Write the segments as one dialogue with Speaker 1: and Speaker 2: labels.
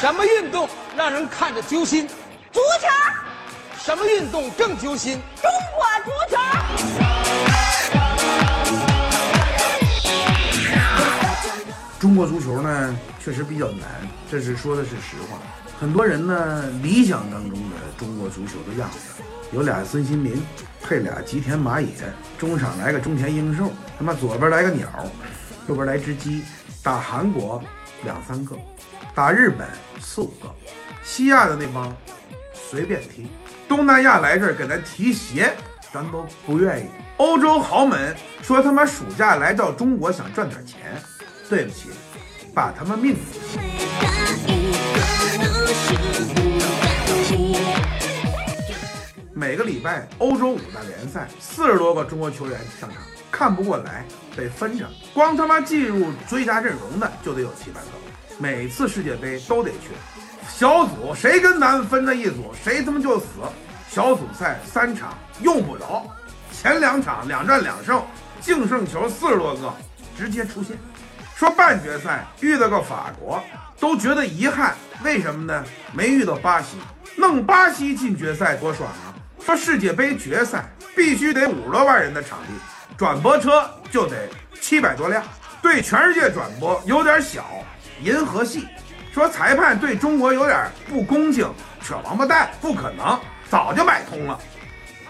Speaker 1: 什么运动让人看着揪心？
Speaker 2: 足球，
Speaker 1: 什么运动更揪心？
Speaker 2: 中国足球，
Speaker 3: 中国足球呢，确实比较难，这是说的是实话。很多人呢，理想当中的中国足球的样子，有俩孙兴民，配俩吉田麻也，中场来个中田英寿，他妈左边来个鸟，右边来只鸡。打韩国两三个，打日本四五个，西亚的那帮随便踢，东南亚来这儿给咱提鞋，咱都不愿意。欧洲豪门说他妈暑假来到中国想赚点钱，对不起，把他们命苦。每个礼拜欧洲五大联赛四十多个中国球员上场，看不过来得分着，光他妈进入追加阵容的就得有七八个，每次世界杯都得去。小组谁跟咱们分在一组，谁他妈就死。小组赛三场用不着，前两场两战两胜，净胜球四十多个，直接出线。说半决赛遇到个法国，都觉得遗憾，为什么呢？没遇到巴西，弄巴西进决赛多爽啊！说世界杯决赛必须得五十多万人的场地，转播车就得七百多辆，对全世界转播有点小，银河系。说裁判对中国有点不恭敬，扯王八蛋，不可能，早就买通了。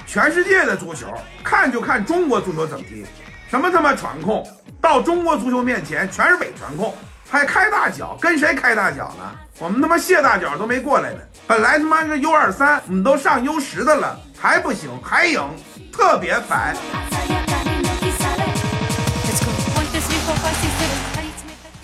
Speaker 3: 全世界的足球，看就看中国足球怎么踢，什么他妈传控，到中国足球面前全是伪传控，还开大脚，跟谁开大脚呢？我们他妈谢大脚都没过来呢。本来他妈是 U 二三，我们都上 U 十的了，还不行，还赢，特别烦。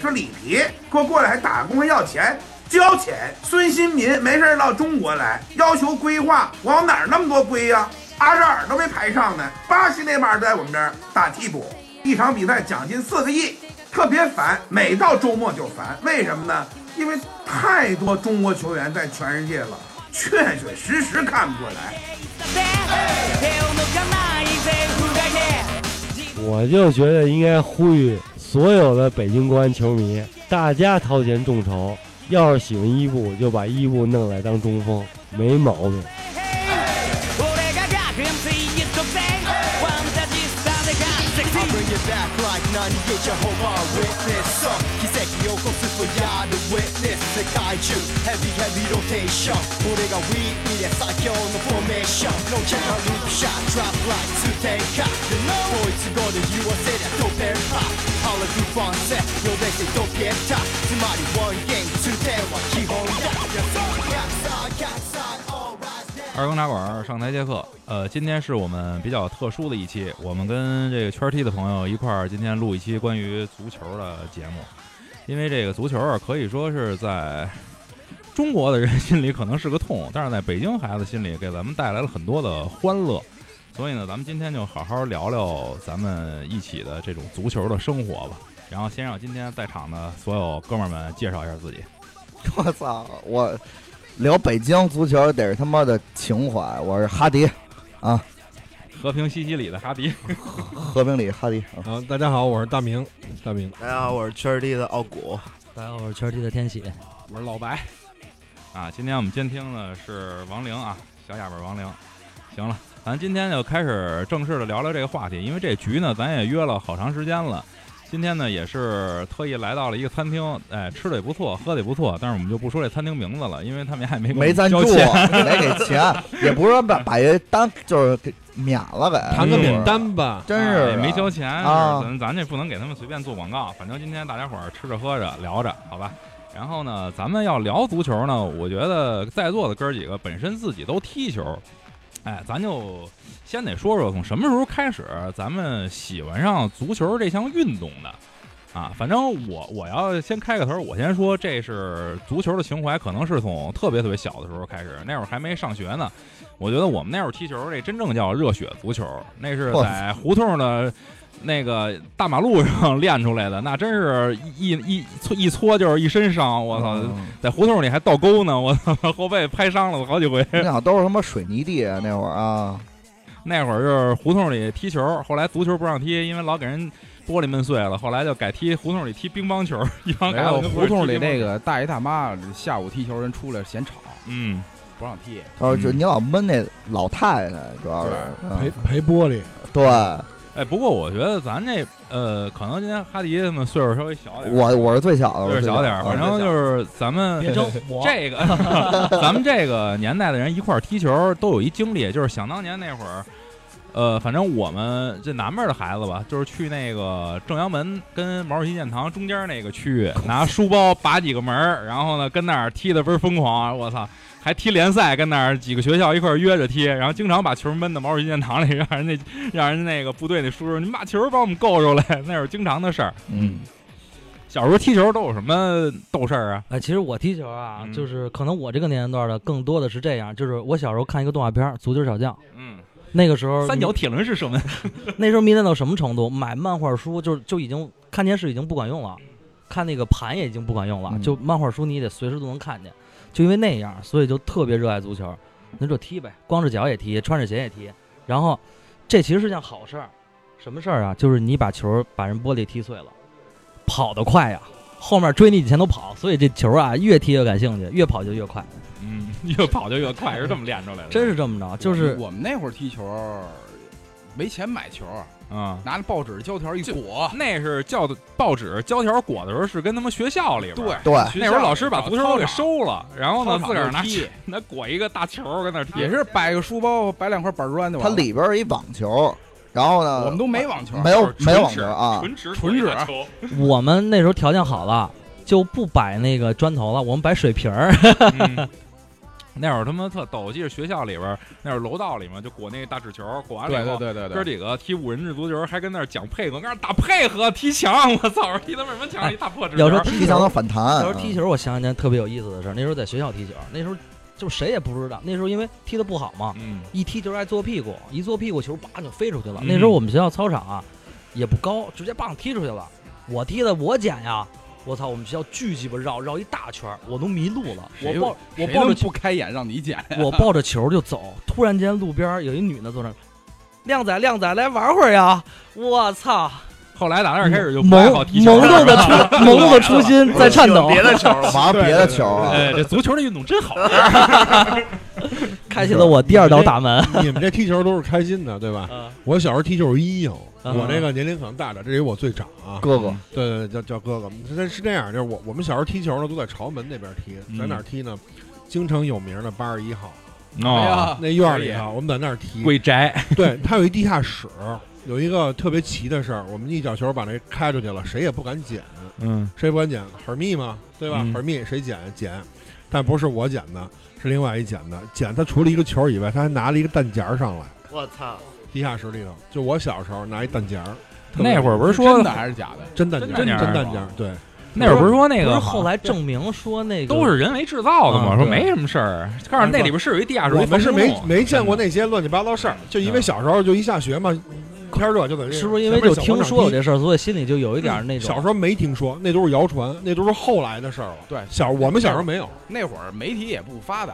Speaker 3: 说里皮给我过来还打工还要钱，交钱。孙兴民没事儿到中国来，要求规划，往哪儿那么多规呀、阿扎尔都没排上呢，巴西那边儿在我们这儿打替补，一场比赛奖金四个亿，特别烦。每到周末就烦，为什么呢？因为太多中国球员在全世界了，确确实实看不过来。
Speaker 4: 我就觉得应该呼吁所有的北京国安球迷，大家掏钱众筹，要是喜欢伊布，就把伊布弄来当中锋，没毛病。
Speaker 5: 二更茶馆上台接客，呃，今天是我们比较特殊的一期，我们跟这个圈儿踢的朋友一块儿今天录一期关于足球的节目，因为这个足球啊，可以说是在中国的人心里可能是个痛，但是在北京孩子心里给咱们带来了很多的欢乐，所以呢，咱们今天就好好聊聊咱们一起的这种足球的生活吧。然后先让今天在场的所有哥们儿们介绍一下自己。
Speaker 6: 我操！我聊北京足球得是他妈的情怀。我是哈迪，啊
Speaker 5: 和平西西里的哈迪，
Speaker 6: 和平里 哈迪。啊
Speaker 7: 啊，大家好，我是大明，大明，
Speaker 8: 大家好，我是圈儿地的奥古。
Speaker 9: 大家好，我是圈地的天喜。
Speaker 7: 我是老白。
Speaker 5: 啊，今天我们监听的是王玲啊，小哑巴王玲。行了，咱今天就开始正式的聊聊这个话题，因为这局呢，咱也约了好长时间了。今天呢，也是特意来到了一个餐厅，哎，吃的也不错，喝的也不错，但是我们就不说这餐厅名字了，因为他们还没给我们
Speaker 6: 没赞助，
Speaker 5: 交钱
Speaker 6: 得给钱， 也不是说把把人单就是给免了给，
Speaker 7: 谈个免单吧。
Speaker 6: 哎真是的
Speaker 5: 哎没交钱
Speaker 6: 啊
Speaker 5: 咱咱这不能给他们随便做广告。反正今天大家伙儿吃着喝着聊着，好吧。然后呢，咱们要聊足球呢，我觉得在座的哥儿几个本身自己都踢球，哎，咱就先得说说从什么时候开始咱们喜欢上足球这项运动的。啊，反正我我要先开个头，我先说这是足球的情怀，可能是从特别特别小的时候开始，那会儿还没上学呢。我觉得我们那会儿踢球，这真正叫热血足球，那是
Speaker 6: 哇
Speaker 5: 在胡同的那个大马路 上练出来的，那真是一一一搓一搓就是一身伤，我操！
Speaker 6: 嗯
Speaker 5: 在胡同里还倒钩呢，我操，后背拍伤了我好几回。
Speaker 6: 那好都是他妈水泥地啊，那会儿啊，
Speaker 5: 那会儿就是胡同里踢球，后来足球不让踢，因为老给人玻璃闷碎了，后来就改踢胡同里踢乒乓球， 一帮
Speaker 9: 没
Speaker 5: 嘎
Speaker 9: 有
Speaker 5: 子跟
Speaker 9: 胡同里那
Speaker 5: 那，
Speaker 9: 个大爷大妈下午踢球人出来嫌吵，
Speaker 5: 嗯，
Speaker 9: 不让踢。
Speaker 6: 他说
Speaker 10: 嗯
Speaker 6: 就你老闷那老太太，主要是
Speaker 7: 赔
Speaker 6: 嗯
Speaker 7: 赔玻璃，
Speaker 6: 对，
Speaker 5: 哎，不过我觉得咱这呃，可能今天哈迪他们岁数稍微小点儿，
Speaker 6: 我我是最小的，我
Speaker 5: 岁
Speaker 6: 是
Speaker 5: 数
Speaker 6: 最
Speaker 5: 小点儿，
Speaker 6: 的
Speaker 5: 反正就是咱们
Speaker 7: 别争我
Speaker 5: 这个咱们这个年代的人一块儿踢球都有一经历，就是想当年那会儿，呃，反正我们这南边的孩子吧，就是去那个正阳门跟毛主席纪念堂中间那个区域，拿书包把几个门儿，然后呢跟那儿踢的倍儿疯狂，我操！还踢联赛，跟那儿几个学校一块儿约着踢，然后经常把球闷到毛主席纪念堂里，让人那让人那个部队那叔叔，你们把球把我们够出来，那是经常的事儿。
Speaker 6: 嗯，
Speaker 5: 小时候踢球都有什么斗事儿啊？
Speaker 10: 哎，其实我踢球啊，
Speaker 5: 嗯
Speaker 10: 就是可能我这个年龄段的更多的是这样，就是我小时候看一个动画片儿《足球小将》，
Speaker 5: 嗯，
Speaker 10: 那个时候
Speaker 5: 三角铁轮式射门。
Speaker 10: 那时候迷恋到什么程度？买漫画书就是就已经看电视已经不管用了，看那个盘也已经不管用了，
Speaker 6: 嗯
Speaker 10: 就漫画书你也得随时都能看见。就因为那样，所以就特别热爱足球，那就踢呗，光着脚也踢，穿着鞋也踢。然后，这其实是件好事儿，什么事儿啊？就是你把球把人玻璃踢碎了，跑得快呀、后面追你以前都跑，所以这球啊越踢越感兴趣，越跑就越快，
Speaker 5: 嗯，越跑就越快，是这么练出来的。
Speaker 10: 真是这么着，就是
Speaker 9: 我们那会儿踢球，没钱买球，
Speaker 5: 啊、
Speaker 9: 拿着报纸胶条一裹。
Speaker 5: 那是教的报纸胶条裹的时候是跟他们学校里边儿。
Speaker 6: 对，
Speaker 5: 那会儿老师把足球给
Speaker 9: 了，
Speaker 5: 收了，然后呢自
Speaker 9: 操场
Speaker 5: 个儿拿
Speaker 9: 就踢
Speaker 5: 拿裹一个大球儿跟那儿踢。
Speaker 9: 也是摆个书包，摆两块板砖的。
Speaker 6: 它里边是一网球，然后呢，
Speaker 9: 我们都没网球，
Speaker 6: 没有
Speaker 5: 就是
Speaker 6: 没有网
Speaker 5: 纯纸
Speaker 6: 球啊，
Speaker 5: 纯纸
Speaker 9: 纯纸
Speaker 5: 裹一大球
Speaker 10: 我们那时候条件好了，就不摆那个砖头了，我们摆水瓶儿。
Speaker 5: 嗯那会儿他妈特逗，我记得学校里边儿那会儿楼道里面就裹那大纸球，裹完了
Speaker 9: 对
Speaker 5: 以后
Speaker 9: 对对对
Speaker 5: 哥
Speaker 9: 对，
Speaker 5: 几个踢五人制足球，还跟那儿讲配合，跟那儿打配合踢墙，我操！ 踢他妈什么墙？一大破纸
Speaker 10: 要说
Speaker 5: 条
Speaker 6: 踢墙的反弹
Speaker 10: 那时，
Speaker 5: 嗯
Speaker 10: 候踢球，我想起一件特别有意思的事儿。那时候在学校踢球，那时候就谁也不知道，那时候因为踢得不好嘛，
Speaker 5: 嗯
Speaker 10: 一踢球爱坐屁股，一坐屁股球叭就飞出去了。
Speaker 5: 嗯
Speaker 10: 那时候我们学校操场啊也不高，直接棒踢出去了。我踢的我捡呀，我操！我们学校 巨鸡巴绕绕一大圈儿，我都迷路了。我
Speaker 9: 谁
Speaker 10: 抱我
Speaker 9: 谁
Speaker 10: 抱
Speaker 9: 能
Speaker 10: 着球
Speaker 9: 不开眼让你捡，
Speaker 10: 我抱 着球就走，突然间路边儿有一女的坐那儿，亮仔亮仔来玩会儿呀！啊我操！
Speaker 5: 后来打那儿开始就不
Speaker 10: 萌
Speaker 5: 爱好踢球
Speaker 10: 萌
Speaker 5: 了
Speaker 10: 动的初 萌动的初心在颤抖，
Speaker 8: 别的球 了，
Speaker 6: 玩别的球啊，
Speaker 5: 哎，这足球的运动真好玩儿。
Speaker 10: 开启了我第二道大门。
Speaker 7: 你们这踢球都是开心的，对吧？
Speaker 10: 嗯
Speaker 7: 我小时候踢球有阴影，
Speaker 10: 嗯
Speaker 7: 我这个年龄可能大点，这也我最长啊。
Speaker 6: 哥哥，
Speaker 7: 对对对，叫叫哥哥。但是这样，就是我我们小时候踢球呢，都在朝门那边踢，
Speaker 5: 嗯
Speaker 7: 在哪儿踢呢？京城有名的八十一号哎
Speaker 5: 哦，
Speaker 7: 那院儿里头，我们在那儿踢。
Speaker 5: 贵宅，
Speaker 7: 对，它有一地下室，有一个特别奇的事儿，我们一脚球把那开出去了，谁也不敢捡，
Speaker 5: 嗯
Speaker 7: 谁也不敢捡，hermie 嘛，对吧
Speaker 5: 嗯
Speaker 7: hermie 谁捡捡，但不是我捡的，是另外一捡的。捡他除了一个球以外，他还拿了一个弹夹儿上来，
Speaker 8: 我操！
Speaker 7: 地下室里头，就我小时候拿一弹夹儿，特别
Speaker 5: 那会儿不是
Speaker 9: 真
Speaker 5: 说
Speaker 9: 的还是假的？
Speaker 7: 真弹夹儿，
Speaker 5: 真弹夹儿
Speaker 7: 真
Speaker 5: 是
Speaker 7: 弹
Speaker 5: 吧
Speaker 7: 夹儿，对，
Speaker 5: 那会儿不是说那
Speaker 10: 不是
Speaker 5: 个
Speaker 10: 后来证明说那个
Speaker 5: 都是人为制造的嘛，
Speaker 10: 啊
Speaker 5: 说
Speaker 10: 对
Speaker 5: 没什么事儿。告诉你那里边是有一地下室，
Speaker 7: 我们是没没见过
Speaker 5: 那
Speaker 7: 那些乱七八糟事儿，就
Speaker 5: 嗯
Speaker 7: 因为小时候就一下学嘛，天儿热就得
Speaker 10: 是不是因为就听说有这事儿，所以心里就有一点儿那
Speaker 7: 小
Speaker 10: 种
Speaker 7: 时候没听说，那都是谣传，那都是后来的事儿了。
Speaker 9: 对
Speaker 7: 小我们小时候没有，
Speaker 9: 那会儿媒体也不发达，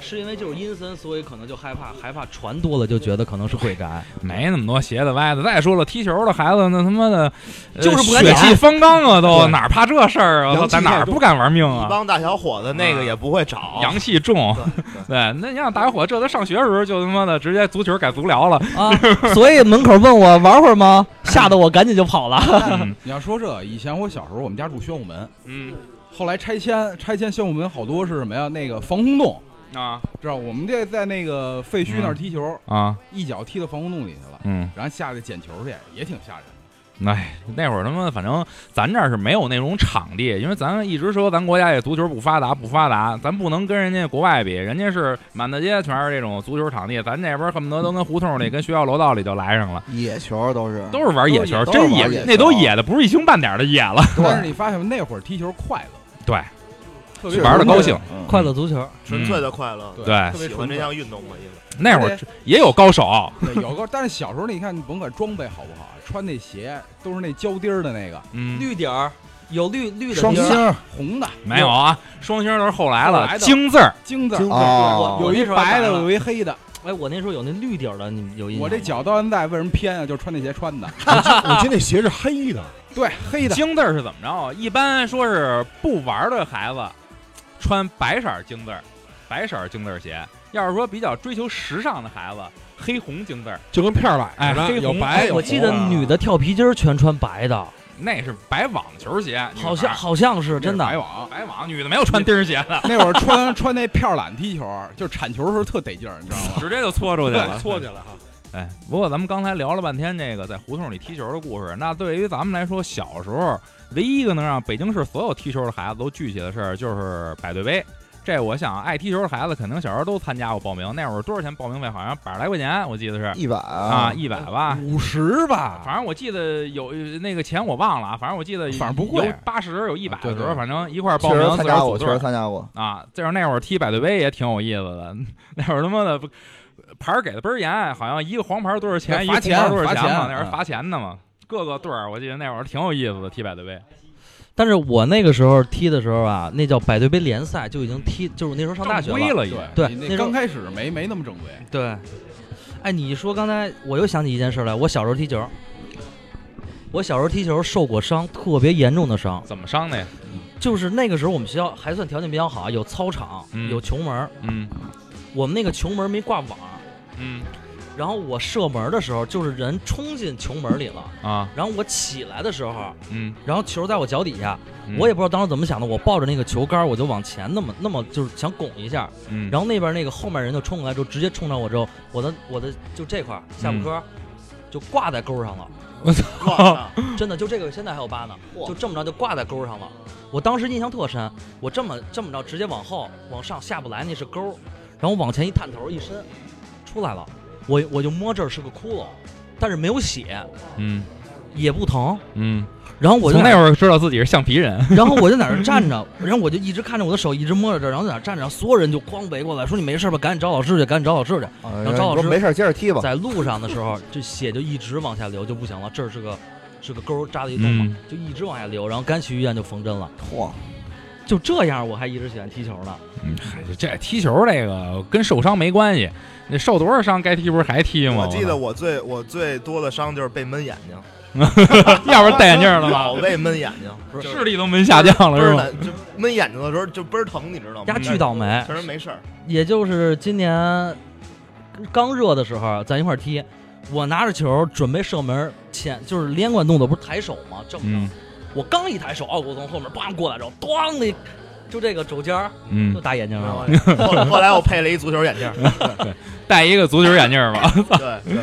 Speaker 10: 是因为就是阴森，所以可能就害怕，害怕传多了就觉得可能是鬼宅。
Speaker 5: 没那么多斜的歪的。再说了，踢球的孩子那他妈的呃
Speaker 10: 就是不敢
Speaker 5: 血
Speaker 10: 捡
Speaker 5: 气方刚啊，都
Speaker 7: 对
Speaker 5: 哪儿怕这事儿啊？
Speaker 7: 阳
Speaker 5: 都
Speaker 7: 气
Speaker 5: 在哪
Speaker 7: 太
Speaker 5: 儿
Speaker 7: 重
Speaker 5: 不敢玩命
Speaker 8: 一
Speaker 5: 啊？
Speaker 8: 帮大小伙子那个也不会找，
Speaker 5: 阳气重，
Speaker 8: 对对
Speaker 5: 对，那你想大小伙这都上学的时候就他妈的直接足球改足疗了，
Speaker 10: 啊，所以门口问我玩会儿吗？吓得我赶紧就跑了。
Speaker 5: 嗯
Speaker 9: 你要说这，以前我小时候，我们家住宣武门，
Speaker 5: 嗯
Speaker 9: 后来拆迁，拆迁宣武门好多是什么呀？那个防空洞，
Speaker 5: 啊
Speaker 9: 知道我们这在那个废墟那儿踢球，
Speaker 5: 啊
Speaker 9: 一脚踢到防空洞里去了，
Speaker 5: 嗯，
Speaker 9: 然后下来捡球去，也挺吓人的。
Speaker 5: 哎，那会儿他妈反正咱这儿是没有那种场地，因为咱一直说咱国家这足球不发达不发达，咱不能跟人家国外比，人家是满大街全是这种足球场地，咱这边恨不得都跟胡同里、跟学校楼道里就来上了。
Speaker 6: 野球都是
Speaker 5: 都是玩野球，
Speaker 6: 都是
Speaker 5: 真
Speaker 6: 玩野球
Speaker 5: 那都野的，不是一星半点的野了。
Speaker 9: 但是你发现那会儿踢球快乐，
Speaker 5: 对，
Speaker 9: 特别
Speaker 5: 玩得高兴，嗯
Speaker 10: 快乐足球，
Speaker 8: 纯粹的快乐。
Speaker 5: 对，
Speaker 8: 喜欢这项运动嘛，因为
Speaker 5: 那会儿也有高手，
Speaker 9: 对，有个。但是小时候你看，你甭管装备好不好，穿那鞋都是那胶钉儿的那个
Speaker 5: 嗯，
Speaker 10: 绿点儿有绿绿的
Speaker 6: 双
Speaker 10: 地儿
Speaker 6: 星儿
Speaker 9: 红的，
Speaker 5: 没啊有啊，双星都是后来
Speaker 9: 后
Speaker 5: 了，
Speaker 9: 来的
Speaker 5: 京字儿，
Speaker 9: 金子，
Speaker 6: 啊，
Speaker 9: 有一白的，有一黑的，
Speaker 10: 哎，我那时候有那绿底儿的，你们有印象吗？
Speaker 9: 我这脚到现在为什么偏啊？就是穿那鞋穿的，
Speaker 7: 我觉得那鞋是黑的，
Speaker 9: 对，黑的。
Speaker 5: 京字儿是怎么着啊？一般说是不玩儿的孩子穿白色儿京字儿，白色儿京字儿鞋；要是说比较追求时尚的孩子，黑红京字儿，
Speaker 7: 就跟片儿奶
Speaker 5: 哎
Speaker 7: 似的，
Speaker 5: 黑
Speaker 7: 有
Speaker 5: 红
Speaker 7: 白
Speaker 5: 哎
Speaker 7: 有
Speaker 10: 我
Speaker 7: 红啊
Speaker 10: 记得女的跳皮筋儿全穿白的，
Speaker 5: 那是白网球鞋，女
Speaker 10: 好像
Speaker 5: 孩儿
Speaker 10: 好像是
Speaker 5: 那
Speaker 10: 真
Speaker 5: 白
Speaker 10: 的。
Speaker 5: 网白网，女的没有穿钉儿鞋的，
Speaker 9: 那会儿穿穿那片儿懒踢球，就是铲球的时候特得劲儿，你知道吗？
Speaker 5: 直接就搓出去 了，
Speaker 7: 搓去了哈。
Speaker 5: 哎，不过咱们刚才聊了半天这个在胡同里踢球的故事，那对于咱们来说，小时候唯一一个能让北京市所有踢球的孩子都聚起的事儿，就是百对杯。这我想，爱踢球的孩子肯定小时候都参加过报名。那会儿多少钱报名费？好像百来块钱，我记得是
Speaker 6: 一百
Speaker 5: 啊，
Speaker 6: 啊，
Speaker 5: 一百吧。
Speaker 7: 五十吧，
Speaker 5: 反正我记得有那个钱我忘了啊，反正我记得
Speaker 9: 反正不贵
Speaker 5: 八十有一百
Speaker 9: 对
Speaker 5: 的时候，
Speaker 9: 对
Speaker 5: 反正一块儿报
Speaker 6: 确
Speaker 5: 名
Speaker 6: 实
Speaker 5: 自
Speaker 6: 参
Speaker 5: 个儿
Speaker 6: 加过，
Speaker 5: 组
Speaker 6: 确
Speaker 5: 队
Speaker 6: 实参加过。
Speaker 5: 啊，就是那会儿踢百对杯也挺有意思的， 那会儿他妈的不牌儿给的倍儿严，好像一个黄牌儿多少钱，
Speaker 9: 对
Speaker 5: 一个
Speaker 9: 罚
Speaker 5: 红牌儿多少
Speaker 9: 钱罚
Speaker 5: 钱嘛，
Speaker 9: 钱
Speaker 5: 那会儿
Speaker 9: 嗯
Speaker 5: 罚钱的嘛。各个队儿，我记得那会儿挺有意思的，踢百对杯。
Speaker 10: 但是我那个时候踢的时候啊，那叫百对杯联赛就已经踢，就是那时候上大学
Speaker 5: 正规
Speaker 10: 了。
Speaker 5: 已经。
Speaker 10: 对
Speaker 9: 你
Speaker 10: 那时
Speaker 9: 那
Speaker 10: 候
Speaker 9: 刚开始没没那么正规。
Speaker 10: 对，哎，你说刚才我又想起一件事来，我小时候踢球，我小时候踢球受过伤，特别严重的伤，
Speaker 5: 怎么伤的呀？
Speaker 10: 就是那个时候我们学校还算条件比较好，啊有操场，
Speaker 5: 嗯
Speaker 10: 有球门儿，
Speaker 5: 嗯
Speaker 10: 我们那个球门儿没挂网，
Speaker 5: 嗯
Speaker 10: 然后我射门儿的时候，就是人冲进球门儿里了，
Speaker 5: 啊
Speaker 10: 然后我起来的时候，
Speaker 5: 嗯，
Speaker 10: 然后球在我脚底下，
Speaker 5: 嗯
Speaker 10: 我也不知道当时怎么想的，我抱着那个球杆儿，我就往前那么那么就是想拱一下，
Speaker 5: 嗯，
Speaker 10: 然后那边那个后面人就冲过来之后，直接冲上我之后，我的我的就这块儿下
Speaker 6: 嗯
Speaker 10: 巴颏儿就挂在钩上了，
Speaker 8: 哇
Speaker 10: 真的就这个现在还有疤呢，就这么着就挂在钩上了。我当时印象特深，我这么这么着直接往后往上下不来那是钩儿，然后往前一探头一伸，出来了，我我就摸这儿是个窟窿，但是没有血
Speaker 5: 嗯
Speaker 10: 也不疼，
Speaker 5: 嗯，
Speaker 10: 然后我
Speaker 5: 我
Speaker 10: 就
Speaker 5: 从
Speaker 10: 在
Speaker 5: 那会儿知道自己是橡皮人。
Speaker 10: 然后我就在那儿站 着，然后我就一直看着我的手，一直摸着这儿，然后在那儿站着，然后所有人就哐围过来，说你没事吧？赶紧找老师去，赶紧找老师去。
Speaker 6: 然
Speaker 10: 后赵老师
Speaker 6: 没事儿接着踢吧。
Speaker 10: 在路上的时候，这血就一直往下流，就不行了。这儿是个是个沟儿扎的一洞嘛，
Speaker 5: 嗯
Speaker 10: 就一直往下流，然后赶紧去医院就缝针了。
Speaker 6: 嚯，
Speaker 10: 就这样，我还一直喜欢踢球呢。
Speaker 5: 嗯，嗨这踢球这个跟受伤没关系，那受多少伤该踢不是还踢吗？
Speaker 8: 我记得我最我最多的伤就是被闷眼睛，
Speaker 5: 要不然戴眼镜了
Speaker 8: 老
Speaker 5: 吗？
Speaker 8: 被闷眼睛，不
Speaker 5: 视力都没下降了
Speaker 8: 倍
Speaker 5: 是
Speaker 8: 儿
Speaker 5: 吗？
Speaker 8: 难，就闷眼睛的时候就倍儿疼，你知道吗？嗯
Speaker 10: 丫巨倒霉，
Speaker 8: 其实没事儿，
Speaker 10: 也就是今年刚热的时候，啊咱一块儿踢，我拿着球准备射门前，就是连贯动作不是抬手吗？正着，
Speaker 5: 嗯
Speaker 10: 我刚一抬手，奥古从后面梆过来之后，咣的就这个肘尖儿就
Speaker 5: 嗯，
Speaker 10: 打眼睛上了。
Speaker 8: 后来后来我配了一足球眼镜儿，
Speaker 5: 戴一个足球眼镜吧。
Speaker 8: 对对。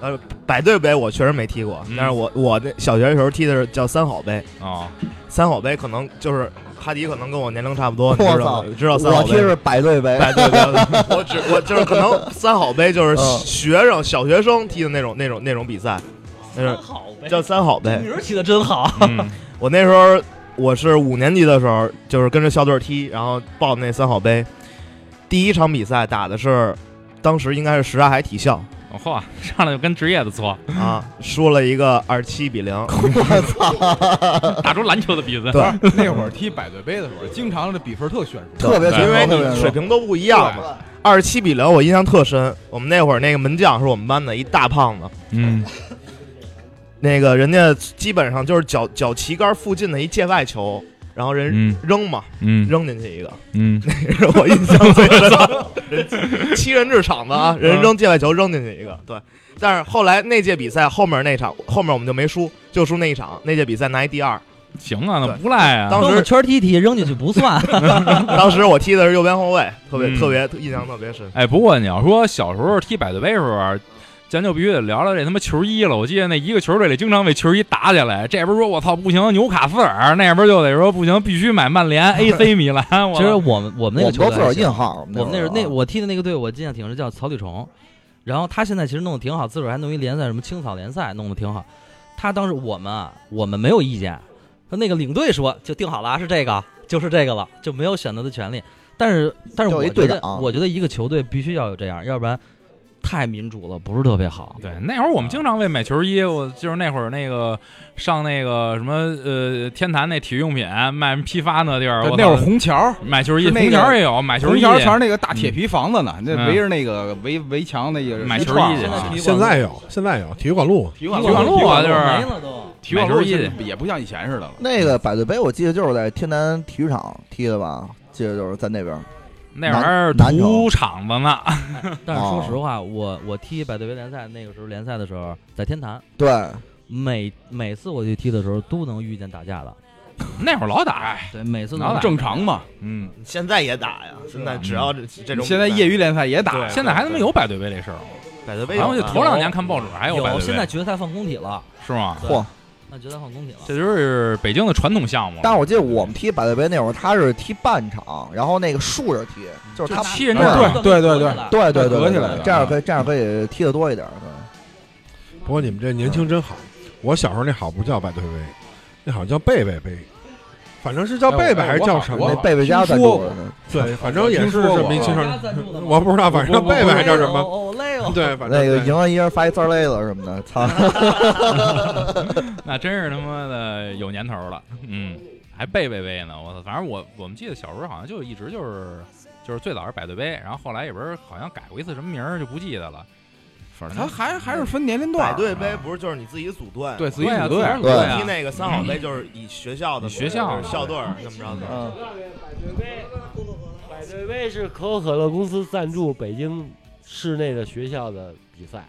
Speaker 8: 呃，百对杯我确实没踢过
Speaker 5: 嗯，
Speaker 8: 但是我我那小学的时候踢的是叫三好杯，
Speaker 5: 哦，
Speaker 8: 三好杯可能就是哈迪可能跟我年龄差不多，
Speaker 6: 我
Speaker 8: 你知道
Speaker 6: 操
Speaker 8: 吗？知道三好
Speaker 6: 我踢
Speaker 8: 杯吗？
Speaker 6: 是百对杯，
Speaker 8: 哎，对对， 对我只我就是可能三好杯就是
Speaker 6: 嗯
Speaker 8: 学生小学生踢的那种那种那种比赛，那
Speaker 10: 真
Speaker 8: 是
Speaker 10: 好呗，
Speaker 8: 叫三好杯。
Speaker 10: 名儿起 的真好。
Speaker 5: 嗯，
Speaker 8: 啊我那时候我是五年级的时候，就是跟着校队踢，然后报那三好杯。第一场比赛打的是，当时应该是什刹海体校
Speaker 5: 我哦嚯，上来就跟职业的搓，
Speaker 8: 啊，输了一个二十七比 零。
Speaker 5: 打出篮球的比赛。
Speaker 8: 对，
Speaker 9: 那会儿踢百对杯的时候，经常这比分特悬殊。
Speaker 6: 特别
Speaker 8: 因为
Speaker 6: 特别
Speaker 8: 你水平都不一样嘛。二十七比零，我印象特深。我们那会儿那个门将是我们班的一大胖子，
Speaker 5: 嗯
Speaker 8: 那个人家基本上就是脚脚旗杆附近的一界外球，然后人
Speaker 5: 嗯
Speaker 8: 扔嘛，
Speaker 5: 嗯
Speaker 8: 扔进去一个，
Speaker 5: 嗯
Speaker 8: 这是我印象最深的。 人七人制场子啊，人扔界外球扔进去一个，对。但是后来那届比赛后面那场，后面我们就没输，就输那一场。那届比赛拿一第二，
Speaker 5: 行啊，那
Speaker 8: 对
Speaker 5: 不赖啊。
Speaker 8: 当
Speaker 10: 兜着
Speaker 8: 时
Speaker 10: 圈踢踢扔进去不 算，
Speaker 8: 当时我踢的是右边后卫，特别、
Speaker 5: 嗯
Speaker 8: 特别印象特别深。
Speaker 5: 哎，不过你要说小时候踢百对杯时候啊，咱就必须得聊聊这他妈球衣了。我记得那一个球队里经常为球衣打起来，这边说我操不行纽卡斯尔，那边就得说不行必须买曼 联 AC 米兰。我
Speaker 10: 其实我们我们那
Speaker 6: 我
Speaker 10: 个
Speaker 6: 们
Speaker 10: 球
Speaker 6: 都
Speaker 10: 队
Speaker 6: 自个
Speaker 10: 还
Speaker 6: 儿
Speaker 10: 行，
Speaker 6: 印号，
Speaker 10: 我们那
Speaker 6: 时
Speaker 10: 时
Speaker 6: 候
Speaker 10: 候那我踢的那个队，我印象挺深，叫草履虫。然后他现在其实弄得挺好，自个儿还弄一联赛，什么青草联赛弄得挺好。他当时我们啊，我们没有意见，他那个领队说就定好了啊，是这个，就是这个了，就没有选择的权利。但是但是
Speaker 6: 就有
Speaker 10: 我
Speaker 6: 一
Speaker 10: 觉
Speaker 6: 队
Speaker 10: 得
Speaker 6: 长
Speaker 10: 我觉得一个球队必须要有这样，要不然太民主了，不是特别好。
Speaker 5: 对，那会儿我们经常为买球衣，我就是那会儿那个上那个什么呃天坛那体育用品卖批发那地儿，我
Speaker 9: 那会儿
Speaker 5: 操
Speaker 9: 红桥
Speaker 5: 买球衣，
Speaker 9: 是那
Speaker 5: 红
Speaker 9: 个
Speaker 5: 桥也有买球
Speaker 9: 红
Speaker 5: 衣，
Speaker 9: 桥全是那个大铁皮房子呢，那
Speaker 5: 嗯
Speaker 9: 围着那个围围墙那个
Speaker 5: 买
Speaker 9: 一
Speaker 5: 球
Speaker 9: 串儿
Speaker 5: 衣去
Speaker 9: 体育
Speaker 7: 现
Speaker 9: 馆
Speaker 7: 在有，现在有体育馆路，
Speaker 9: 体育馆
Speaker 5: 体育馆路啊就是
Speaker 10: 没了都。
Speaker 9: 体育馆路
Speaker 5: 买球衣
Speaker 9: 现在也不像以前似的了。
Speaker 6: 那个百岁杯，我记得就是在天坛体育场踢的吧？记得就是在那边。
Speaker 5: 那会
Speaker 6: 南
Speaker 5: 儿
Speaker 6: 南城
Speaker 5: 土场子呢，
Speaker 10: 哎但是说
Speaker 6: 哦
Speaker 10: 实话，我我踢百对杯联赛那个时候联赛的时候，在天坛，
Speaker 6: 对，
Speaker 10: 每每次我去踢的时候都能遇见打架的，
Speaker 5: 那会儿老打，
Speaker 10: 对，每次都
Speaker 5: 老打
Speaker 9: 正常嘛，
Speaker 5: 嗯，
Speaker 8: 现在也打呀，现在只要这这种比赛，
Speaker 9: 现在业余联赛也打，
Speaker 5: 哎现在还他妈有百对杯这事儿吗？
Speaker 8: 百德杯
Speaker 5: 然
Speaker 8: 有
Speaker 5: 后就
Speaker 8: 吗
Speaker 5: 头两年看报纸还百
Speaker 10: 有，
Speaker 5: 对
Speaker 10: 现在
Speaker 5: 杯，
Speaker 10: 决赛放工体了，
Speaker 5: 是吗？
Speaker 6: 嚯！
Speaker 10: 那决赛放工体了。
Speaker 5: 这就是北京的传统项目。
Speaker 6: 但是我记得我们踢百岁杯那会儿，他是踢半场，然后那个竖着踢，就是他
Speaker 5: 就踢人
Speaker 6: 家
Speaker 5: 对
Speaker 9: 对对
Speaker 6: 对对
Speaker 9: 对
Speaker 6: 对
Speaker 9: 隔
Speaker 6: 对
Speaker 9: 起来的
Speaker 6: 这样可以这样可以踢得多一点。对，
Speaker 7: 不过你们这年轻真好，我小时候那好不叫百对杯，那好像叫贝贝杯，反正是叫贝贝还是叫什
Speaker 9: 我
Speaker 7: 么
Speaker 6: 那？贝贝加赞助的
Speaker 7: 对，反正也是
Speaker 9: 我听说
Speaker 7: 这
Speaker 9: 过
Speaker 7: 么一介绍
Speaker 10: 我家赞助的吗
Speaker 7: 我不知道，反正叫贝贝还是叫什么？
Speaker 10: 哦累哦，
Speaker 7: 对，反正
Speaker 6: 那个
Speaker 7: 对
Speaker 6: 赢了一人发一字儿累了什么的，操！
Speaker 5: 那真是他妈的有年头了，嗯，还背背背呢，我操！反正我我们记得小时候好像就一直就是就是最早是百对杯，然后后来也不是好像改过一次什么名儿就不记得了，反正
Speaker 9: 他还还是分年龄段
Speaker 8: 百
Speaker 9: 儿，啊
Speaker 8: 对杯不是就是你自己组队，
Speaker 9: 对，嗯自己
Speaker 5: 对啊，
Speaker 9: 组队，
Speaker 5: 自然
Speaker 8: 踢
Speaker 5: 对啊，
Speaker 8: 那个三好杯就是以学校的
Speaker 5: 以学校
Speaker 8: 就是校队儿这么着的。
Speaker 6: 嗯，
Speaker 4: 百对杯是可口可乐公司赞助北京市内的学校的比赛，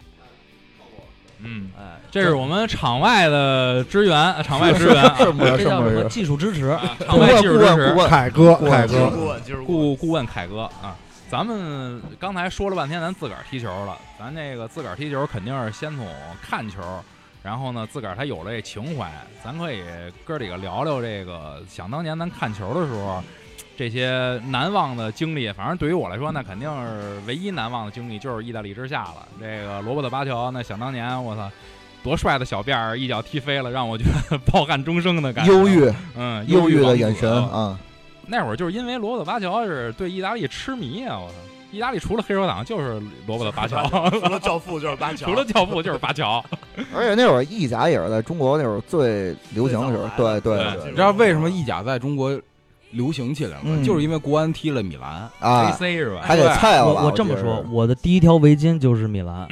Speaker 5: 嗯，
Speaker 10: 哎，
Speaker 5: 这是我们场外的支援，呃场外支援啊，
Speaker 6: 是不是
Speaker 10: 这
Speaker 6: 是
Speaker 10: 叫
Speaker 6: 不
Speaker 10: 什么
Speaker 6: 是？
Speaker 10: 技术支持？
Speaker 5: 啊
Speaker 6: 顾
Speaker 5: 场外
Speaker 6: 问
Speaker 5: 技
Speaker 6: 顾
Speaker 5: 术支
Speaker 6: 问
Speaker 5: 持
Speaker 6: 顾，问，
Speaker 7: 凯哥，凯
Speaker 8: 今儿
Speaker 7: 哥，
Speaker 8: 顾问，今儿顾问
Speaker 5: 顾顾问凯哥啊，咱们刚才说了半天，咱自个儿踢球了，咱这个自个儿踢球肯定是先从看球，然后呢，自个儿他有了这情怀，咱可以哥几个聊聊这个，想当年咱看球的时候。这些难忘的经历，反正对于我来说，那肯定是唯一难忘的经历，就是意大利之夏了。这个罗伯特巴乔，那想当年，我操，多帅的小辫儿，一脚踢飞了，让我觉得抱憾终生的感觉。
Speaker 6: 忧，郁
Speaker 5: 嗯，
Speaker 6: 忧郁
Speaker 5: 王
Speaker 6: 的
Speaker 5: 子
Speaker 6: 眼神啊，
Speaker 5: 那会儿就是因为罗伯特巴乔是对意大利痴迷啊！我操，意大利除了黑手党就是罗伯特巴乔，
Speaker 8: 除了教父就是八强，
Speaker 5: 除了教父就是巴乔。
Speaker 6: 而且那会儿意甲也是在中国那会儿最流行的时候，对对
Speaker 5: 对
Speaker 6: 对
Speaker 9: 你知道为什么意甲在中国流行起来吗？
Speaker 6: 嗯
Speaker 9: 就是因为国安踢了米兰，
Speaker 5: A
Speaker 6: 啊，
Speaker 5: C 是吧？
Speaker 6: 还给菜了吧
Speaker 10: 我
Speaker 6: 我
Speaker 10: 这么
Speaker 6: 记得
Speaker 10: 说，
Speaker 6: 是
Speaker 10: 我的第一条围巾就是米 兰，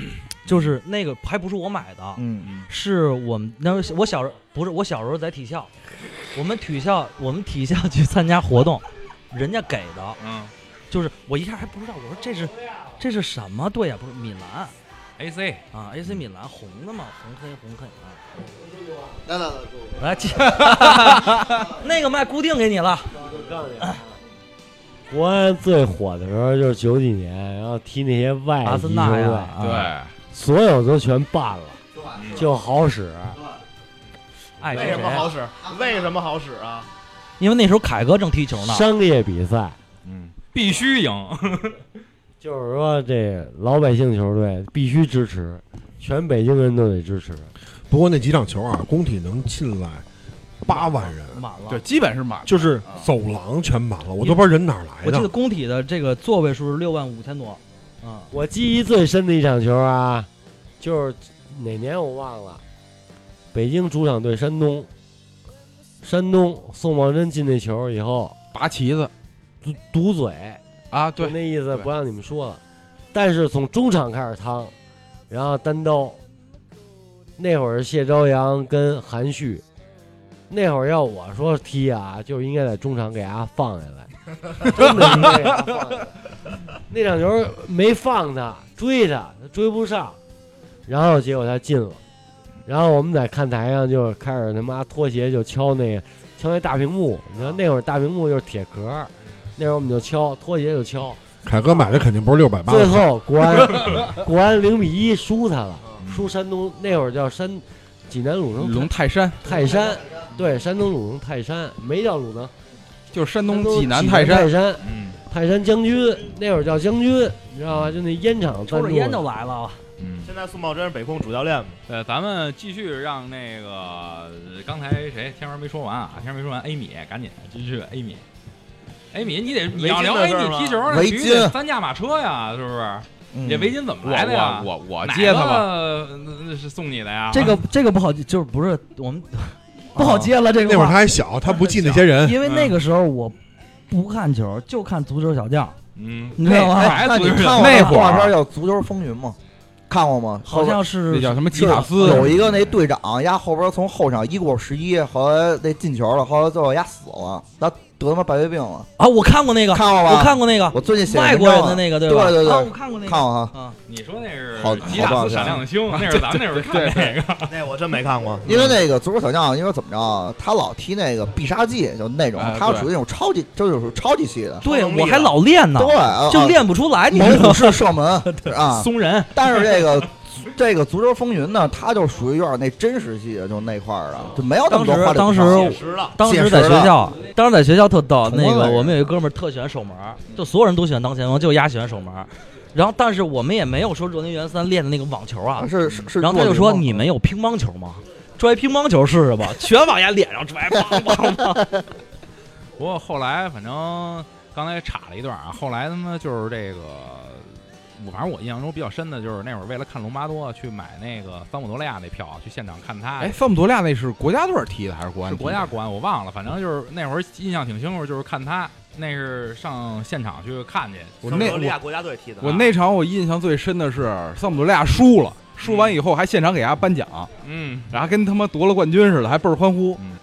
Speaker 10: 就是那个还不是我买的，
Speaker 6: 嗯，
Speaker 10: 是我们那时候我小时候不是我小时候在体校，我们体校我们体校去参加活动，人家给的，
Speaker 5: 嗯
Speaker 10: 就是我一下还不知道，我说这是这是什么队啊呀、不是米兰
Speaker 5: ，A C
Speaker 10: 啊，AC 米兰红的嘛，红黑红黑啊。
Speaker 6: 来来来，
Speaker 10: 来，接 那个麦固定给你了，哎
Speaker 4: 国安最火的时候就是九几年，然后踢那些外
Speaker 10: 阿
Speaker 4: 籍
Speaker 10: 森
Speaker 4: 球
Speaker 10: 纳
Speaker 4: 队，
Speaker 10: 呀，啊，
Speaker 5: 对，
Speaker 4: 所有都全办了，就好使。
Speaker 10: 爱
Speaker 8: 为
Speaker 10: 谁
Speaker 8: 什么好
Speaker 10: 谁。
Speaker 8: 使？为什么好使啊？
Speaker 10: 因为那时候凯哥正踢球呢，
Speaker 4: 商业比赛
Speaker 5: 嗯，必须赢。
Speaker 4: 就是说，这老百姓球队必须支持，全北京人都得支持。
Speaker 7: 不过那几场球啊，工体能进来八万人，
Speaker 10: 满了。
Speaker 9: 对，基本是满。
Speaker 7: 就是走廊全满了，我都不知道人哪儿来
Speaker 10: 我记得
Speaker 7: 的。
Speaker 10: 工体的这个座位数是六万五千多，啊，
Speaker 4: 我记忆最深的一场球啊，就是哪年我忘了，北京主场对山东，山东宋茂珍进那球以后，
Speaker 9: 拔旗子
Speaker 4: 堵堵嘴，
Speaker 9: 啊，
Speaker 4: 就
Speaker 9: 对，
Speaker 4: 那意思
Speaker 9: 对
Speaker 4: 不让你们说了。但是从中场开始趟，然后单刀，那会儿谢朝阳跟韩旭，那会儿要我说踢啊，就应该在中场给大家放下来，真的应该给他放下来。那场球没放他，追他，他追不上，然后结果他进了。然后我们在看台上就开始他妈脱鞋就敲那个敲那大屏幕，你知道那会儿大屏幕就是铁壳儿，那会儿我们就敲脱鞋就敲，
Speaker 7: 凯哥买的肯定不是六百八，
Speaker 4: 最后国 安国安零比一输他了，输山东那会儿叫山济南鲁能
Speaker 9: 龙泰山
Speaker 4: 泰山，对，山东鲁能泰山没叫鲁能，
Speaker 9: 就是山
Speaker 4: 山
Speaker 9: 东
Speaker 4: 东
Speaker 9: 济南泰
Speaker 4: 泰
Speaker 9: 山，
Speaker 4: 山
Speaker 5: 嗯
Speaker 4: 泰山将军那会儿叫将军，你知道吧？就那烟厂
Speaker 10: 抽
Speaker 4: 赞
Speaker 10: 着
Speaker 4: 助
Speaker 10: 烟
Speaker 4: 的
Speaker 10: 就来了。啊
Speaker 5: 嗯，
Speaker 8: 现在宋茂真是北控主教练嘛？
Speaker 5: 呃，咱们继续让那个呃刚才谁天儿没说完啊，天儿没说完，A 米赶紧继续 A 米。A 米，你得你要聊
Speaker 8: 围
Speaker 5: A
Speaker 8: 巾的事儿
Speaker 5: 米
Speaker 8: 吗
Speaker 5: 踢球，那
Speaker 6: 围
Speaker 5: 必须得
Speaker 6: 巾
Speaker 5: 三驾马车呀，是不是？你这围巾怎么来的呀？
Speaker 11: 嗯我我我我接他吧
Speaker 5: 吧，那是送你的呀。
Speaker 10: 这个这个不好，就是不是我们 不好接了。这个话
Speaker 7: 哦那会儿他还小，他不记那些人，
Speaker 10: 因
Speaker 5: 嗯
Speaker 10: 为那个时候我不看球，就看足球小将。
Speaker 5: 嗯
Speaker 10: 你知道吗？
Speaker 6: 哎那你看过那动画片叫《足球风云》吗？看过吗？
Speaker 10: 好像是那叫什么
Speaker 6: 吉
Speaker 10: 吉塔斯
Speaker 6: 有一个那队长，丫后边从后场一过十一，后来那进球了，后来最后丫死了，他得他妈白血病了。
Speaker 10: 啊，我看过那个，
Speaker 6: 看过吧？
Speaker 10: 我看过那个，
Speaker 6: 我最近写
Speaker 10: 外国人的那个，
Speaker 6: 对
Speaker 10: 吧？
Speaker 6: 对对，
Speaker 10: 啊我看过那个，
Speaker 6: 看过啊。
Speaker 5: 你说那是
Speaker 6: 好
Speaker 5: 吉
Speaker 6: 好
Speaker 5: 塔
Speaker 6: 棒
Speaker 5: 斯闪亮的星，那是咱们那会儿看
Speaker 6: 对
Speaker 5: 那
Speaker 6: 对
Speaker 5: 个。
Speaker 8: 那我真没看过
Speaker 6: 因为那个足球小将，因为怎么着啊，他老踢那个必杀技，就那种
Speaker 10: 哎，
Speaker 6: 他
Speaker 10: 对
Speaker 6: 属于那种超级，这就是超级系的。
Speaker 10: 对，我还老练呢，
Speaker 6: 对啊
Speaker 10: 就练不出来，你
Speaker 6: 猛
Speaker 10: 知道
Speaker 6: 虎
Speaker 10: 吗？
Speaker 6: 式射门 啊，
Speaker 10: 松人。
Speaker 6: 但是这个 这个足球风云呢，它就属于有点那真实系的，就那块儿啊，就没有那
Speaker 10: 当
Speaker 6: 么
Speaker 10: 时
Speaker 6: 多花里
Speaker 10: 当
Speaker 6: 胡
Speaker 10: 时
Speaker 6: 哨
Speaker 10: 当时
Speaker 6: 解
Speaker 10: 在
Speaker 6: 释
Speaker 10: 学
Speaker 6: 了
Speaker 10: 校，当时在学校特逗。
Speaker 6: 同
Speaker 10: 那
Speaker 6: 了
Speaker 10: 个
Speaker 6: 人
Speaker 10: 我们有一哥们儿特喜欢守门儿，就所有人都喜欢当前锋，就丫喜欢守门儿。然后，但是我们也没有说若林元三练的那个网球啊，
Speaker 6: 是是是
Speaker 10: 然后他就说：“你们有乒乓球吗？拽乒乓球试试吧，全往丫脸上拽，梆梆梆。
Speaker 5: 不过后来反正刚才岔了一段啊，后来他妈就是这个，我反正我印象中比较深的就是那会儿为了看隆巴多去买那个桑普多利亚那票啊，去现场看他。
Speaker 9: 哎，范姆多利亚那是国家队儿踢的还是国安
Speaker 5: 是
Speaker 9: 踢的？
Speaker 5: 国家管，我忘了，反正就是那会儿印象挺清楚，就是看他那是上现场去看去。
Speaker 9: 我那我
Speaker 5: 啊
Speaker 8: 家队踢
Speaker 9: 我那场我印象最深的是桑普多利亚输了，输完以后还现场给大家颁奖，
Speaker 5: 嗯，
Speaker 9: 然后跟他妈夺了冠军似的，还倍儿欢呼。
Speaker 6: 嗯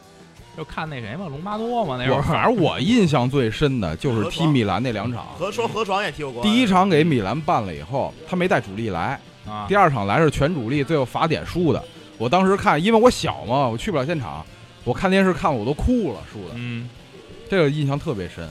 Speaker 5: 就看那谁嘛，隆巴多嘛，那会
Speaker 9: 我
Speaker 5: 儿
Speaker 9: 反正我印象最深的就是踢米兰那两场，
Speaker 8: 何说何爽也踢过国安
Speaker 9: 第一场给米兰办了以后，他没带主力来
Speaker 5: 啊，
Speaker 9: 第二场来是全主力，最后罚点输的。我当时看，因为我小嘛，我去不了现场，我看电视看我都哭了，输的。
Speaker 5: 嗯，
Speaker 9: 这个印象特别深。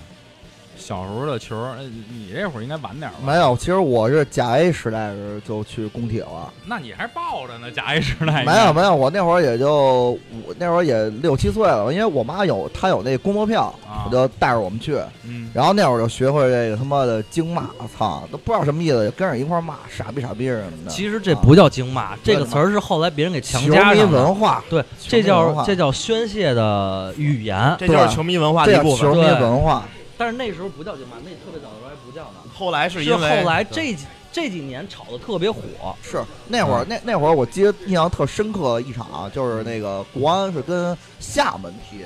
Speaker 5: 小时候的球，呃你这会儿应该晚点儿吧？
Speaker 6: 没有，其实我是甲 A 时代时就去工体了。
Speaker 5: 那你还抱着呢，甲 A 时代
Speaker 6: 没有没有，我那会儿也就我那会儿也六七岁了，因为我妈有她有那公播票，我就带着我们去。
Speaker 5: 嗯
Speaker 6: 然后那会儿就学会这个他妈的经骂，操，都不知道什么意思，就跟着一块儿骂傻逼傻逼什么的。
Speaker 10: 其实这不叫经骂，这个词儿是后来别人给强加
Speaker 6: 球
Speaker 10: 上
Speaker 6: 迷
Speaker 10: 的
Speaker 6: 文化
Speaker 10: 对，
Speaker 6: 球
Speaker 10: 这
Speaker 6: 迷文
Speaker 10: 叫
Speaker 6: 化
Speaker 10: 这叫宣泄的语言，
Speaker 6: 这就是对球迷文化的一这叫部分球迷
Speaker 10: 对
Speaker 6: 文化。
Speaker 10: 但是那时候不叫经骂，那特别早的时候还不叫呢。
Speaker 8: 后来是
Speaker 10: 是
Speaker 8: 因为
Speaker 10: 后来这几这几年炒的特别火，
Speaker 6: 是那
Speaker 10: 嗯
Speaker 6: 会儿那那会儿我记得印象特深刻一场啊，就是那个国安是跟厦门踢，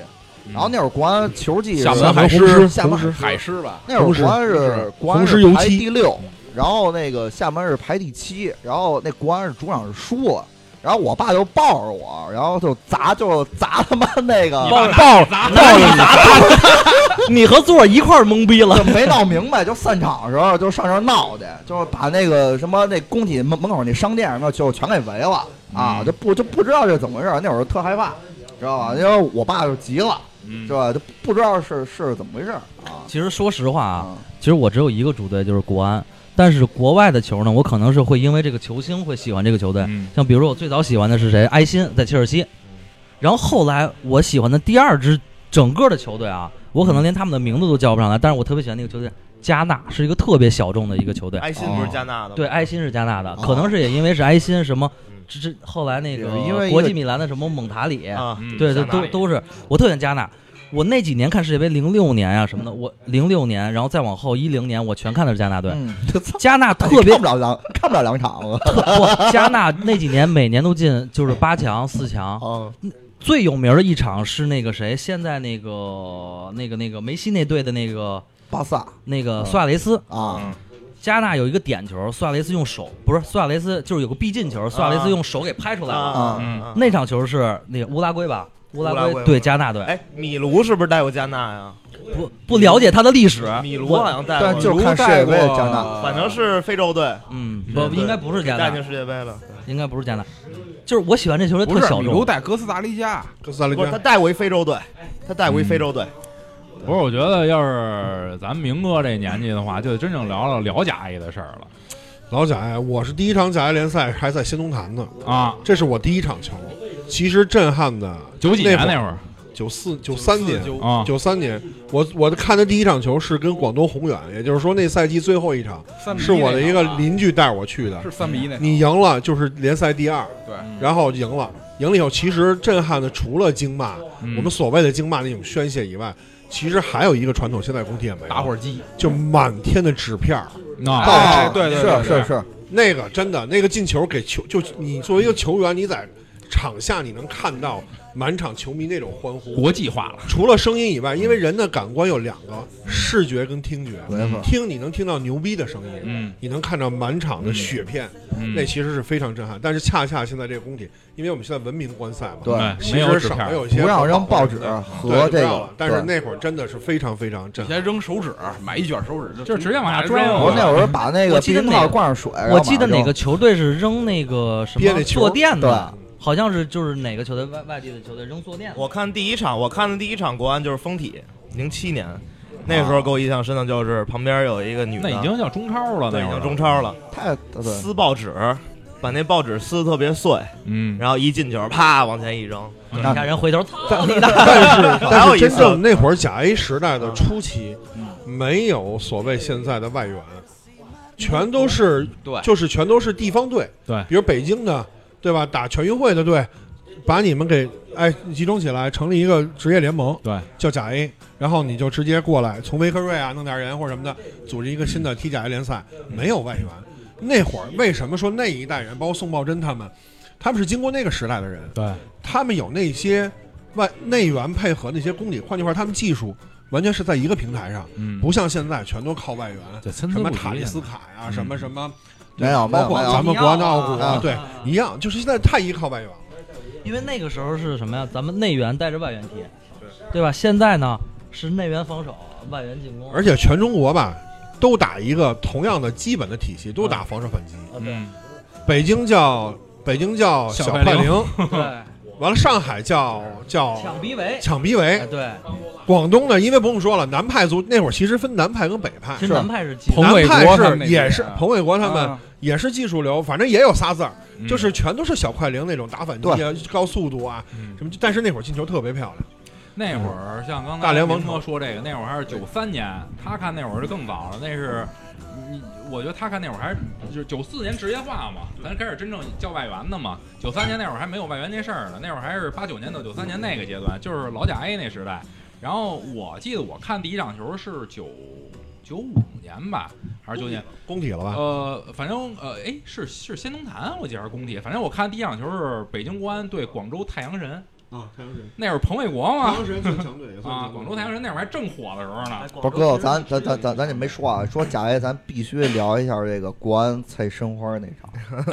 Speaker 10: 嗯
Speaker 6: 然后那会儿国安球技是
Speaker 7: 厦门海狮
Speaker 6: 厦门
Speaker 7: 红狮海狮吧
Speaker 6: 那会
Speaker 7: 红
Speaker 6: 儿
Speaker 7: 狮
Speaker 6: 国安是国安
Speaker 7: 红狮红狮
Speaker 6: 是
Speaker 7: 油
Speaker 6: 排
Speaker 7: 漆
Speaker 6: 第六，然后那个厦门是排第七，然后那国安是主场是输了。然后我爸就抱着我，然后就砸，就砸他妈那个
Speaker 10: 抱抱
Speaker 6: 砸
Speaker 10: 抱着你，你和座一块儿懵逼了，
Speaker 6: 没闹明白，就散场时候就上这儿闹去，就是把那个什么那工体门门口那商店什么就全给围了
Speaker 10: 嗯
Speaker 6: 啊，就不就不知道这怎么回事儿，那会儿特害怕，知道吧？因为我爸就急了，
Speaker 10: 嗯
Speaker 6: 是吧？就不知道是是怎么回事儿啊。
Speaker 10: 其实说实话
Speaker 8: 嗯
Speaker 10: 啊，其实我只有一个主队，就是国安。但是国外的球呢，我可能是会因为这个球星会喜欢这个球队。
Speaker 8: 嗯
Speaker 10: 像比如说我最早喜欢的是谁，埃辛在切尔西，然后后来我喜欢的第二支整个的球队啊，我可能连他们的名字都叫不上来，但是我特别喜欢那个球队。加纳是一个特别小众的一个球队，哦
Speaker 8: 埃辛不是加纳的
Speaker 6: 啊
Speaker 8: 吗
Speaker 10: 对，埃辛是加纳的，可能是也因为是埃辛什么，
Speaker 8: 嗯
Speaker 10: 这这后来那个
Speaker 8: 哦也是因为一个
Speaker 10: 国际米兰的什么蒙塔里
Speaker 8: 啊嗯
Speaker 10: 对
Speaker 8: 加
Speaker 10: 对，
Speaker 8: 纳
Speaker 10: 都
Speaker 8: 里
Speaker 10: 都是我特喜欢加纳。我那几年看世界杯，零六年啊什么的，我零六年，然后再往后一零年，我全看的是加纳队。
Speaker 6: 嗯
Speaker 10: 加纳特别
Speaker 6: 看不了两看不了两场啊了。
Speaker 10: 不，加纳那几年每年都进就是八强、四强。
Speaker 6: 哦
Speaker 10: 嗯最有名的一场是那个谁，现在那个那个那个梅西那队的那个
Speaker 6: 巴萨，嗯
Speaker 10: 那个苏亚雷斯
Speaker 8: 嗯
Speaker 6: 啊。
Speaker 10: 加纳有一个点球，苏亚雷斯用手不是苏亚雷斯，就是有个必进球，苏亚雷斯用手给拍出来了。
Speaker 8: 啊嗯嗯
Speaker 10: 那场球是那个乌拉圭吧？乌
Speaker 8: 乌
Speaker 10: 拉
Speaker 8: 拉
Speaker 10: 圭
Speaker 8: 圭
Speaker 10: 对加纳队。
Speaker 8: 哎，米卢是不是带过加纳呀？
Speaker 10: 不不了解他的历史
Speaker 8: 米卢
Speaker 10: 我
Speaker 8: 好像带过，
Speaker 10: 但啊就是看世界杯的加纳
Speaker 8: 反正是非洲队。
Speaker 10: 嗯
Speaker 8: 世界
Speaker 10: 不
Speaker 8: 队
Speaker 10: 应该不是加
Speaker 8: 带
Speaker 10: 纳
Speaker 8: 进世界杯了。
Speaker 10: 应该不是加纳，就是我喜欢这球队
Speaker 8: 不
Speaker 10: 特
Speaker 8: 是
Speaker 10: 小
Speaker 8: 米
Speaker 10: 众。
Speaker 8: 卢
Speaker 9: 带哥斯达黎加，
Speaker 7: 哥斯达黎嗯
Speaker 8: 不是，他带过一非洲队，他带过一非洲队。
Speaker 5: 不是，我觉得要是咱明哥这年纪的话，就真正聊聊聊甲 A 的事儿了。
Speaker 7: 老贾呀，我是第一场甲 A 联赛还在新东坛呢
Speaker 5: 啊，
Speaker 7: 这是我第一场球，其实震撼的。
Speaker 5: 九几年那会
Speaker 7: 会
Speaker 5: 儿，
Speaker 7: 九四九三年
Speaker 5: 九啊
Speaker 7: 九三年，我我看的第一场球是跟广东宏远，也就是说那赛季最后一场
Speaker 9: 3-1
Speaker 7: 是我的一个邻居带我去的，
Speaker 9: 是3-1那场
Speaker 7: 你赢了就是联赛第二，
Speaker 9: 对
Speaker 5: 嗯
Speaker 7: 然后赢了，赢了以后其实震撼的除了经骂，
Speaker 5: 嗯
Speaker 7: 我们所谓的经骂那种宣泄以外，其实还有一个传统，现在工体也没有，
Speaker 9: 打火机
Speaker 7: 啊就满天的纸片儿。
Speaker 5: 啊
Speaker 7: 哎对对对
Speaker 6: 是是是，
Speaker 7: 那个真的，那个进球给球，就你作为一个球员，你在场下你能看到满场球迷那种欢呼。
Speaker 5: 国际化了，
Speaker 7: 除了声音以外，因为人的感官有两个，视觉跟听觉。
Speaker 6: 没错。
Speaker 7: 听你能听到牛逼的声音，
Speaker 5: 嗯
Speaker 7: 你能看到满场的雪片，
Speaker 5: 嗯
Speaker 7: 那其实是非常震撼。但是恰恰现在这个工体，因为我们现在文明观赛嘛，
Speaker 6: 对
Speaker 7: 其
Speaker 5: 哎没有
Speaker 7: 实
Speaker 5: 纸
Speaker 7: 少
Speaker 5: 片
Speaker 7: 了
Speaker 5: 儿，
Speaker 7: 有一些
Speaker 6: 不让扔报纸
Speaker 7: 对
Speaker 6: 和这
Speaker 7: 对不让
Speaker 6: 个
Speaker 7: 了但
Speaker 6: 对
Speaker 7: 是那会儿真的是非常非常震
Speaker 9: 以
Speaker 7: 撼。
Speaker 9: 前扔手指，买一卷手指
Speaker 5: 就直接往下嗯
Speaker 9: 扔
Speaker 5: 拽
Speaker 6: 我
Speaker 5: 我
Speaker 6: 那会儿把那个
Speaker 10: 我
Speaker 6: 避
Speaker 10: 记得
Speaker 6: 孕
Speaker 10: 哪
Speaker 6: 套
Speaker 10: 个
Speaker 6: 灌上水，然后
Speaker 10: 我记得
Speaker 6: 马上
Speaker 10: 哪个
Speaker 6: 扔
Speaker 10: 球队是扔那个什
Speaker 7: 憋那
Speaker 10: 么
Speaker 7: 球
Speaker 10: 坐垫的
Speaker 6: 对，
Speaker 10: 好像是就是哪个球队外外地的球队扔坐垫的。
Speaker 8: 我看第一场，我看的第一场国安就是封体，零七年，那时
Speaker 10: 啊
Speaker 8: 候给我印象深的就是旁边有一个女的，
Speaker 5: 那已经叫中超了，那
Speaker 8: 对已
Speaker 5: 会儿
Speaker 8: 经中超了，
Speaker 6: 太对对
Speaker 8: 撕报纸，把那报纸撕得特别碎，
Speaker 5: 嗯，
Speaker 8: 然后一进球啪往前一扔，
Speaker 10: 你看人回头，操你大
Speaker 7: 但 是，
Speaker 8: 还
Speaker 7: 但
Speaker 8: 有
Speaker 7: 是
Speaker 8: 一
Speaker 7: 真
Speaker 8: 次
Speaker 7: 正那会儿甲 A 时代的初期，没有所谓现在的外援，全都是
Speaker 9: 对
Speaker 7: 就是全都是地方队，
Speaker 5: 对
Speaker 7: 比如北京的，对吧？打全运会的队，把你们给哎集中起来，成立一个职业联盟，
Speaker 5: 对，
Speaker 7: 叫甲 A，然后你就直接过来，从维克瑞啊弄点人或者什么的，组织一个新的 T 甲 A 联赛，没有外援。那会儿为什么说那一代人，包括宋茂珍他们，他们是经过那个时代的人，
Speaker 5: 对，
Speaker 7: 他们有那些外内援配合那些功底，换句话，他们技术完全是在一个平台上，
Speaker 5: 嗯，
Speaker 7: 不像现在全都靠外援，
Speaker 5: 对，参差
Speaker 7: 什
Speaker 5: 不
Speaker 7: 么
Speaker 5: 齐
Speaker 7: 塔利
Speaker 5: 现
Speaker 7: 斯
Speaker 5: 在嗯
Speaker 7: 卡呀、什么什么，
Speaker 6: 没有没
Speaker 7: 包
Speaker 6: 有没
Speaker 7: 括
Speaker 6: 有
Speaker 7: 咱们国安的奥古
Speaker 6: 啊
Speaker 7: 啊，对，一样，就是现在太依靠外援了。
Speaker 10: 因为那个时候是什么呀？咱们内援带着外援踢，对吧？现在呢是内援防守，外援进攻，
Speaker 7: 而且 全中国吧，都打一个同样的基本的体系，都打防守反击。
Speaker 6: 啊
Speaker 5: 嗯，
Speaker 7: 北京叫北京叫
Speaker 5: 小
Speaker 7: 小
Speaker 5: 快
Speaker 7: 快
Speaker 5: 灵
Speaker 7: 灵，
Speaker 10: 对
Speaker 7: 完了上海叫叫
Speaker 10: 抢逼围，
Speaker 7: 抢逼围
Speaker 10: 哎，对，
Speaker 7: 广东呢，因为不用说了，南派足那会儿其实分南派跟北派
Speaker 10: 其。实南派是进
Speaker 9: 彭
Speaker 7: 南
Speaker 9: 伟
Speaker 7: 派
Speaker 9: 国他们
Speaker 7: 是
Speaker 9: 那
Speaker 7: 也
Speaker 9: 边
Speaker 7: 是
Speaker 9: 啊
Speaker 7: 彭伟国他们
Speaker 9: 啊
Speaker 7: 也是技术流，反正也有仨字儿，
Speaker 5: 嗯
Speaker 7: 就是全都是小快灵那种打反击啊、高速度啊
Speaker 5: 嗯
Speaker 7: 什么。但是那会儿进球特别漂亮，
Speaker 5: 那会儿像刚才
Speaker 7: 大连王
Speaker 5: 明哥
Speaker 7: 朝
Speaker 5: 说这个，那会儿还是九三年，他看那会儿就更早了，那是。你我觉得他看那会儿还是就是九四年职业化嘛，咱开始真正叫外援的嘛。九三年那会儿还没有外援这事儿呢，那会儿还是八九年到九三年那个阶段，就是老甲 A 那时代。然后我记得我看第一场球是九九五年吧，还是九年？
Speaker 7: 工体了吧？
Speaker 5: 呃，反正呃，哎，是是仙农坛，我记得还是工体。反正我看第一场球是北京国安对广州太阳神，
Speaker 7: 啊，太阳神，
Speaker 5: 那会儿彭伟国嘛，
Speaker 7: 神最强队
Speaker 5: 啊，广州太阳神那会儿还正火的时候呢。
Speaker 6: 不是哥，咱咱咱咱咱也没说啊，说贾爷，咱必须聊一下这个国安蔡申花那场，
Speaker 5: 嗯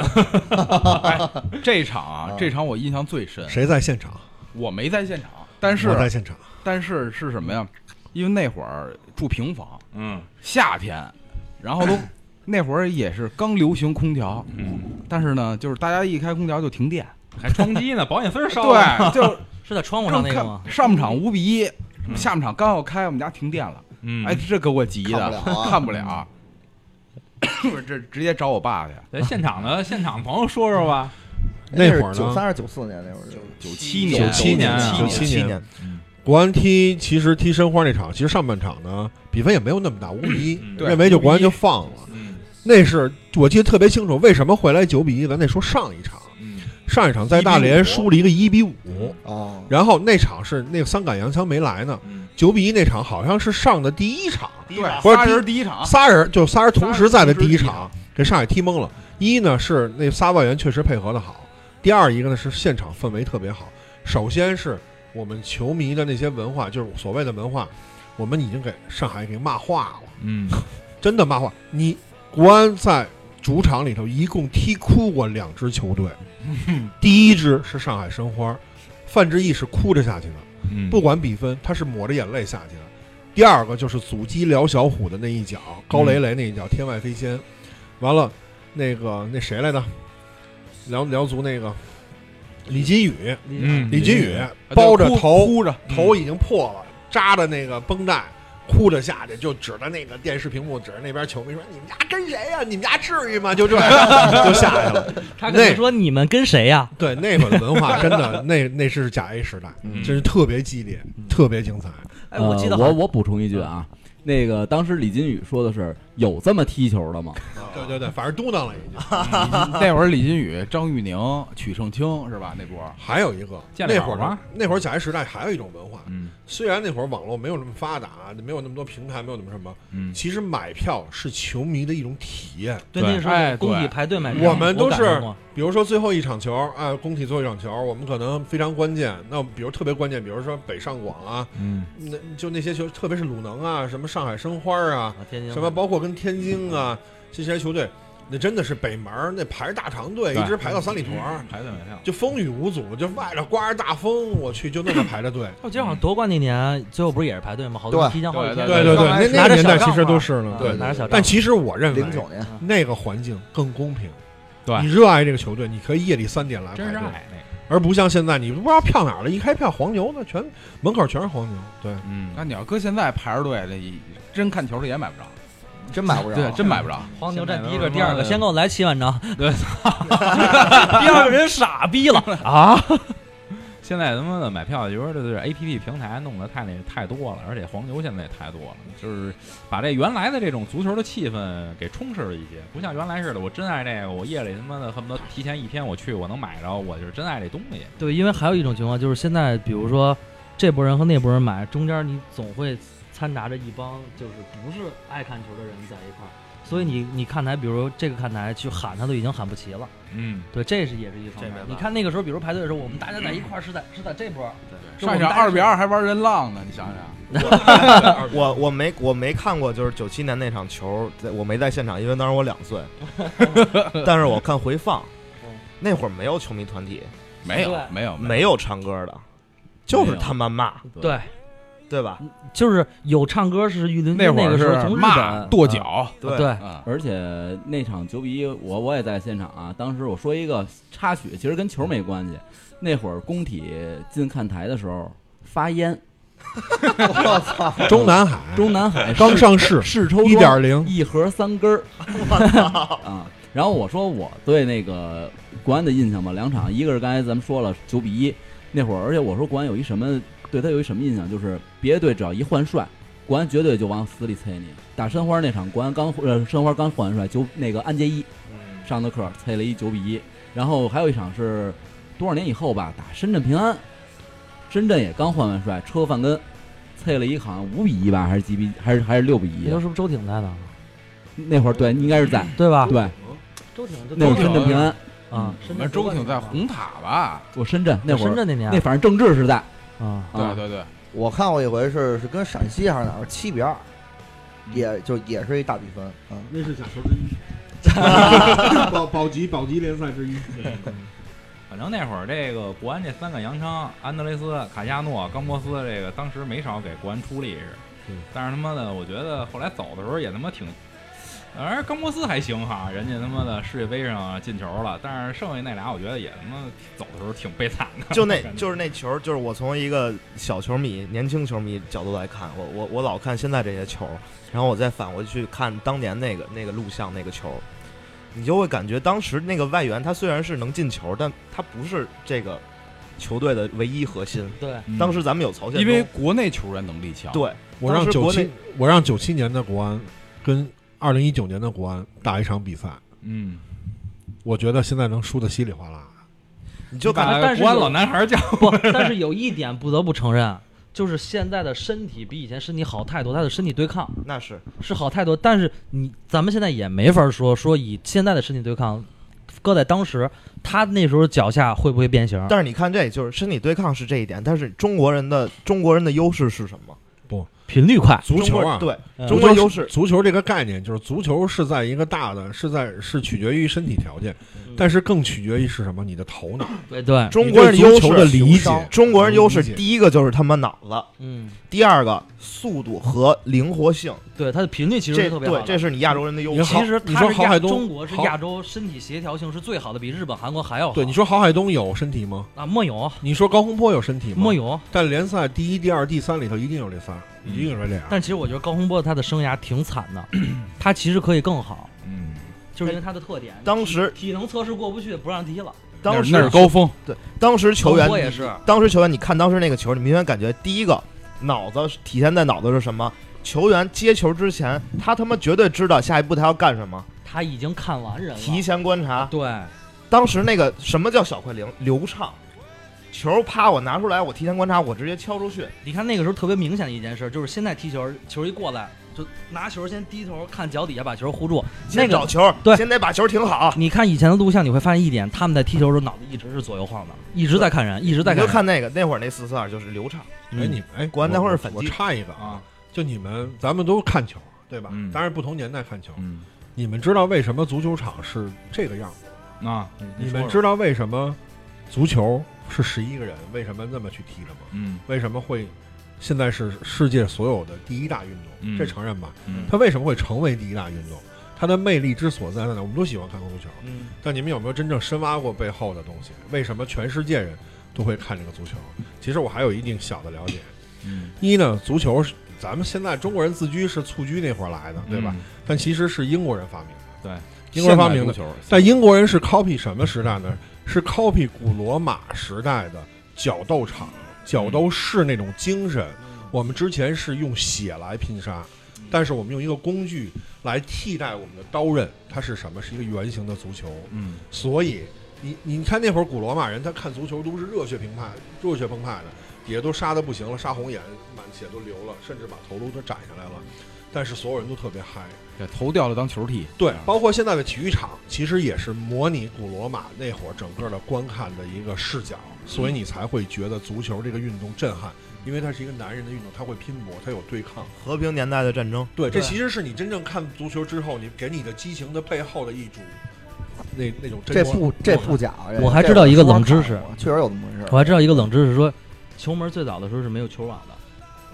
Speaker 5: 哎
Speaker 9: 这场
Speaker 6: 啊，
Speaker 9: 啊这场我印象最深，
Speaker 7: 谁在现场？
Speaker 9: 我没在现场，但是
Speaker 7: 我在现场。
Speaker 9: 但是是什么呀？因为那会儿住平房，
Speaker 5: 嗯
Speaker 9: 夏天，然后都那会儿也是刚流行空调，
Speaker 5: 嗯，
Speaker 9: 但是呢，就是大家一开空调就停电，
Speaker 5: 还窗机呢，保险丝儿烧啊了。
Speaker 9: 对，就是
Speaker 10: 是在窗户上
Speaker 9: 正
Speaker 10: 那个吗
Speaker 9: 看？上半场五比一，
Speaker 5: 嗯
Speaker 9: 下半场刚要开，我们家停电了，
Speaker 5: 嗯，
Speaker 9: 哎，这给我急
Speaker 6: 看不
Speaker 9: 的
Speaker 6: 了，啊
Speaker 9: 看不了，这直接找我爸去，
Speaker 5: 咱现场的现场朋友说说吧。
Speaker 7: 那会儿呢
Speaker 6: 九三是九四年那会儿就
Speaker 9: 九 七
Speaker 5: 年
Speaker 9: 年，
Speaker 5: 97年啊
Speaker 9: 九
Speaker 7: 97
Speaker 8: 七
Speaker 7: 年，
Speaker 10: 嗯
Speaker 7: 国安踢其实踢申花那场，其实上半场呢比分也没有那么大，五比一，
Speaker 5: 嗯对
Speaker 7: 认为就国安就放了。
Speaker 5: 嗯
Speaker 7: 那是我记得特别清楚，为什么回来九比一？咱得说上一场，
Speaker 5: 嗯
Speaker 7: 上一场在大连输了一个一比五，
Speaker 6: 哦，
Speaker 7: 然后那场是那个三杆洋枪没来呢，
Speaker 5: 嗯
Speaker 7: 九比一那场好像是上的第一场，
Speaker 9: 对，
Speaker 7: 不是
Speaker 9: 仨
Speaker 7: 第
Speaker 9: 人第一场，
Speaker 7: 仨人就仨人同时在的第一
Speaker 9: 仨人
Speaker 7: 场给上海踢懵了。一呢是那仨外援确实配合的好，第二一个呢是现场氛围特别好。首先是我们球迷的那些文化，就是所谓的文化，我们已经给上海给骂化了，
Speaker 5: 嗯，
Speaker 7: 真的骂化。你国安在主场里头一共踢哭过两支球队，第一支是上海申花，范志毅是哭着下去的。
Speaker 5: 嗯
Speaker 7: 不，管比分，他是抹着眼泪下去的。第二个就是阻击辽小虎的那一脚，高雷雷那一脚，天外飞仙。完了，那个那谁来的？辽辽足那个李金羽，
Speaker 5: 嗯，
Speaker 7: 李金啊羽
Speaker 9: 对
Speaker 7: 包着
Speaker 9: 哭
Speaker 7: 头，
Speaker 9: 哭着，
Speaker 7: 头已经破了，扎着嗯那个绷带，哭着下去，就指着那个电视屏幕，指着那边球迷说：“你们家跟谁呀、你们家至于吗？”就这样就下去了。
Speaker 10: 他跟
Speaker 7: 那
Speaker 10: 你说你们跟谁呀？
Speaker 7: 对，那会儿的文化 真的， 那那是甲 A 时代，
Speaker 5: 嗯
Speaker 7: 真是特别激
Speaker 8: 嗯
Speaker 7: 烈，特别精彩。嗯
Speaker 10: 哎，我记得
Speaker 11: 呃、
Speaker 10: 好嗯
Speaker 11: 我我补充一句啊，那个当时李金羽说的是有这么踢球的吗？
Speaker 7: 对对对，反正嘟囔了已经。
Speaker 11: 嗯那会儿李金羽、张玉宁、曲胜清是吧？那波儿
Speaker 7: 还有一个，
Speaker 5: 见了啊
Speaker 7: 那
Speaker 5: 好
Speaker 7: 会儿
Speaker 11: 啊
Speaker 5: 吗
Speaker 7: 那会儿甲 A 时代还有一种文化，
Speaker 5: 嗯
Speaker 7: 虽然那会儿网络没有那么发达，啊没有那么多平台，没有那么什么，
Speaker 5: 嗯，
Speaker 7: 其实买票是球迷的一种体验。
Speaker 10: 对，
Speaker 5: 对
Speaker 10: 那时
Speaker 11: 哎
Speaker 10: 候工体
Speaker 11: 对
Speaker 10: 排队买票，
Speaker 7: 我们都
Speaker 10: 感
Speaker 7: 是
Speaker 10: 受过
Speaker 7: 比如说最后一场球，啊，工体最后一场球，我们可能非常关键。那比如特别关键，比如说北上广啊，
Speaker 5: 嗯，
Speaker 7: 那就那些球，特别是鲁能啊，什么上海申花啊，
Speaker 10: 啊天津嗯
Speaker 7: 什么包括跟天津啊这些球队，那真的是北门儿那排着大长队，
Speaker 5: 对
Speaker 7: 一直排到三里屯
Speaker 10: 嗯
Speaker 7: 儿，
Speaker 5: 排队买票，
Speaker 7: 就风雨无阻，就外头刮着大风，我去就那么排着队。嗯
Speaker 10: 我记哦得好像夺冠那年，最后不是也是排队吗？好多人
Speaker 6: 对
Speaker 10: 提前好几天。
Speaker 11: 对
Speaker 7: 对对，
Speaker 10: 上来
Speaker 7: 那
Speaker 10: 拿着
Speaker 7: 那个年
Speaker 10: 小
Speaker 7: 代
Speaker 10: 杠
Speaker 7: 其实
Speaker 10: 嘛
Speaker 7: 都是了，
Speaker 10: 啊
Speaker 7: 对。
Speaker 10: 拿着小啊杠。
Speaker 7: 但其实我认为啊
Speaker 6: 零九年
Speaker 7: 那个环境更公
Speaker 10: 啊
Speaker 7: 平。
Speaker 5: 对
Speaker 7: 你热爱这个球队，你可以夜里三点来
Speaker 5: 真
Speaker 7: 排
Speaker 5: 是
Speaker 7: 队，
Speaker 5: 爱那个，
Speaker 7: 而不像现在，你不知道票哪儿了，一开票黄牛呢，全门口全是黄牛。对，
Speaker 11: 那
Speaker 5: 嗯，
Speaker 11: 你要搁现在排着队，那真看球的也买不着，
Speaker 6: 真买不着。
Speaker 11: 对，真买不着。
Speaker 10: 黄牛站第一
Speaker 5: 现在
Speaker 10: 个、
Speaker 5: 都是
Speaker 10: 第二个，
Speaker 5: 什么
Speaker 10: 先给我来七万张。
Speaker 5: 对，
Speaker 10: 第二个人傻逼了啊！
Speaker 5: 现在他妈的买票，你说这这 A P P 平台弄得太那太多了，而且黄牛现在也太多了，就是把这原来的这种足球的气氛给充斥了一些，不像原来似的，我真爱这个，我夜里他妈的恨不得提前一天我去，我能买着，我就是真爱这东西。
Speaker 10: 对，因为还有一种情况就是现在，比如说这波人和那波人买，中间你总会掺杂着一帮就是不是爱看球的人在一块儿，所以你你看台，比如这个看台去喊他都已经喊不齐了。
Speaker 5: 嗯，
Speaker 10: 对，这是也是一方面
Speaker 8: 这没办。法
Speaker 10: 你看那个时候，比如排队的时候，我们大家在一块儿是在是在这波儿，就我
Speaker 11: 上一
Speaker 10: 们大
Speaker 11: 场
Speaker 10: 家
Speaker 11: 二
Speaker 10: 是
Speaker 11: 比二还玩人浪呢，你想想。
Speaker 8: 我我没我没看过，就是九七年那场球，在我没在现场，因为当时我两 岁，但是我看回放，那会儿没有球迷团体，
Speaker 11: 没
Speaker 10: 嗯
Speaker 11: 有
Speaker 10: 对
Speaker 11: 没有
Speaker 8: 没有唱歌的，就是他妈骂，
Speaker 10: 对，嗯
Speaker 8: 对吧？
Speaker 10: 就是有唱歌是玉林
Speaker 11: 那会儿
Speaker 10: 时
Speaker 11: 是
Speaker 10: 候从日
Speaker 11: 骂
Speaker 10: 本
Speaker 11: 跺
Speaker 10: 啊
Speaker 11: 脚
Speaker 8: 对
Speaker 10: 对，
Speaker 11: 啊，
Speaker 9: 而且那场九比一，我我也在现场啊。当时我说一个插曲，其实跟球没关系。那会儿工体进看台的时候发烟，
Speaker 6: 我操！
Speaker 7: 中南 海
Speaker 9: 中南海
Speaker 7: 刚上市，
Speaker 9: 试抽
Speaker 7: 一
Speaker 9: 装
Speaker 7: 点零，
Speaker 9: 一盒三根 儿，啊！然后我说我对那个国安的印象吧，两场，一个是刚才咱们说了九比一那会儿，而且我说国安有一什么对他有一什么印象，就是别的队只要一换帅，国安绝对就往死里催你。打申花那场，国安刚呃申花刚换完帅，九那个安杰一上的课催了一九比一，然后还有一场是多少年以后吧，打深圳平安，深圳也刚换完帅，车范根。催了一好像五比一吧，还是几比，还是还是六比一啊
Speaker 10: 那时？候是不是周挺在呢？
Speaker 9: 那会儿对，应该是在
Speaker 10: 对吧？
Speaker 9: 对，
Speaker 10: 周挺就
Speaker 9: 那会儿深圳平安，嗯
Speaker 10: 啊，
Speaker 11: 我
Speaker 10: 深
Speaker 11: 们
Speaker 10: 圳
Speaker 11: 周挺在红塔吧？
Speaker 9: 我深圳那会
Speaker 10: 深
Speaker 9: 儿，
Speaker 10: 圳那年
Speaker 9: 那反正政治是在
Speaker 10: 啊，
Speaker 11: 对
Speaker 9: 啊，
Speaker 11: 对对，
Speaker 6: 我看过一回是是跟陕西还是哪儿七比二，也就也是一大比分。嗯，
Speaker 12: 那是假球之一，保保级保级联赛之一。
Speaker 8: 嗯
Speaker 5: 反正那会儿这个国安这三个洋枪，安德雷斯、卡西亚诺、冈博斯，这个当时没少给国安出力是
Speaker 7: 嗯。
Speaker 5: 但是他妈的，我觉得后来走的时候也他妈挺，而冈博斯还行哈，人家他妈的世界杯上进球了，但是剩下那俩我觉得也他妈走的时候挺悲惨的。
Speaker 8: 就那
Speaker 5: 感觉
Speaker 8: 就是那球，就是我从一个小球迷、年轻球迷角度来看，我我我老看现在这些球，然后我再返回去看当年那个那个录像那个球，你就会感觉当时那个外援他虽然是能进球，但他不是这个球队的唯一核心。
Speaker 10: 对，
Speaker 5: 嗯
Speaker 8: 当时咱们有曹宪
Speaker 11: 因为
Speaker 8: 忠，
Speaker 11: 国内球员能力强。
Speaker 8: 对，
Speaker 7: 我让
Speaker 8: 嗯当时
Speaker 7: 九
Speaker 8: 国内
Speaker 7: 七，我让九七年的国安跟二零一九年的国安打一场比赛，
Speaker 5: 嗯，
Speaker 7: 我觉得现在能输得稀里哗啦。
Speaker 8: 你就感
Speaker 5: 把
Speaker 10: 但是
Speaker 5: 国安
Speaker 10: 有
Speaker 5: 老男孩叫
Speaker 10: 不，但是有一点不得不承认，就是现在的身体比以前身体好太多，他的身体对抗
Speaker 8: 那是
Speaker 10: 是好太多。但是你咱们现在也没法说说以现在的身体对抗，搁在当时他那时候脚下会不会变形？
Speaker 8: 但是你看这，就是身体对抗是这一点，但是中国人的中国人的优势是什么？
Speaker 10: 频率快，
Speaker 7: 足球
Speaker 8: 中
Speaker 7: 啊，
Speaker 8: 国人对
Speaker 10: 嗯
Speaker 8: 中
Speaker 7: 足
Speaker 8: 国
Speaker 7: 球
Speaker 8: 优
Speaker 7: 是
Speaker 8: 势，
Speaker 7: 足球这个概念就是足球是在一个大的是在是取决于身体条件，但是更取决于是什么你的头脑，
Speaker 10: 对对，
Speaker 8: 嗯中国人
Speaker 7: 你对
Speaker 8: 优
Speaker 7: 足球的
Speaker 8: 势
Speaker 7: 理解，
Speaker 8: 中国人优势
Speaker 7: 理解
Speaker 8: 第一个就是他妈脑子，
Speaker 10: 嗯，
Speaker 8: 第二个速度和灵活性，
Speaker 10: 对，他的频率其实
Speaker 8: 这
Speaker 10: 是特别好
Speaker 8: 对
Speaker 10: 的。
Speaker 8: 这是你亚洲人的优
Speaker 7: 你
Speaker 8: 势。
Speaker 7: 好
Speaker 10: 其实
Speaker 7: 你
Speaker 10: 他
Speaker 7: 说
Speaker 10: 是
Speaker 7: 郝
Speaker 10: 亚
Speaker 7: 海东
Speaker 10: 中国是
Speaker 7: 郝
Speaker 10: 亚洲身体协调性是最好的，比日本、韩国还要哦好。
Speaker 7: 对，你说郝海东有身体吗？
Speaker 10: 啊，莫勇，
Speaker 7: 你说高洪波有身体吗？
Speaker 10: 莫。勇，
Speaker 7: 但联赛第一、第二、第三里头哦一定有这仨，一定有这俩。
Speaker 10: 但其实我觉得高洪波他的生涯挺惨的， 他其实可以更好，
Speaker 5: 嗯，
Speaker 10: 就是因为他的特点。
Speaker 8: 当时
Speaker 10: 体能测试过不去，不让踢了。
Speaker 8: 当时
Speaker 11: 那是高峰，
Speaker 8: 当时球员
Speaker 10: 高波也是
Speaker 8: 当时球员，你看当时那个球，你明显感觉第一个脑子体现在脑子是什么？球员接球之前，他他妈绝对知道下一步他要干什么，
Speaker 10: 他已经看完人了，
Speaker 8: 提前观察。
Speaker 10: 啊对，
Speaker 8: 当时那个什么叫小快灵流畅，球啪我拿出来，我提前观察，我直接敲出去。
Speaker 10: 你看那个时候特别明显的一件事，就是现在踢球，球一过来就拿球先低头看脚底下把球护住，那
Speaker 8: 先
Speaker 10: 个
Speaker 8: 找球，
Speaker 10: 对，
Speaker 8: 先得把球停好。
Speaker 10: 你看以前的录像，你会发现一点，他们在踢球的时候脑子一直是左右晃的，一直在看人，一直在
Speaker 8: 你
Speaker 10: 看
Speaker 8: 就
Speaker 10: 人。
Speaker 8: 看那个那会儿那四四二就是流畅。
Speaker 7: 哎，你哎，
Speaker 8: 国安那会儿是反
Speaker 7: 我
Speaker 8: 击
Speaker 7: 插一个啊，就你们咱们都看球，对吧？
Speaker 5: 嗯
Speaker 7: 当然不同年代看球。你们知道为 什么足球场是这个样子
Speaker 5: 吗？啊，
Speaker 7: 你
Speaker 5: 说
Speaker 7: 们
Speaker 5: 说
Speaker 7: 知道为什么足球是十一个人为什么那么去踢的吗？
Speaker 5: 嗯，
Speaker 7: 为什么会现在是世界所有的第一大运动？
Speaker 5: 嗯
Speaker 7: 这承认吧？
Speaker 5: 嗯
Speaker 7: 它为什么会成为第一大运动？它的魅力之所在在哪？我们都喜欢看足球，
Speaker 8: 嗯，
Speaker 7: 但你们有没有真正深挖过背后的东西？为什么全世界人都会看这个足球？其实我还有一定小的了解。
Speaker 5: 嗯
Speaker 7: 一呢，足球是咱们现在中国人自居是蹴鞠那会儿来的，对吧？
Speaker 5: 嗯
Speaker 7: 但其实是英国人发明的。
Speaker 5: 对，
Speaker 7: 英国人发明的
Speaker 5: 现代足球。
Speaker 7: 但英国人是 copy 什么时代呢？是 copy 古罗马时代的角斗场、角斗士那种精神。
Speaker 5: 嗯
Speaker 7: 我们之前是用血来拼杀，但是我们用一个工具来替代我们的刀刃，它是什么？是一个圆形的足球。
Speaker 5: 嗯，
Speaker 7: 所以你你看那会儿古罗马人，他看足球都是热血澎湃、热血澎湃的，底下都杀的不行了，杀红眼，满血都流了，甚至把头颅都斩下来了。但是所有人都特别嗨，
Speaker 11: 对，头掉了当球啊踢。
Speaker 7: 对，包括现在的体育场，其实也是模拟古罗马那会儿整个的观看的一个视角，所以你才会觉得足球这个运动震撼，因为它是一个男人的运动，他会拼搏，他有对抗。
Speaker 8: 和平年代的战争，
Speaker 7: 对，这其实是你真正看足球之后，你给你的激情的背后的一种那那种真
Speaker 6: 这
Speaker 7: 光
Speaker 6: 不这不假，这
Speaker 10: 我还知道一个冷知
Speaker 6: 这
Speaker 10: 识
Speaker 6: 我看过确实有这么回事儿。
Speaker 10: 我还知道一个冷知识，说球门最早的时候是没有球网的，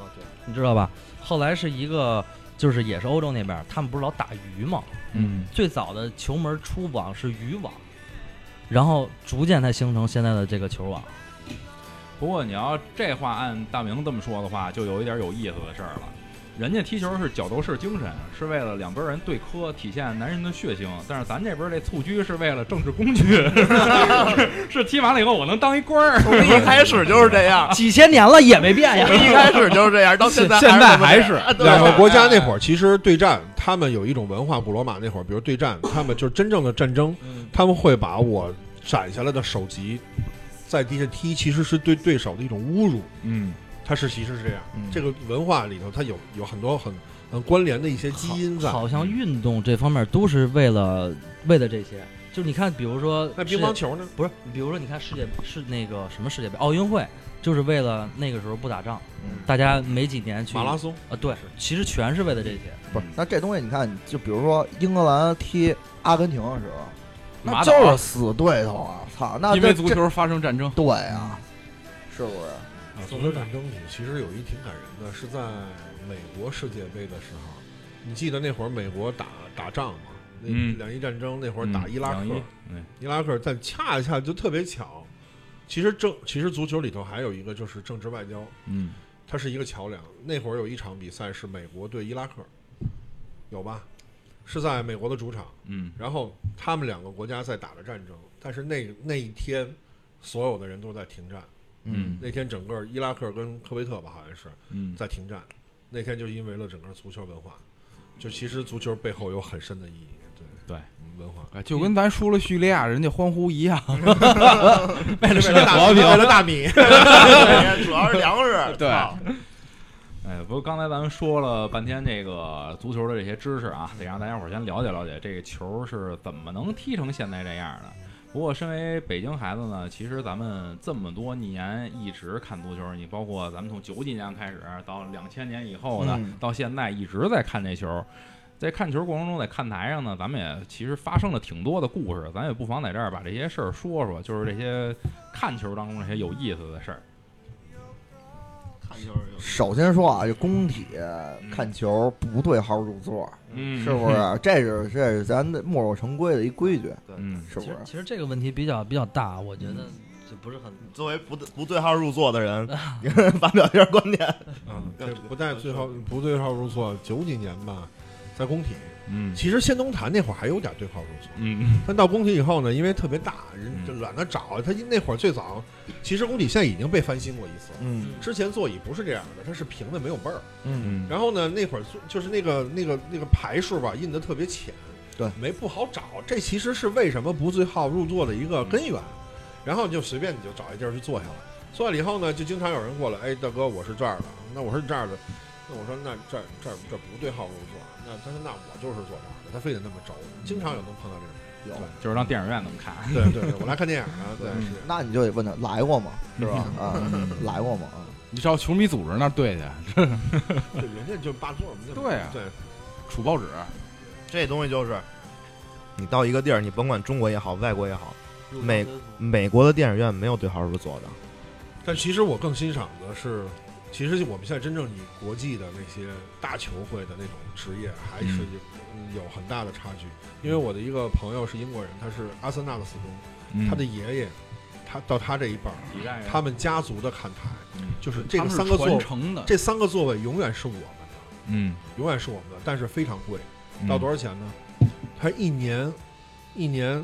Speaker 7: 哦
Speaker 10: 你知道吧？后来是一个就是也是欧洲那边，他们不是老打鱼吗？
Speaker 5: 嗯，
Speaker 10: 最早的球门出网是渔网，然后逐渐才形成现在的这个球网。
Speaker 5: 不过你要这话按大明这么说的话，就有一点有意思的事儿了。人家踢球是角斗士精神，是为了两边人对磕，体现男人的血性；但是咱这边这蹴鞠是为了政治工具， 是是踢完了以后我能当一官儿。
Speaker 8: 从一开始就是这 样，
Speaker 10: 几千年了也没变呀。
Speaker 8: 从 一开始就是这样，到现在
Speaker 7: 现在
Speaker 8: 还
Speaker 7: 还
Speaker 8: 是
Speaker 7: 是
Speaker 8: 这么
Speaker 7: 两个
Speaker 8: 样
Speaker 7: 国家那会儿其实对战，他们有一种文化，古罗马那会儿，比如对战，他们就是真正的战争，
Speaker 8: 嗯
Speaker 7: 他们会把我斩下来的首级在地下踢，其实是对对手的一种侮辱。
Speaker 5: 嗯，
Speaker 7: 它是其实是这样
Speaker 10: 嗯，
Speaker 7: 这个文化里头它有有很多很很关联的一些基因在。
Speaker 10: 好
Speaker 5: 嗯
Speaker 10: 像运动这方面都是为了为了这些，就是你看，比如说
Speaker 7: 那乒乓球呢？
Speaker 10: 不是，比如说你看世界是那个什么世界杯、奥运会，就是为了那个时候不打仗，大家没几年去
Speaker 7: 嗯马拉松
Speaker 10: 啊，对，其实全是为了这些。
Speaker 6: 不是，那这东西你看，就比如说英格兰踢阿根廷的时候，那
Speaker 11: 马
Speaker 6: 就
Speaker 11: 倒
Speaker 6: 是死对头啊！操，那
Speaker 11: 因为
Speaker 6: 这
Speaker 11: 足球发生战争。
Speaker 6: 对啊，是不是？
Speaker 10: 嗯
Speaker 7: 啊，足球战争里其实有一挺感人的，是在美国世界杯的时候，你记得那会儿美国打打仗吗？那
Speaker 5: 嗯
Speaker 7: 两伊战争那会儿打伊拉克，
Speaker 5: 嗯两伊嗯
Speaker 7: 伊拉克，但恰恰就特别巧，其实政其实足球里头还有一个就是政治外交，
Speaker 5: 嗯，
Speaker 7: 它是一个桥梁。那会儿有一场比赛是美国对伊拉克，有吧？是在美国的主场，
Speaker 5: 嗯，
Speaker 7: 然后他们两个国家在打着战争，但是那那一天所有的人都在停战，
Speaker 5: 嗯
Speaker 7: 那天整个伊拉克跟科威特吧好像是，
Speaker 5: 嗯
Speaker 7: 在停战，那天就因为了整个足球文化，就其实足球背后有很深的意义，对嗯
Speaker 5: 对，啊
Speaker 7: 文化。
Speaker 11: 哎，就跟咱输了叙利亚，人家欢呼一样，
Speaker 7: 为了世界
Speaker 11: 和平，
Speaker 7: 为了 大米
Speaker 8: 主要是粮食
Speaker 11: 对，
Speaker 8: 操
Speaker 5: 哎，不过刚才咱们说了半天这个足球的这些知识啊，得让大家伙儿先了解了解这个球是怎么能踢成现在这样的。不过，身为北京孩子呢，其实咱们这么多年一直看足球，你包括咱们从九几年开始到两千年以后呢，
Speaker 11: 嗯
Speaker 5: 到现在一直在看这球。在看球过程中，在看台上呢，咱们也其实发生了挺多的故事，咱也不妨在这儿把这些事儿说说，就是这些看球当中这些有意思的事儿。
Speaker 6: 首先说啊，这工体看球不对号入座，
Speaker 5: 嗯
Speaker 6: 是不 是？这是这是咱的墨守成规的一规矩，
Speaker 5: 嗯，
Speaker 6: 是不
Speaker 10: 其
Speaker 6: 是
Speaker 10: 实？其实这个问题比较比较大，我觉得这不是很
Speaker 8: 作为不不对号入座的 人，发表一下观点。
Speaker 7: 嗯，这不带最后不对号入座，九几年吧，在工体。
Speaker 5: 嗯，
Speaker 7: 其实仙踪坛那会儿还有点对号入座，
Speaker 5: 嗯，
Speaker 7: 但到工体以后呢，因为特别大，人就懒得找。他那会儿最早，其实工体现在已经被翻新过一次，
Speaker 8: 嗯，
Speaker 7: 之前座椅不是这样的，它是平的，没有背儿，
Speaker 8: 嗯
Speaker 7: 然后呢，那会儿做就是那个那个那个排数吧，印的特别浅，
Speaker 6: 对，
Speaker 7: 没不好找。这其实是为什么不最号入座的一个根源。然后你就随便你就找一地儿去坐下了，坐下了以后呢，就经常有人过来，哎，大哥，我是这儿的，那我是这儿的，那我说那这儿这儿这不对号入座，那他说那我就是坐这儿的，他非得那么轴，经常有能碰到这种人，
Speaker 5: 就是让电影院那么看。
Speaker 7: 对对对，我来看电影啊，对是。
Speaker 6: 嗯那你就得问他来过吗？是吧？啊，来过吗？啊，
Speaker 11: 你找球迷组织那儿对去，
Speaker 7: 对，人家就霸座嘛，
Speaker 11: 对啊
Speaker 7: 对，
Speaker 11: 储报纸，
Speaker 8: 这东西就是，你到一个地儿，你甭管中国也好，外国也好，美美国的电影院没有对号入座的。
Speaker 7: 但其实我更欣赏的是，其实我们现在真正以国际的那些大球会的那种职业，还是有
Speaker 5: 嗯
Speaker 7: 有很大的差距。因为我的一个朋友是英国人，他是阿森纳的死忠，
Speaker 5: 嗯
Speaker 7: 他的爷爷，他到他这一辈
Speaker 5: 一代
Speaker 7: 儿
Speaker 5: 人，
Speaker 7: 他们家族的看台
Speaker 5: 嗯，
Speaker 7: 就是这个
Speaker 11: 他们是
Speaker 7: 三个座
Speaker 11: 传承的
Speaker 7: 这三个座位永远是我们的，
Speaker 5: 嗯，
Speaker 7: 永远是我们的，但是非常贵，
Speaker 5: 嗯
Speaker 7: 到多少钱呢？他一年一年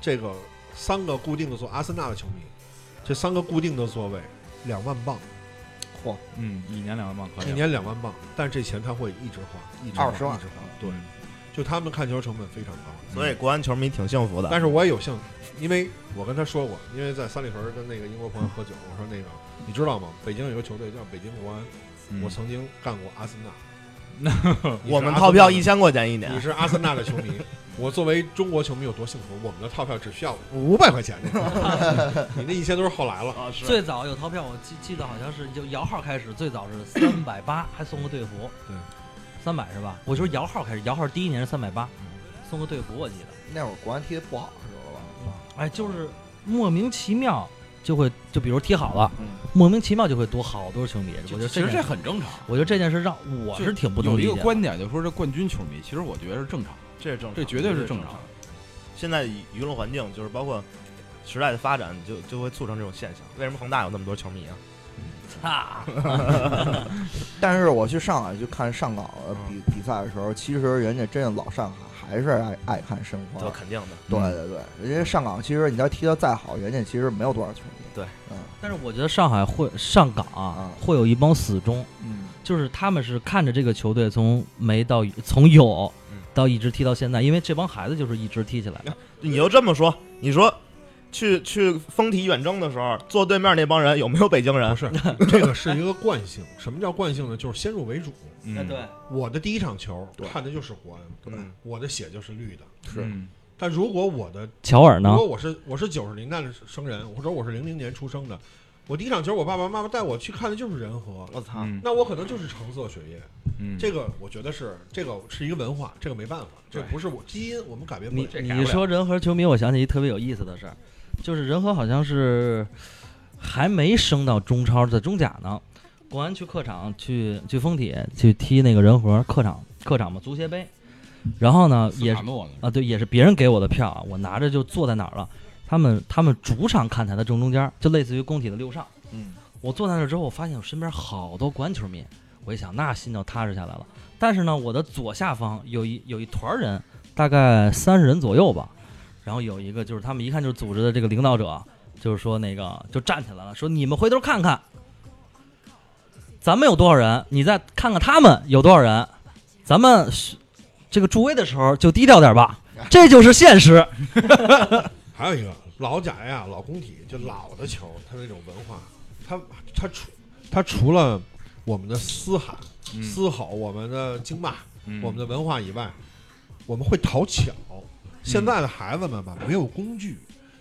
Speaker 7: 这个三个固定的座，阿森纳的球迷，这三个固定的座位两万 镑。
Speaker 6: 嚯，
Speaker 5: 嗯，一年两万镑可以了，
Speaker 7: 一年两万镑，但这钱他会一直花，一直花
Speaker 6: 20万
Speaker 7: 一直
Speaker 8: 啊
Speaker 7: 花。对，就他们看球成本非常高，
Speaker 8: 所以国安球迷挺幸福的。
Speaker 7: 嗯但是我也有幸，因为我跟他说过，因为在三里屯跟那个英国朋友喝酒，我说那个你知道吗？北京有个球队叫北京国安，
Speaker 5: 嗯
Speaker 7: 我曾经干过阿森纳。你是
Speaker 8: 我们
Speaker 7: 阿森纳的
Speaker 8: 套票一千块钱一年，
Speaker 7: 你是阿森纳 的球迷，我作为中国球迷有多幸福？我们的套票只需要五百块钱， 你那一千都是后来了。
Speaker 10: 最早有套票，我记记得好像是就摇号开始，最早是三百八，还送个队服。
Speaker 7: 对，
Speaker 10: 三百是吧？我就是摇号开始，摇号第一年是三百八，
Speaker 8: 嗯
Speaker 10: 送个队服我记得。
Speaker 6: 那会儿国安踢的不好，知道吧？
Speaker 10: 哎，就是莫名其妙就会，就比如踢好了，
Speaker 11: 嗯
Speaker 10: 莫名其妙就会多好多球迷。我觉得
Speaker 11: 其实
Speaker 10: 件
Speaker 11: 这很正常。
Speaker 10: 我觉得这件事让我是挺不能
Speaker 11: 有
Speaker 10: 理解
Speaker 11: 一
Speaker 10: 的。
Speaker 11: 个观点，就说这冠军球迷，其实我觉得是正常，
Speaker 8: 这是正常
Speaker 11: 这绝对是正常。
Speaker 8: 现在舆论环境就是包括时代的发展就，就会促成这种现象。为什么恒大有那么多球迷啊？
Speaker 10: 啊，
Speaker 6: 但是我去上海去看上港的
Speaker 7: 嗯
Speaker 6: 比比赛的时候，其实人家真的老上海还是爱爱看申花
Speaker 8: 这。肯定的。嗯
Speaker 6: 对对对，人家上港其实你要踢得再好，人家其实没有多少球迷。
Speaker 8: 对，
Speaker 6: 嗯
Speaker 10: 但是我觉得上海会上港啊，会有一帮死忠，
Speaker 6: 嗯，
Speaker 10: 就是他们是看着这个球队从没到从有
Speaker 8: 嗯
Speaker 10: 到一直踢到现在，因为这帮孩子就是一直踢起来的。
Speaker 8: 你就这么说，你说去去风体远征的时候，坐对面那帮人有没有北京人
Speaker 7: 不？是，这个是一个惯性。什么叫惯性呢？就是先入为主。
Speaker 5: 嗯，
Speaker 7: 我的第一场球
Speaker 6: 对
Speaker 7: 看的就是国安，
Speaker 8: 嗯
Speaker 7: 我的血就是绿的。
Speaker 5: 嗯
Speaker 7: 但如果我的
Speaker 10: 乔尔
Speaker 7: 如
Speaker 10: 呢
Speaker 7: 果？我是我是九十年代的生人，或者我是零零年出生的，我第一场球我爸爸妈妈带我去看的就是仁和，
Speaker 8: 我操！
Speaker 5: 嗯
Speaker 7: 那我可能就是橙色血液。
Speaker 5: 嗯，
Speaker 7: 这个我觉得是这个是一个文化，这个没办法，这
Speaker 5: 对
Speaker 7: 不是我基因我们改变不
Speaker 10: 你
Speaker 7: 了。
Speaker 10: 你说仁和球迷，我想起一特别有意思的事儿，就是仁和好像是还没升到中超，在中甲呢。国安去客场去去丰体去踢那个仁和客场客场嘛足协杯，然后呢
Speaker 11: 斯
Speaker 10: 也
Speaker 11: 卡诺呢
Speaker 10: 啊，对，也是别人给我的票啊，我拿着就坐在哪儿了。他们他们主场看台的正中间，就类似于工体的六上。
Speaker 6: 嗯，
Speaker 10: 我坐在那儿之后，我发现我身边好多国安球迷，我一想那心就踏实下来了。但是呢，我的左下方有一有一团人，大概三十人左右吧，然后有一个就是他们一看就是组织的这个领导者，就是说那个就站起来了，说你们回头看看，咱们有多少人，你再看看他们有多少人，咱们是这个助威的时候就低调点 吧，这就是现实。
Speaker 7: 嗯 还有一个老贾呀，老工体就老的球，他那种文化，他他除他除了我们的嘶喊、
Speaker 5: 嗯
Speaker 7: 嘶吼、我们的经骂、
Speaker 5: 嗯
Speaker 7: 我们的文化以外，我们会讨巧。现在的孩子们吧，没有工具，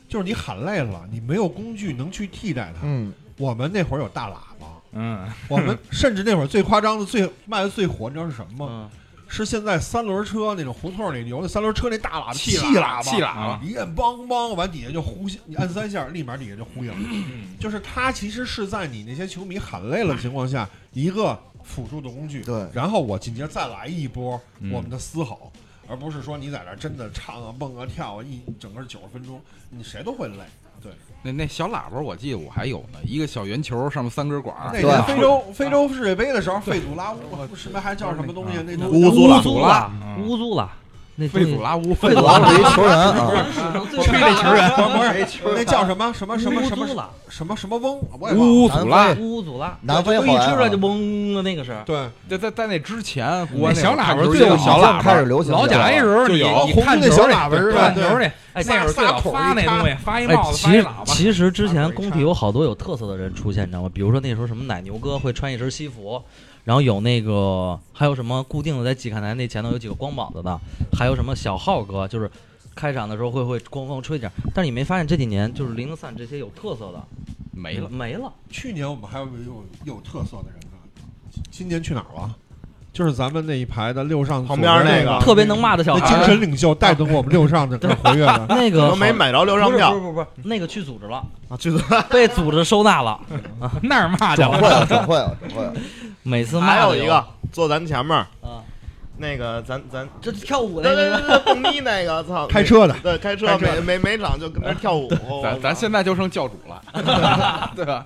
Speaker 7: 就是你喊累了，你没有工具能去替代它。
Speaker 6: 嗯，
Speaker 7: 我们那会儿有大喇叭，
Speaker 5: 嗯
Speaker 7: 我们甚至那会儿最夸张的、最卖的最火，你知道是什么吗？
Speaker 10: 嗯，
Speaker 7: 是现在三轮车那种胡同里有那三轮车那大喇叭，
Speaker 11: 气
Speaker 7: 喇
Speaker 11: 喇叭
Speaker 7: 气
Speaker 11: 啊
Speaker 7: 一摁梆梆，完底下就呼吸，你按三下，立马底下就呼应。 就是它其实是在你那些球迷喊累了的情况下，一个辅助的工具。
Speaker 6: 对
Speaker 7: 然后我紧接着再来一波
Speaker 5: 嗯
Speaker 7: 我们的嘶吼，而不是说你在那儿真的唱啊、蹦啊、跳啊，一整个九十分钟，你谁都会累。对，
Speaker 11: 那那小喇叭，我记得我还有呢，一个小圆球，上面三根管儿。
Speaker 7: 那年非洲非洲世界杯的时候，费祖拉乌什么还叫什么东西？那
Speaker 11: 乌
Speaker 10: 乌
Speaker 11: 祖拉嗯
Speaker 10: 祖拉，乌祖拉，那
Speaker 11: 费祖拉乌
Speaker 10: 费祖拉乌
Speaker 11: 费祖拉乌是一球员啊
Speaker 10: 不是
Speaker 11: 我吹那球员
Speaker 7: 不是
Speaker 11: 谁球员
Speaker 7: 那叫什么什么什么什么
Speaker 10: 乌祖拉
Speaker 7: 什么什么翁，我也忘了
Speaker 11: 乌祖拉，
Speaker 10: 乌祖拉，
Speaker 11: 南非
Speaker 10: 就一
Speaker 11: 后来
Speaker 10: 吃
Speaker 11: 啊
Speaker 10: 了就嗡的那个是。
Speaker 7: 对，
Speaker 11: 在在在那之前，国
Speaker 10: 那
Speaker 11: 内
Speaker 10: 小
Speaker 11: 我
Speaker 10: 喇
Speaker 11: 看
Speaker 10: 叭
Speaker 11: 球
Speaker 10: 最
Speaker 11: 就
Speaker 10: 早
Speaker 11: 有小喇叭
Speaker 10: 开始流行
Speaker 11: 老
Speaker 10: 起来
Speaker 11: 贾那时候
Speaker 10: 了就
Speaker 11: 你
Speaker 10: 有
Speaker 11: 你
Speaker 10: 红
Speaker 11: 看
Speaker 10: 的
Speaker 11: 球
Speaker 10: 小
Speaker 11: 儿
Speaker 10: 喇叭
Speaker 11: 对
Speaker 10: 是吧
Speaker 11: 看球
Speaker 10: 对
Speaker 11: 儿去，哎，
Speaker 10: 仨
Speaker 11: 那会儿最
Speaker 10: 仨
Speaker 11: 早
Speaker 10: 口儿
Speaker 11: 发
Speaker 10: 一
Speaker 11: 那
Speaker 10: 插
Speaker 11: 东西，发一
Speaker 10: 哎
Speaker 11: 帽子，
Speaker 10: 其
Speaker 11: 发一
Speaker 10: 实
Speaker 11: 喇叭。啊
Speaker 10: 其实之前工体有好多有特色的人出现，你知道吗？比如说那时候什么奶牛哥会穿一身西服，然后有那个还有什么固定的在季看台那前头有几个光膀子的，还有什么小浩哥，就是开场的时候会会咣咣吹点儿。但是你没发现这几年就是零零散这些有特色的嗯
Speaker 11: 没了
Speaker 10: 没了。
Speaker 7: 去年我们还有有有特色的人呢，今年去哪儿了？就是咱们那一排的六上
Speaker 8: 旁边那个
Speaker 7: 左右
Speaker 10: 特别能骂啊的小孩。
Speaker 7: 那精神领袖带动我们六上整个活跃 的
Speaker 10: 那个不是不是
Speaker 7: 不
Speaker 10: 不是不是，那个去组织了
Speaker 8: 啊，去组织
Speaker 10: 被组织收纳 了，
Speaker 5: 那儿骂
Speaker 10: 去
Speaker 8: 转会了转
Speaker 10: 转
Speaker 8: 会
Speaker 10: 了
Speaker 8: 了转会了
Speaker 10: 每次骂
Speaker 8: 还
Speaker 10: 的
Speaker 8: 有一个坐咱前面儿，
Speaker 10: 啊，
Speaker 8: 那个咱咱
Speaker 10: 这跳舞
Speaker 8: 那个蹦迪那个，操，
Speaker 11: 开车的
Speaker 8: 对，开车
Speaker 11: 开车
Speaker 8: 每
Speaker 11: 的，
Speaker 8: 每每场就跟那儿跳舞
Speaker 11: 咱咱现在就剩教主了，对吧？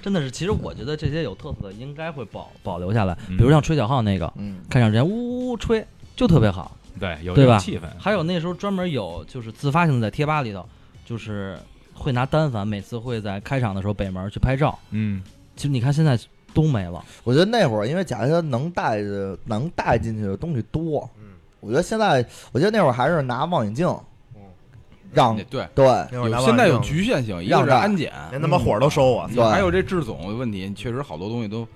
Speaker 10: 真的是，其实我觉得这些有特色的应该会
Speaker 5: 嗯
Speaker 10: 保保留下来，比如像吹小号那个，开场之前呜呜吹就特别好，
Speaker 5: 嗯对哎有
Speaker 10: 对
Speaker 5: 这
Speaker 10: 吧？
Speaker 5: 个气氛
Speaker 10: 还有那时候专门有就是自发性的在贴吧里头，就是会拿单反，每次会在开场的时候北门去拍照。
Speaker 5: 嗯，
Speaker 10: 其实你看现在都没了，
Speaker 6: 我觉得那会儿因为贾轩能带的能带进去的东西多，嗯，我觉得现在我觉得那会儿还是拿望远镜，
Speaker 8: 嗯
Speaker 6: 让
Speaker 11: 对
Speaker 6: 对，
Speaker 11: 有现在有局限性，一个
Speaker 6: 让
Speaker 11: 是
Speaker 6: 着
Speaker 11: 安检，
Speaker 8: 连他妈火儿都收啊
Speaker 11: 嗯
Speaker 8: 对
Speaker 11: 还有这制总的问题，确实好多东西都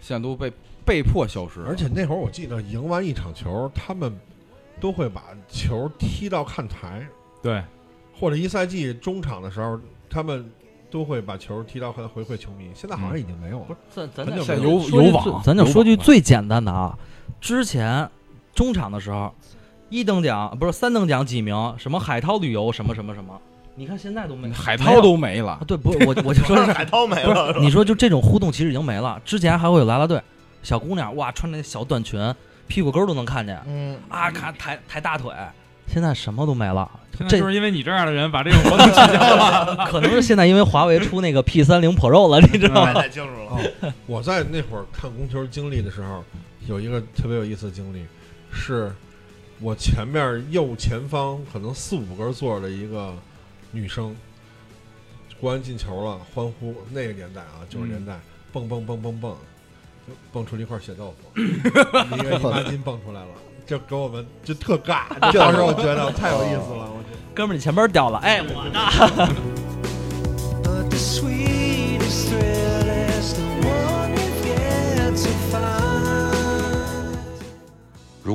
Speaker 11: 现在都被被迫消失了，
Speaker 7: 而且那会儿我记得赢完一场球，他们都会把球踢到看台，
Speaker 5: 对，
Speaker 7: 或者一赛季中场的时候，他们都会把球踢到回回馈球迷。现在好像已经没有了，
Speaker 10: 咱咱得
Speaker 7: 很久
Speaker 10: 说
Speaker 7: 没
Speaker 10: 句
Speaker 7: 有了
Speaker 10: 说句最咱就说句最简单的啊，之前中场的时候，一等奖不是三等奖几名，什么海涛旅游什么什么什么。你看现在都
Speaker 5: 嗯
Speaker 10: 没
Speaker 11: 海
Speaker 10: 没
Speaker 11: 涛
Speaker 10: 有啊
Speaker 11: 都没了，
Speaker 10: 对，不，我我就说是
Speaker 8: 海涛没了是吧
Speaker 10: 不是你说就这种互动其实已经没了，之前还会有啦啦队，小姑娘哇穿着小短裙，屁股沟都能看见，
Speaker 6: 嗯
Speaker 10: 啊，看抬抬大腿，现在什么都 没了。
Speaker 5: 现在
Speaker 10: 这，
Speaker 5: 就是因为你这样的人把这种活动取消了
Speaker 10: 可能是现在因为华为出那个 P 三零 Pro 了，你知道
Speaker 8: 嗯
Speaker 10: 吗？
Speaker 7: 哦 我在那会儿看公球经历的时候，有一个特别有意思的经历，是我前面右前方可能四五个座儿的一个女生，国安进球了，欢呼。那个年代啊，九十
Speaker 10: 嗯
Speaker 7: 年代，蹦蹦蹦蹦蹦，就蹦出了一块血豆 腐，一个姨妈巾蹦出来了。就给我们就特 尬，就当时我觉得太有意思了，我觉得。
Speaker 10: 哥们儿，你钱包掉了，哎，我的。
Speaker 13: But the sweetest thrill is the one you've yet to find.
Speaker 14: 如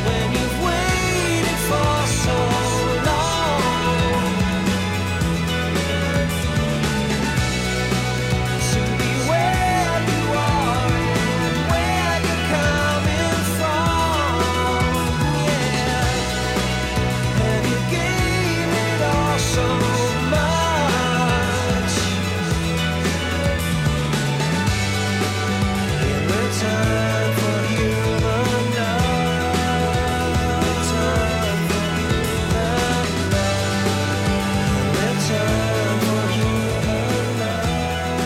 Speaker 13: When you've waited for so long to be where you are, where you're coming from, yeah. And you gave it all so much in return for human love, return for human love, return for human love.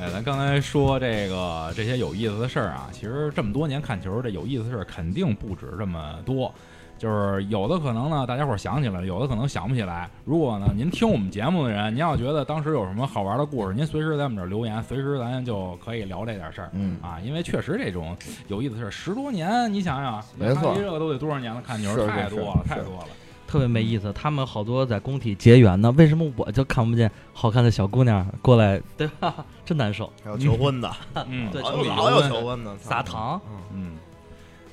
Speaker 5: 哎，咱刚才说这个这些有意思的事儿啊，其实这么多年看球，这有意思的事儿肯定不止这么多。就是有的可能呢，大家伙儿想起来了；有的可能想不起来。如果呢，您听我们节目的人，您要觉得当时有什么好玩的故事，您随时在我们这儿留言，随时咱就可以聊这点事儿。
Speaker 6: 嗯
Speaker 5: 啊，因为确实这种有意思的事儿，十多年，你想想，
Speaker 6: 没错
Speaker 5: 看这个都得多少年了？看球
Speaker 6: 是是
Speaker 5: 太多了，
Speaker 6: 是
Speaker 5: 太多了。
Speaker 10: 特别没意思。他们好多在工体结缘呢，为什么我就看不见好看的小姑娘过来，对吧？ 真难受。
Speaker 8: 还有求婚 的，
Speaker 5: 嗯，
Speaker 8: 对
Speaker 5: 对，
Speaker 8: 哦老有 求婚的，操
Speaker 10: 撒糖，
Speaker 5: 嗯，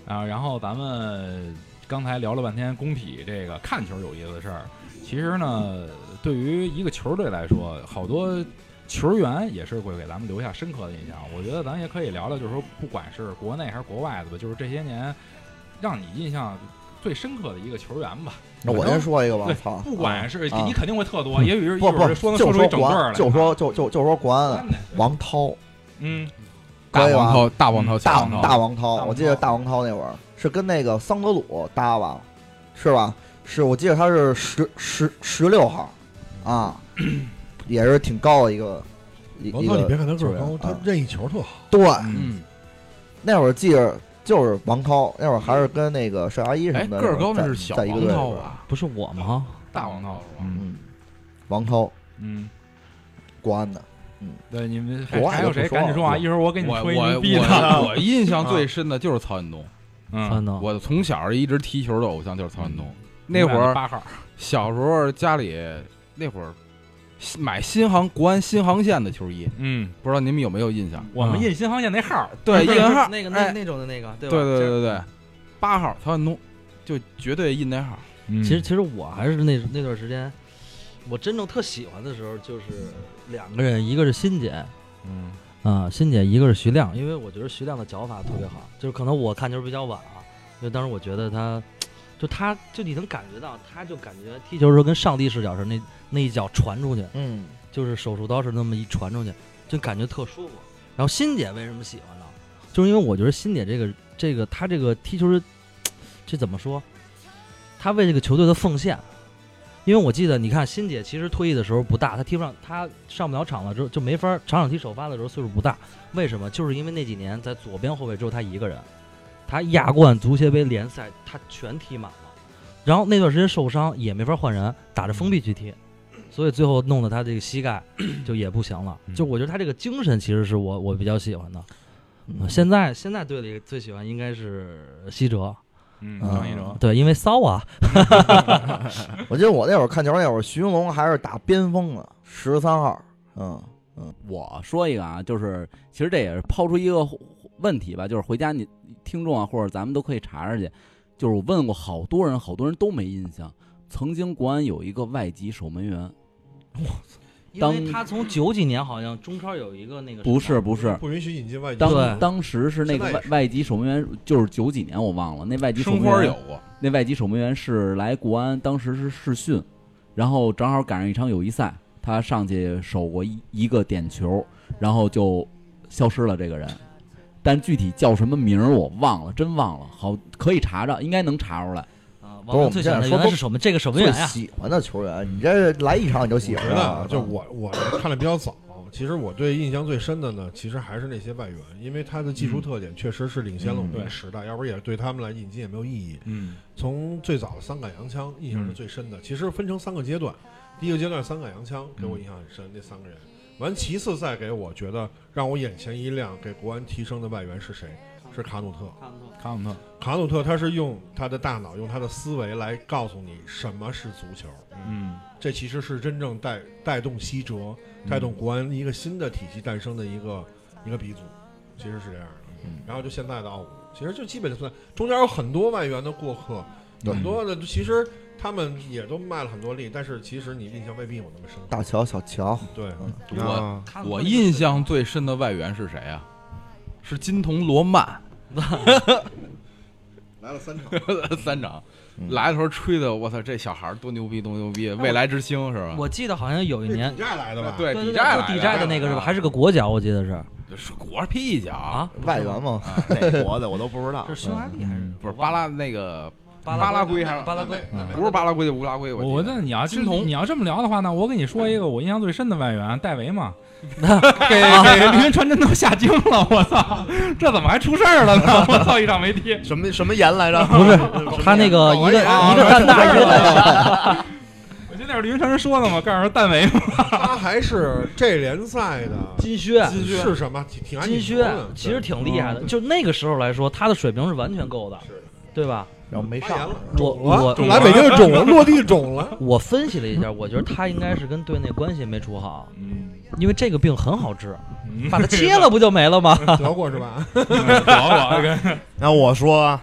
Speaker 5: 啊，然后咱们刚才聊了半天工体这个看球有意思的事儿，其实呢，对于一个球队来说，好多球员也是会给咱们留下深刻的印象。我觉得咱也可以聊聊，就是说不管是国内还是国外的吧，就是这些年让你印象最深刻的一个球员吧。
Speaker 6: 那我先说一个吧，
Speaker 5: 对
Speaker 6: 操！
Speaker 5: 不管是
Speaker 6: 啊
Speaker 5: 你肯定会特多，
Speaker 6: 嗯
Speaker 5: 也许
Speaker 6: 不不
Speaker 5: 说说能
Speaker 6: 就
Speaker 5: 说出一
Speaker 6: 说
Speaker 5: 整
Speaker 6: 国
Speaker 5: 个儿
Speaker 6: 安，
Speaker 5: 来，啊
Speaker 6: 就说就就就说国安的王涛，
Speaker 5: 嗯，
Speaker 6: 可以吧
Speaker 11: 大王涛大王涛
Speaker 6: 大
Speaker 11: 大王涛
Speaker 6: 大王涛，我记得大王涛那会儿是跟那个桑德鲁搭吧，是吧？是我记得他是十十十六号，啊， 也是挺高的一个一
Speaker 7: 王
Speaker 6: 一
Speaker 7: 涛，
Speaker 6: 个
Speaker 7: 你别看他个
Speaker 6: 球
Speaker 7: 儿
Speaker 6: 员
Speaker 7: 高，他
Speaker 6: 啊
Speaker 7: 任意球特好。
Speaker 6: 对，那会儿记着就是王涛，那会儿还是跟那个邵佳一什么的，
Speaker 11: 哎个儿高那是
Speaker 6: 在
Speaker 11: 小
Speaker 6: 在一个
Speaker 11: 王啊
Speaker 6: 队
Speaker 11: 涛
Speaker 6: 里边
Speaker 11: 吧
Speaker 10: 不是我吗？
Speaker 5: 大王涛，
Speaker 6: 嗯，王涛，
Speaker 5: 嗯，
Speaker 6: 国安的，嗯，
Speaker 5: 对，你们还
Speaker 6: 国外
Speaker 5: 哎还有谁赶紧说啊？一会儿我给你
Speaker 11: 我
Speaker 5: 吹
Speaker 11: 我
Speaker 5: 牛逼
Speaker 11: 我
Speaker 5: 的。
Speaker 11: 我印象最深的就是曹云东，
Speaker 5: 嗯
Speaker 10: 曹云东
Speaker 11: 我从小一直踢球的偶像就是曹云东。
Speaker 5: 你
Speaker 11: 那
Speaker 5: 买
Speaker 11: 会
Speaker 5: 了
Speaker 11: 儿
Speaker 5: 八号，
Speaker 10: 嗯
Speaker 11: 小时候家里那会儿买新航国安新航线的球衣，
Speaker 5: 嗯，
Speaker 11: 不知道你们有没有印象？
Speaker 5: 我
Speaker 10: 嗯
Speaker 5: 们印新航线那号儿，
Speaker 11: 对印号
Speaker 10: 那个那那种的那个，
Speaker 11: 对
Speaker 10: 对吧？
Speaker 11: 对对对，八号曹云东就绝对印那号。
Speaker 5: 嗯
Speaker 10: 其实其实我还是那那段时间，我真正特喜欢的时候就是两个人，一个是欣姐，
Speaker 5: 嗯
Speaker 10: 啊，欣姐，一个是徐亮，因为我觉得徐亮的脚法特别好，就是可能我看球比较晚啊，因为当时我觉得他，就他就你能感觉到，他就感觉踢球时候跟上帝视角似的，那那一脚传出去，
Speaker 6: 嗯，
Speaker 10: 就是手术刀似的那么一传出去，就感觉特舒服。然后欣姐为什么喜欢呢？就是因为我觉得欣姐这个这个她这个踢球的，这怎么说？她为这个球队的奉献，因为我记得，你看欣姐其实退役的时候不大，她踢不上，她上不了场了之后就没法儿场场踢首发的时候岁数不大，为什么？就是因为那几年在左边后卫只有她一个人，她亚冠、足协杯、联赛她全踢满了，然后那段时间受伤也没法换人，打着封闭去踢，所以最后弄得她这个膝盖就也不行了。就我觉得她这个精神其实是我我比较喜欢的。嗯现在现在队里最喜欢应该是西哲，
Speaker 5: 嗯
Speaker 10: 啊
Speaker 6: 嗯张怡哲
Speaker 10: 对，因为骚啊，
Speaker 6: 我记得我那会儿看球那会儿，徐云龙还是打边锋呢，十三号，嗯嗯，
Speaker 9: 我说一个啊，就是其实这也是抛出一个问题吧，就是回家你听众啊，或者咱们都可以查查去。就是我问过好多人，好多人都没印象。曾经国安有一个外籍守门员，
Speaker 10: 因
Speaker 9: 当
Speaker 10: 为他从九几年好像中超有一个那个
Speaker 9: 不是不是，
Speaker 7: 不允许引进外籍球
Speaker 9: 当
Speaker 7: 员
Speaker 9: 当时是那个外
Speaker 7: 现在也是
Speaker 9: 外籍守门员，就是九几年我忘了，那外籍守门
Speaker 11: 申花
Speaker 9: 员
Speaker 11: 有过，
Speaker 9: 那外籍守门员是来国安，当时是试训，然后正好赶上一场友谊赛，他上去守过一一个点球，然后就消失了这个人，但具体叫什么名儿我忘了，真忘了，好可以查查，应该能查出来。
Speaker 10: 啊，
Speaker 6: 不是我们现在说都最喜欢的球员，你这来一场你就喜
Speaker 7: 我
Speaker 6: 欢
Speaker 7: 觉得啊
Speaker 6: 了，
Speaker 7: 就我我看的比较早，其实我对印象最深的呢，其实还是那些外援，因为他的技术特点确实是领先了我们
Speaker 5: 嗯
Speaker 7: 这
Speaker 5: 对
Speaker 7: 个时代，要不然也对他们来引进也没有意义。
Speaker 5: 嗯，
Speaker 7: 从最早的三杆洋枪印象是最深的，其实分成三个阶段，第一个阶段三杆洋枪给
Speaker 5: 嗯
Speaker 7: 我印象很深，那三个人。完，其次再给我觉得让我眼前一亮，给国安提升的外援是谁？是卡努特。
Speaker 5: 卡姆特，
Speaker 7: 卡努特他是用他的大脑，用他的思维来告诉你什么是足球。
Speaker 5: 嗯，
Speaker 7: 这其实是真正带带动西哲、
Speaker 10: 嗯
Speaker 7: 带动国安一个新的体系诞生的一个一个鼻祖，其实是这样
Speaker 10: 嗯
Speaker 7: 的。然后就现在的奥古，其实就基本算中间有很多外援的过客，
Speaker 6: 对
Speaker 7: 很多的其实他们也都卖了很多力，但是其实你印象未必有那么深。
Speaker 6: 大乔小乔，
Speaker 7: 对
Speaker 6: 嗯
Speaker 5: 啊
Speaker 11: 我我印象最深的外援是谁啊？是金童罗曼，
Speaker 12: 来了三场，
Speaker 11: 三场
Speaker 5: 嗯
Speaker 11: 来的时候吹的，我操，这小孩儿多牛逼，多牛逼，未来之星是吧？
Speaker 10: 我记得好像有一年
Speaker 7: 抵债来的吧？啊
Speaker 11: 对，
Speaker 10: 对
Speaker 11: 抵
Speaker 10: 对
Speaker 11: 债
Speaker 10: 就
Speaker 11: 来
Speaker 10: 抵债的那个是吧？还是个国脚，我记得是
Speaker 11: 是国屁脚啊
Speaker 6: 外援嘛，
Speaker 8: 哪国的我都不知道。
Speaker 10: 是匈牙利还是
Speaker 11: 嗯不是巴拉那个
Speaker 10: 巴
Speaker 11: 拉
Speaker 10: 圭
Speaker 11: 还是嗯
Speaker 10: 巴拉圭？
Speaker 11: 不是巴拉圭就乌拉圭，
Speaker 5: 我
Speaker 11: 记
Speaker 5: 那你要
Speaker 11: 金
Speaker 5: 这
Speaker 11: 童
Speaker 5: 你要这么聊的话，那我给你说一个我印象最深的外援戴维嘛，
Speaker 11: 给
Speaker 5: 给 绿军传真都吓惊了，我操，这怎么还出事儿了 呢？我操，一场没踢，
Speaker 8: 什么什么言来着？
Speaker 10: 不是他那个
Speaker 7: 哦
Speaker 10: 一个
Speaker 7: 哎
Speaker 10: 一个蛋大一个蛋
Speaker 5: 大。 我记得那是绿军传人说的嘛，告诉说戴维嘛，
Speaker 7: 他还是这联赛的
Speaker 10: 金靴
Speaker 7: 金靴是什么？挺挺
Speaker 10: 金靴
Speaker 8: 嗯
Speaker 10: 其实挺厉害的，就那个时候来说，他的水平是完全够的，对吧？
Speaker 6: 然后没上，
Speaker 10: 我我
Speaker 7: 肿了来北京就肿 了落地肿了。
Speaker 10: 我分析了一下，我觉得他应该是跟队内关系没处好，
Speaker 7: 嗯
Speaker 10: 因为这个病很好治，把它切了不就没了 吗？
Speaker 7: 德国嗯 是吧？
Speaker 8: 然后我说，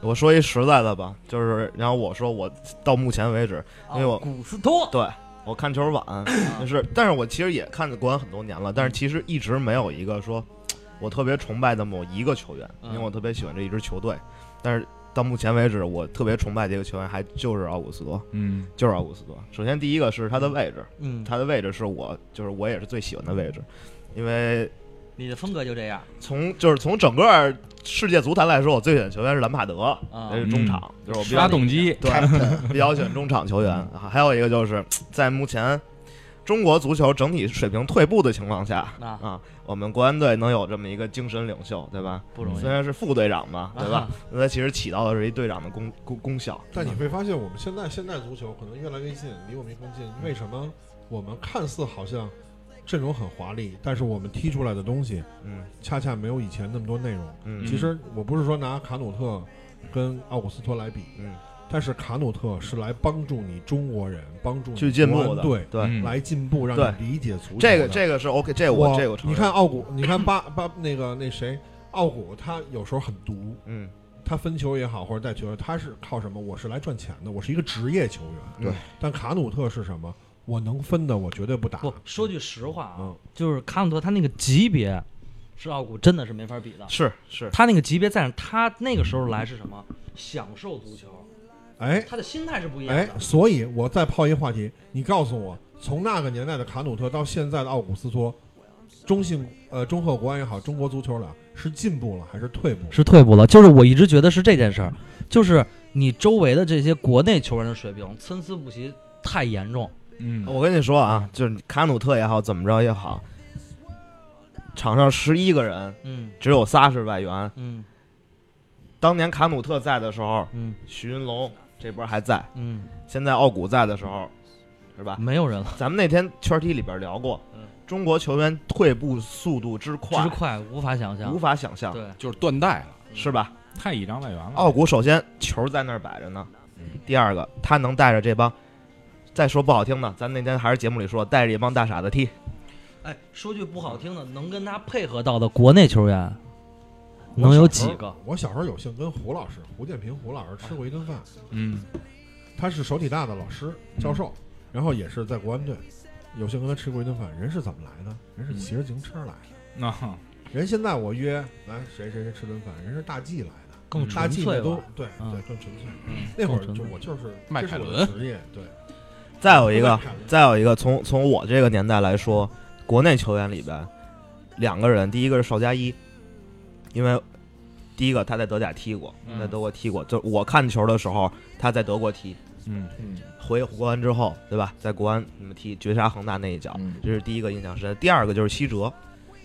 Speaker 8: 我
Speaker 10: 哦
Speaker 8: 说一实在的吧，就是，然后我说我到目前为止，因为我
Speaker 10: 古斯托
Speaker 8: 对我看球晚，
Speaker 10: 啊
Speaker 8: 就是，但是我其实也看国安很多年了，但是其实一直没有一个说我特别崇拜的某一个球员，因为
Speaker 10: 嗯
Speaker 8: 我特别喜欢这一支球队，但是。到目前为止，我特别崇拜这个球员，还就是奥古斯多，
Speaker 5: 嗯，
Speaker 8: 就是奥古斯多。首先，第一个是他的位置，
Speaker 10: 嗯
Speaker 8: 他的位置是我，就是我也是最喜欢的位置，因为
Speaker 10: 你的风格就这样，
Speaker 8: 从就是从整个世界足坛来说，我最喜欢的球员是兰帕
Speaker 10: 啊
Speaker 8: 德，那是中场，
Speaker 5: 嗯
Speaker 8: 就是我比
Speaker 5: 发
Speaker 8: 较
Speaker 5: 动机
Speaker 8: 对，比较喜欢中场球员。还有一个就是在目前中国足球整体水平退步的情况下
Speaker 10: 啊
Speaker 8: 啊，我们国安队能有这么一个精神领袖，对吧？
Speaker 10: 不容易
Speaker 8: 虽然是副队长嘛，对
Speaker 12: 啊
Speaker 8: 吧？那他其实起到的是一队长的功功功效。
Speaker 7: 但你会发现，我们现在现代足球可能越来越近，离我们越更近。为什么我们看似好像阵容很华丽，但是我们踢出来的东西，
Speaker 8: 嗯，
Speaker 7: 恰恰没有以前那么多内容。
Speaker 8: 嗯
Speaker 7: 其实我不是说拿卡努特跟奥古斯托来比，
Speaker 8: 嗯，
Speaker 7: 但是卡努特是来帮助你中国人，帮助你
Speaker 8: 去进步的
Speaker 7: 国安队
Speaker 8: 对嗯
Speaker 7: 来进步，让
Speaker 8: 对
Speaker 7: 你理解足球的。
Speaker 8: 这个这个是 OK，这个我
Speaker 7: 我
Speaker 8: 这个我承认
Speaker 7: 你看奥古，你看巴巴那个那谁，奥古他有时候很毒，
Speaker 8: 嗯，
Speaker 7: 他分球也好或者带球，他是靠什么？我是来赚钱的，我是一个职业球员。
Speaker 8: 对，
Speaker 7: 但卡努特是什么？我能分的，我绝对不打。
Speaker 10: 不说句实话
Speaker 7: 嗯
Speaker 10: 啊，就是卡姆特他那个级别，是奥古真的是没法比的。
Speaker 8: 是是
Speaker 10: 他那个级别在，但是他那个时候来是什么？享受足球，
Speaker 7: 哎，
Speaker 10: 他的心态是不一样
Speaker 7: 哎
Speaker 10: 的，。
Speaker 7: 所以我再抛一个话题，你告诉我，从那个年代的卡努特到现在的奥古斯托，中信呃中赫国安也好，中国足球了，是进步了还是退步？
Speaker 10: 是退步了。就是我一直觉得是这件事儿，就是你周围的这些国内球员的水平参差不齐太严重。
Speaker 5: 嗯
Speaker 8: 我跟你说啊，就是卡努特也好，怎么着也好，场上十一个人，
Speaker 10: 嗯，
Speaker 8: 只有仨是外援，
Speaker 10: 嗯，
Speaker 8: 当年卡努特在的时候，
Speaker 10: 嗯，
Speaker 8: 徐云龙这波还在，
Speaker 10: 嗯，
Speaker 8: 现在奥古在的时候，是吧？
Speaker 10: 没有人了。嗯
Speaker 8: 咱们那天圈踢里边聊过，中国球员退步速度之快，
Speaker 10: 之快无法想象
Speaker 8: 无法想象，
Speaker 10: 对，嗯
Speaker 8: 就是断代了，是吧？
Speaker 5: 太倚仗外援了。
Speaker 8: 奥古首先球在那儿摆着呢，第二个他能带着这帮，再说不好听的，咱那天还是节目里说，带着一帮大傻子踢，
Speaker 10: 哎，说句不好听的，能跟他配合到的国内球员能有几个？
Speaker 7: 我小时候有幸跟胡老师、胡建平、胡老师吃过一顿饭。
Speaker 5: 嗯，
Speaker 7: 他是手体大的老师、教授，然后也是在国安队，有幸跟他吃过一顿饭。人是怎么来的？人是骑着自行车来的。
Speaker 5: 那
Speaker 11: 啊
Speaker 7: 人现在我约来谁谁谁吃顿饭，人是大 G 来的，嗯
Speaker 5: 更
Speaker 7: 大 G
Speaker 5: 纯粹
Speaker 7: 那都
Speaker 5: 吧
Speaker 7: 对
Speaker 5: 嗯
Speaker 7: 对更纯粹
Speaker 5: 嗯。
Speaker 7: 那会儿
Speaker 5: 更纯
Speaker 7: 就
Speaker 5: 粹
Speaker 7: 我就是
Speaker 5: 迈
Speaker 7: 这是
Speaker 5: 凯
Speaker 7: 我的
Speaker 5: 伦
Speaker 7: 职业对。
Speaker 8: 再有 一个
Speaker 7: 迈凯伦，
Speaker 8: 再有一个，从从我这个年代来说，国内球员里边，两个人，第一个是邵佳一，因为第一个他在德甲踢过，
Speaker 6: 嗯
Speaker 8: 在德国踢过，就我看球的时候他在德国踢，
Speaker 5: 嗯嗯，
Speaker 8: 回国安之后，对吧？在国安你们踢绝杀恒大那一脚，
Speaker 6: 嗯
Speaker 8: 这是第一个印象深。第二个就是西哲，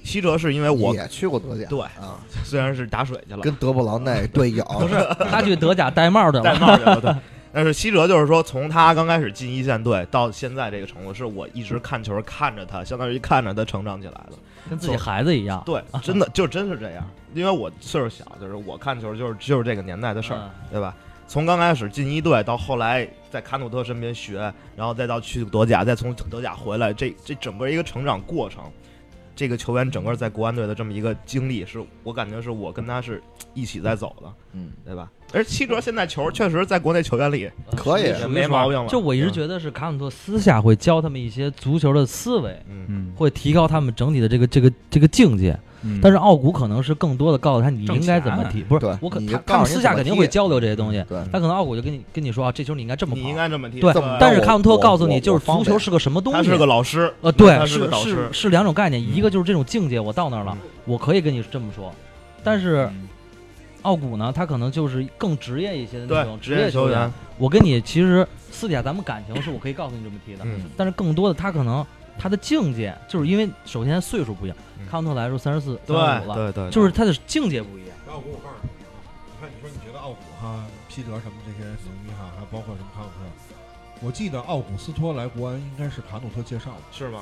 Speaker 8: 西哲是因为我
Speaker 6: 也去过德甲
Speaker 8: 对
Speaker 6: 啊，
Speaker 8: 虽然是打水去了，
Speaker 6: 跟德布劳内队友
Speaker 8: 不是
Speaker 10: 他去德甲戴帽去了
Speaker 8: 戴帽去了，对。但是西哲就是说，从他刚开始进一线队到现在这个程度，是我一直看球看着他，相当于看着他成长起来的，
Speaker 10: 跟自己孩子一样
Speaker 8: 对，真的就真是这样。因为我岁数小，就是我看球就是就是这个年代的事儿，
Speaker 10: 嗯
Speaker 8: 对吧？从刚开始进一队到后来在卡努特身边学，然后再到去德甲，再从德甲回来，这这整个一个成长过程，这个球员整个在国安队的这么一个经历，是我感觉是我跟他是一起在走的，
Speaker 6: 嗯，
Speaker 8: 对吧？而七哲现在球确实在国内球员里
Speaker 7: 啊
Speaker 8: 也没毛病了。嗯
Speaker 10: 就我一直觉得是卡姆特私下会教他们一些足球的思维，
Speaker 8: 嗯，
Speaker 10: 会提高他们整体的这个这个这个境界。
Speaker 5: 嗯
Speaker 10: 但是奥古可能是更多的告诉他你
Speaker 5: 挣
Speaker 10: 应该怎么
Speaker 8: 啊
Speaker 5: 钱
Speaker 10: 踢，不是
Speaker 6: 对
Speaker 10: 我可
Speaker 6: 你
Speaker 10: 他
Speaker 6: 告诉
Speaker 10: 他们
Speaker 6: 人
Speaker 10: 私下
Speaker 6: 怎么
Speaker 10: 肯定
Speaker 6: 踢
Speaker 10: 会交流这些东西，
Speaker 6: 对
Speaker 10: 他可能奥古就跟你跟你说啊，这球你应该这么跑，
Speaker 8: 你应该这么踢
Speaker 10: 对
Speaker 8: 怎么，
Speaker 10: 但是
Speaker 8: 我
Speaker 10: 卡姆特
Speaker 8: 我
Speaker 10: 告诉你，
Speaker 8: 我
Speaker 10: 就是
Speaker 8: 我方
Speaker 10: 足球
Speaker 8: 便
Speaker 10: 是个什么东西，
Speaker 8: 他是个老师
Speaker 10: 呃，
Speaker 8: 他
Speaker 10: 对，
Speaker 8: 是个老师嗯
Speaker 10: 是是两种概念，一个就是这种境界，我到那儿了，我可以跟你这么说，但是。
Speaker 8: 嗯
Speaker 10: 奥古呢，他可能就是更职业一些的那
Speaker 8: 对
Speaker 10: 种
Speaker 8: 职
Speaker 10: 职
Speaker 8: 业
Speaker 10: 业
Speaker 8: 球
Speaker 10: 球
Speaker 8: 员
Speaker 10: 员。我跟你其实私底下啊咱们感情是我可以告诉你这么提的，
Speaker 8: 嗯
Speaker 10: 但是更多的他可能他的境界，就是因为首先岁数不一样，康特来说三十四、
Speaker 8: 嗯对
Speaker 10: 三十五了，
Speaker 8: 对对对
Speaker 10: 就是他的境界不一样。
Speaker 7: 奥古，我告诉你，你看你说你觉得奥古哈、西德什么这些牛逼哈，还包括什么卡努特，我记得奥古斯托来国安应该是卡努特介绍的，
Speaker 8: 是吗？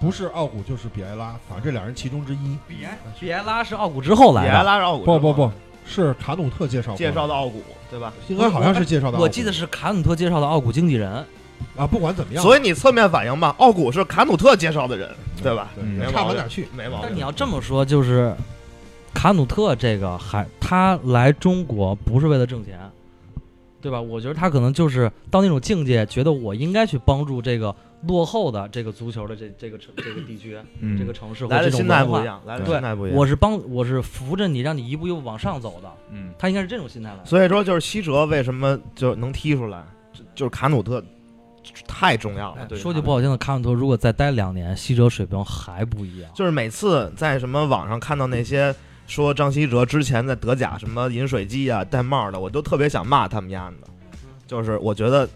Speaker 7: 不是奥古就是比埃拉，反正这俩人其中之一。
Speaker 10: 比埃比埃拉是奥古之后来的，
Speaker 8: 比埃拉是奥古之后
Speaker 7: 不不不，是卡努特介绍过来
Speaker 8: 介绍的奥古，对吧？
Speaker 7: 应该好像是介绍的奥古
Speaker 10: 我记得是卡努特介绍的奥古经纪人。
Speaker 7: 啊，不管怎么
Speaker 8: 所以你侧面反映吧，奥古是卡努特介绍的人，对吧？
Speaker 10: 嗯
Speaker 8: 没毛病
Speaker 10: 差不
Speaker 7: 到哪儿去
Speaker 8: 没毛
Speaker 10: 但
Speaker 8: 病。
Speaker 10: 你要这么说，就是卡努特这个还他来中国不是为了挣钱，对吧？我觉得他可能就是到那种境界，觉得我应该去帮助这个落后的这个足球的这这个城这个地区、
Speaker 8: 嗯
Speaker 10: 这个城市或
Speaker 8: 来
Speaker 10: 者
Speaker 8: 的
Speaker 10: 这种
Speaker 8: 心态
Speaker 10: 文化
Speaker 8: 不一样来的
Speaker 10: 对
Speaker 8: 心态不一样
Speaker 10: 我是帮，我是扶着你，让你一步一步往上走的。
Speaker 5: 嗯，
Speaker 10: 他应该是这种心态来的。
Speaker 8: 所以说，就是西哲为什么就能踢出来，就就是卡努特太重要了。对于
Speaker 10: 哎说
Speaker 8: 他
Speaker 10: 句不好听的，卡姆托如果再待两年，西哲水平还不一样。
Speaker 8: 就是每次在什么网上看到那些说张稀哲之前在德甲什么饮水机啊、戴帽的，我都特别想骂他们家的。就是我觉得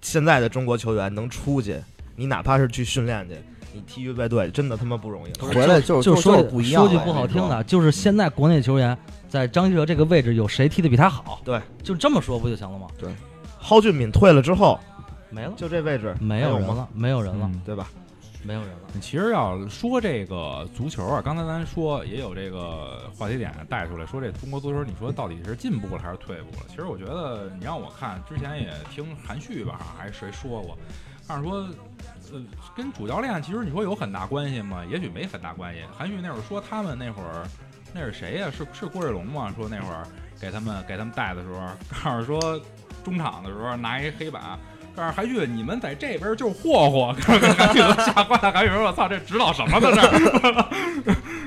Speaker 8: 现在的中国球员能出去，你哪怕是去训练去，你踢预备队真的他妈不容易。
Speaker 10: 就说说句不好听的，就是现在国内球员在张稀哲这个位置有谁踢得比他好？
Speaker 8: 对，
Speaker 10: 就这么说不就行了吗？
Speaker 8: 对，蒿俊闵退了之后
Speaker 10: 没了，嗯
Speaker 8: 就这位置
Speaker 10: 没有人了，没有人了，
Speaker 8: 对吧？
Speaker 10: 没有人了。
Speaker 5: 其实要说这个足球啊，刚才咱说也有这个话题点带出来，说这中国足球，你说到底是进步了还是退步了？其实我觉得，你让我看，之前也听韩旭吧，还是谁说过，但是说，呃，跟主教练其实你说有很大关系吗？也许没很大关系。韩旭那会儿说他们那会儿，那是谁呀、是是郭瑞龙吗？说那会儿给他们给他们带的时候，告诉说中场的时候拿一黑板。告诉韩旭，你们在这边就霍霍，告诉韩旭都吓坏了。韩旭说：“我操，这指导什么呢？这儿。”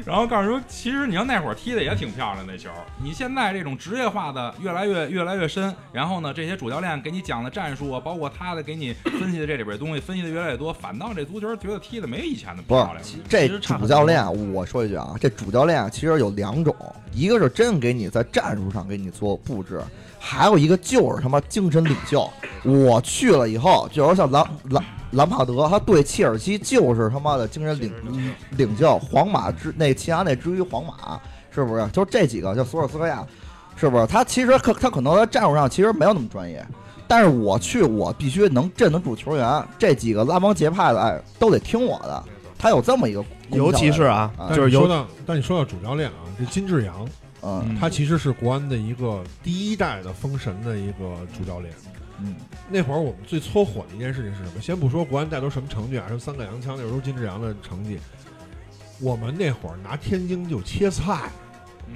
Speaker 5: 然后告诉说，其实你要那会儿踢的也挺漂亮那球，你现在这种职业化的越来越越来越深，然后呢，这些主教练给你讲的战术啊，包括他的给你分析的这里边东西，分析的越来越多，反倒这足球觉得踢的没以前的
Speaker 6: 不是
Speaker 5: 漂亮。
Speaker 6: 这主教练，我说一句啊，这主教练其实有两种，一个是真给你在战术上给你做布置，还有一个就是他妈精神领袖。我去了以后，就是像兰兰兰帕德，他对切尔西就是他妈的精神领领袖，皇马之那齐达内之于皇马，是不是？就是这几个，就索尔斯克亚，是不是？他其实可他可能在战术上其实没有那么专业。但是我去，我必须能镇得住球员，这几个拉帮结派的，哎，都得听我的。他有这么一个功效
Speaker 8: 尤
Speaker 6: 在
Speaker 8: 其是啊
Speaker 6: 啊
Speaker 7: 但
Speaker 8: 就是
Speaker 7: 你
Speaker 8: 有
Speaker 7: 说到，但你说到主教练啊，这金志扬，
Speaker 6: 嗯
Speaker 7: 他其实是国安的一个第一代的封神的一个主教练。
Speaker 6: 嗯，
Speaker 7: 那会儿我们最搓火的一件事情是什么？先不说国安带都什么成绩啊，什么三个洋枪，那时候金志扬的成绩，我们那会儿拿天津就切菜，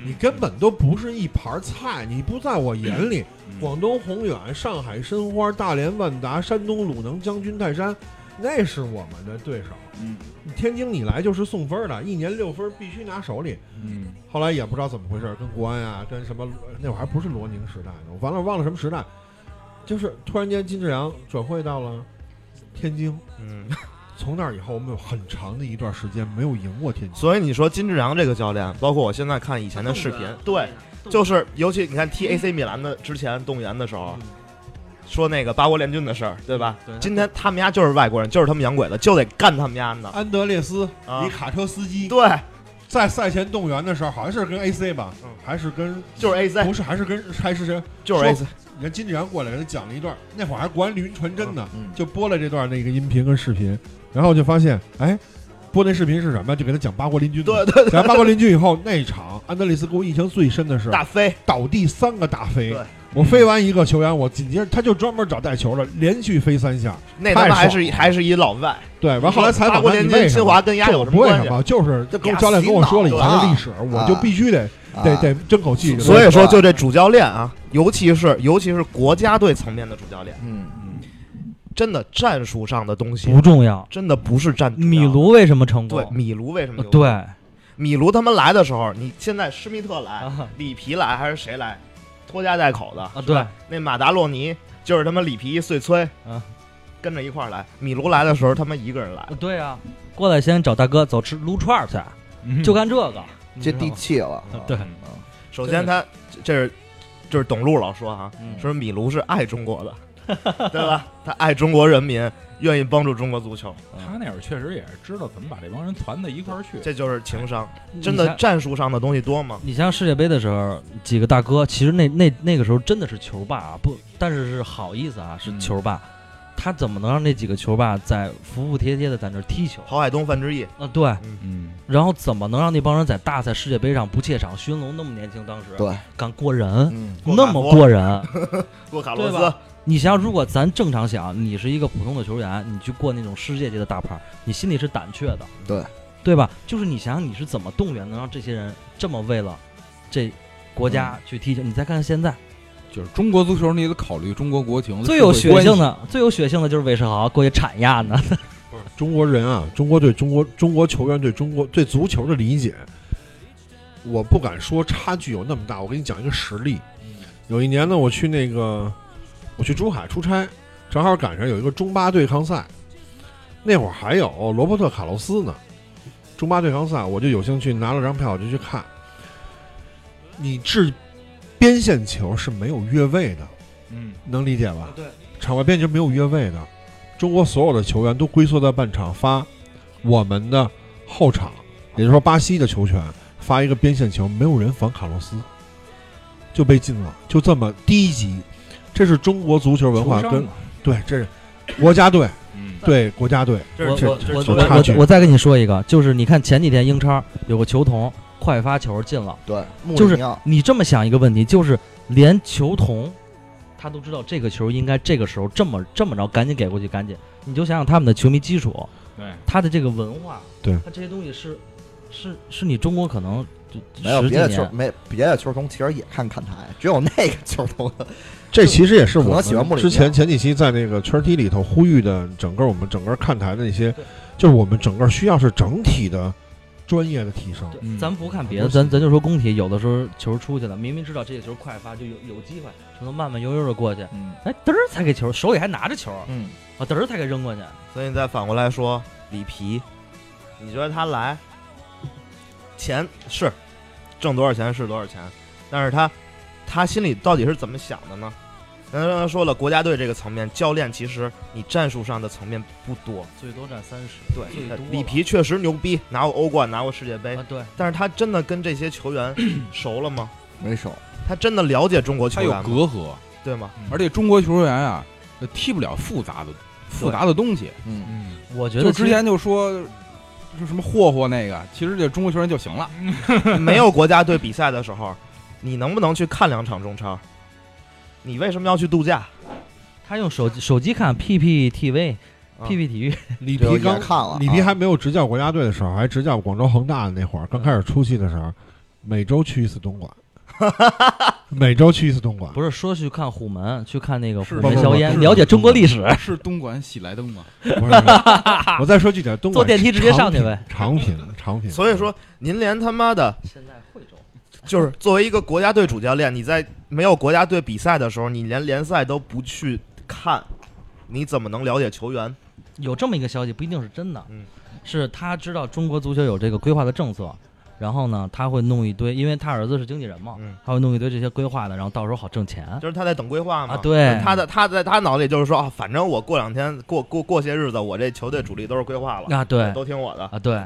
Speaker 7: 你根本都不是一盘菜，你不在我眼里。广东宏远、上海申花、大连万达、山东鲁能、将军泰山，那是我们的对手。
Speaker 6: 嗯，
Speaker 7: 天津你来就是送分的，一年六分必须拿手里。
Speaker 5: 嗯，
Speaker 7: 后来也不知道怎么回事，跟国安啊，跟什么那会儿还不是罗宁时代呢，我完了忘了什么时代，就是突然间金志扬转会到了天津，
Speaker 8: 嗯，
Speaker 7: 从那儿以后我们有很长的一段时间没有赢过天津。
Speaker 8: 所以你说金志扬这个教练，包括我现在看以前的视频，对，就是尤其你看踢 AC 米兰的之前动员的时
Speaker 10: 嗯
Speaker 8: 候，说那个八国联军的事儿，对吧？今天他们家就是外国人，就是他们洋鬼子，就得干他们家的。
Speaker 7: 安德烈斯，
Speaker 8: 啊
Speaker 7: 一卡车司机，
Speaker 8: 对，
Speaker 7: 在赛前动员的时候，好像是跟 AC 吧，还是跟
Speaker 8: 嗯就是 AC，
Speaker 7: 不是还是跟还是谁？
Speaker 8: 就是 AC
Speaker 7: 说。你看金志扬过来给他讲了一段，那会儿还国安云传真呢，
Speaker 8: 嗯
Speaker 7: 就播了这段那个音频跟视频，然后就发现，哎，播那视频是什么？就给他讲八国联军。对
Speaker 8: 对对
Speaker 7: 讲八国联军以后，那一场安德烈斯给我印象最深的是
Speaker 8: 大飞
Speaker 7: 倒地三个大飞。我飞完一个球员，我紧接着他就专门找带球了，连续飞三下，
Speaker 8: 那他
Speaker 7: 太
Speaker 8: 妈还
Speaker 7: 爽
Speaker 8: 是
Speaker 7: 了
Speaker 8: 还是一老外。
Speaker 7: 对，完后来采
Speaker 8: 八
Speaker 7: 访
Speaker 8: 国
Speaker 7: 他你
Speaker 8: 联
Speaker 7: 为
Speaker 8: 军、
Speaker 7: 什
Speaker 8: 侵
Speaker 7: 么
Speaker 8: 华跟丫
Speaker 7: 这
Speaker 8: 有
Speaker 7: 我
Speaker 8: 什
Speaker 7: 不
Speaker 8: 么
Speaker 7: 为
Speaker 8: 关
Speaker 7: 什
Speaker 8: 系？啊
Speaker 7: 么，就是
Speaker 8: 就
Speaker 7: 跟
Speaker 8: 给
Speaker 7: 我
Speaker 8: 他
Speaker 7: 教练跟我说了以
Speaker 8: 洗
Speaker 7: 前
Speaker 8: 脑对吧
Speaker 7: 的历史，我就必须得
Speaker 8: 啊
Speaker 7: 得得争口气。
Speaker 8: 所以说，就这主教练啊，尤其是尤其是国家队层面的主教练，
Speaker 6: 嗯
Speaker 8: 真的战术上的东西
Speaker 10: 不重要，
Speaker 8: 真的不是战。啊
Speaker 10: 米卢为什么成功？
Speaker 8: 对，米卢为什么
Speaker 10: 呃
Speaker 8: 牛？
Speaker 10: 对，
Speaker 8: 米卢他们来的时候，你现在施密特
Speaker 10: 啊
Speaker 8: 来、里皮来还是谁来？拖家带口的啊
Speaker 10: 对，
Speaker 8: 那马达洛尼就是他妈里皮一碎催，
Speaker 10: 啊，
Speaker 8: 跟着一块儿来。米卢来的时候，他妈一个人来，
Speaker 10: 对啊，过来先找大哥走吃撸串儿去，就干这个，
Speaker 6: 嗯接地气了。啊
Speaker 10: 啊
Speaker 6: 嗯
Speaker 10: 对，
Speaker 8: 嗯首先他这是就是董路老说啊，
Speaker 10: 嗯
Speaker 8: 说米卢是爱中国的， 对吧？他爱中国人民，愿意帮助中国足球，
Speaker 5: 他那会儿确实也是知道怎么把这帮人团到一块儿去，
Speaker 8: 这就是情商。
Speaker 5: 你
Speaker 8: 真的
Speaker 5: 像
Speaker 8: 战术上的东西多吗？
Speaker 10: 你像世界杯的时候，几个大哥，其实那那那个时候真的是球霸啊，不，但是是好意思啊，是
Speaker 8: 嗯
Speaker 10: 球霸。他怎么能让那几个球霸在服服帖帖的在那儿踢球？
Speaker 8: 郝海东、范志毅，
Speaker 10: 啊，对，
Speaker 5: 嗯，
Speaker 10: 然后怎么能让那帮人在大赛、世界杯上不怯场？勋龙那么年轻，当时
Speaker 6: 对
Speaker 10: 敢过人，
Speaker 6: 嗯
Speaker 8: 过
Speaker 10: 那
Speaker 8: 卡
Speaker 10: 么
Speaker 8: 罗，
Speaker 10: 过人
Speaker 8: 过卡罗
Speaker 10: 对
Speaker 8: 斯
Speaker 10: 吧？你想想，如果咱正常想，你是一个普通的球员，你去过那种世界级的大牌，你心里是胆怯的，
Speaker 6: 对
Speaker 10: 对吧？就是你想想你是怎
Speaker 7: 嗯
Speaker 10: 么动员能让这些人这么为了这国家去踢球？你再看看现在，
Speaker 11: 就是中国足球，你得考虑中国国情，
Speaker 10: 最有
Speaker 11: 社会
Speaker 10: 血
Speaker 11: 关系
Speaker 10: 性的，最有血性的就是韦世豪过去铲压呢。
Speaker 7: 中国人啊，中国对中国中国球员对中国对足球的理解，我不敢说差距有那么大。我给你讲一个实例，有一年呢，我去那个我去珠海出差，正好赶上有一个中巴对抗赛，那会儿还有罗伯特卡洛斯呢，中巴对抗赛，我就有兴趣拿了张票我就去看。你掷边线球是没有越位的，
Speaker 5: 嗯，
Speaker 7: 能理解吧？对，场外边就没有越位的，中国所有的球员都龟缩在半场发我们的后场，也就是说巴西的球权发一个边线球，没有人防卡洛斯，就被禁了，就这么低级。这是中国足球文化
Speaker 10: 球商
Speaker 7: 跟
Speaker 10: 嘛
Speaker 7: 对，这是国家队，对国家队，
Speaker 10: 我
Speaker 7: 嗯这
Speaker 10: 我我
Speaker 7: 这差
Speaker 10: 我
Speaker 7: 距
Speaker 10: 我。我再跟你说一个，就是你看前几天英超有个球童快发球进了，
Speaker 6: 对穆
Speaker 10: 就
Speaker 6: 里
Speaker 10: 是
Speaker 6: 尼奥
Speaker 10: 你这么想一个问题，就是连球童他都知道这个球应该这个时候这么这么着赶紧给过去，赶紧，你就想想他们的球迷基础，
Speaker 11: 对
Speaker 10: 他的这个文化，
Speaker 7: 对
Speaker 10: 他这些东西是是是你中国可能就
Speaker 6: 没有
Speaker 10: 十几
Speaker 6: 别的
Speaker 10: 年
Speaker 6: 球，没别的球童其实也看看台，只有那个球童。
Speaker 7: 这其实也是
Speaker 6: 可
Speaker 7: 我
Speaker 6: 能喜欢穆
Speaker 7: 们
Speaker 6: 里尼奥
Speaker 7: 之前前几期在那个圈儿踢里头呼吁的，整个我们整个看台的那些，就是我们整个需要是整体的专业的提升。
Speaker 10: 咱不看别的，咱咱就说工体，有的时候球出去了，明明知道这个球快发，就有有机会，球都慢慢悠悠的过去，哎，嘚儿才给球，手里还拿着球，
Speaker 8: 嗯，
Speaker 10: 啊，嘚儿才给扔过去。
Speaker 8: 所以你再反过来说，里皮，你觉得他来钱是挣多少钱是多少钱，但是他他心里到底是怎么想的呢？咱刚才说了，国家队这个层面，教练其实你战术上的层面不多，
Speaker 10: 最多占三十，
Speaker 8: 对
Speaker 10: 最多了啊
Speaker 8: 里皮确实牛逼，拿过欧冠，拿过世界杯，
Speaker 10: 对，
Speaker 8: 但是他真的跟这些球 员熟了吗？
Speaker 6: 没手，
Speaker 8: 他真的了解中国球
Speaker 11: 它
Speaker 8: 员
Speaker 11: 有
Speaker 8: 吗？
Speaker 11: 隔阂，
Speaker 8: 对吗？
Speaker 10: 嗯
Speaker 11: 而且中国球员啊，呃踢不了复杂的复杂的东西。
Speaker 6: 嗯
Speaker 11: 嗯，
Speaker 10: 我觉
Speaker 11: 就
Speaker 10: 得
Speaker 11: 之前就说就什么霍霍那个，其实这中国球员就行了。
Speaker 8: 没有国家队比赛的时候，你能不能去看两场中超？你为什么要去度假？
Speaker 10: 他用手机手机看 PPTV、PP 体育，
Speaker 7: 里皮刚里
Speaker 10: 啊
Speaker 7: 皮还没有执教国家队的时候，还执教广州恒大的那会儿，刚开始出去的时候，每周去一次东莞，每周去一次东莞。
Speaker 10: 不是说去看虎门，去看那个虎
Speaker 11: 是
Speaker 10: 门
Speaker 11: 是
Speaker 10: 硝
Speaker 11: 是
Speaker 10: 烟，了解中国历史。
Speaker 11: 是东莞喜来登吗？
Speaker 7: 不是我再说句点，东莞
Speaker 10: 坐电梯直接上去呗。
Speaker 7: 长品，长品。
Speaker 8: 所以说，您连他妈的现在惠州，就是作为一个国家队主教练，你在没有国家队比赛的时候，你连联赛都不去看，你怎么能了解球员？嗯
Speaker 10: 有这么一个消息，不一定是真的，是他知道中国足球有这个规划的政策，然后呢，他会弄一堆，因为他儿子是经纪人嘛，他会弄一堆这些规划的，然后到时候好挣钱。
Speaker 8: 就是他在等规划嘛。
Speaker 10: 啊对
Speaker 8: 他的他在他脑子里就是说啊，反正我过两天过过过些日子，我这球队主力都是规划了
Speaker 10: 啊对
Speaker 8: 都听我的
Speaker 10: 啊对。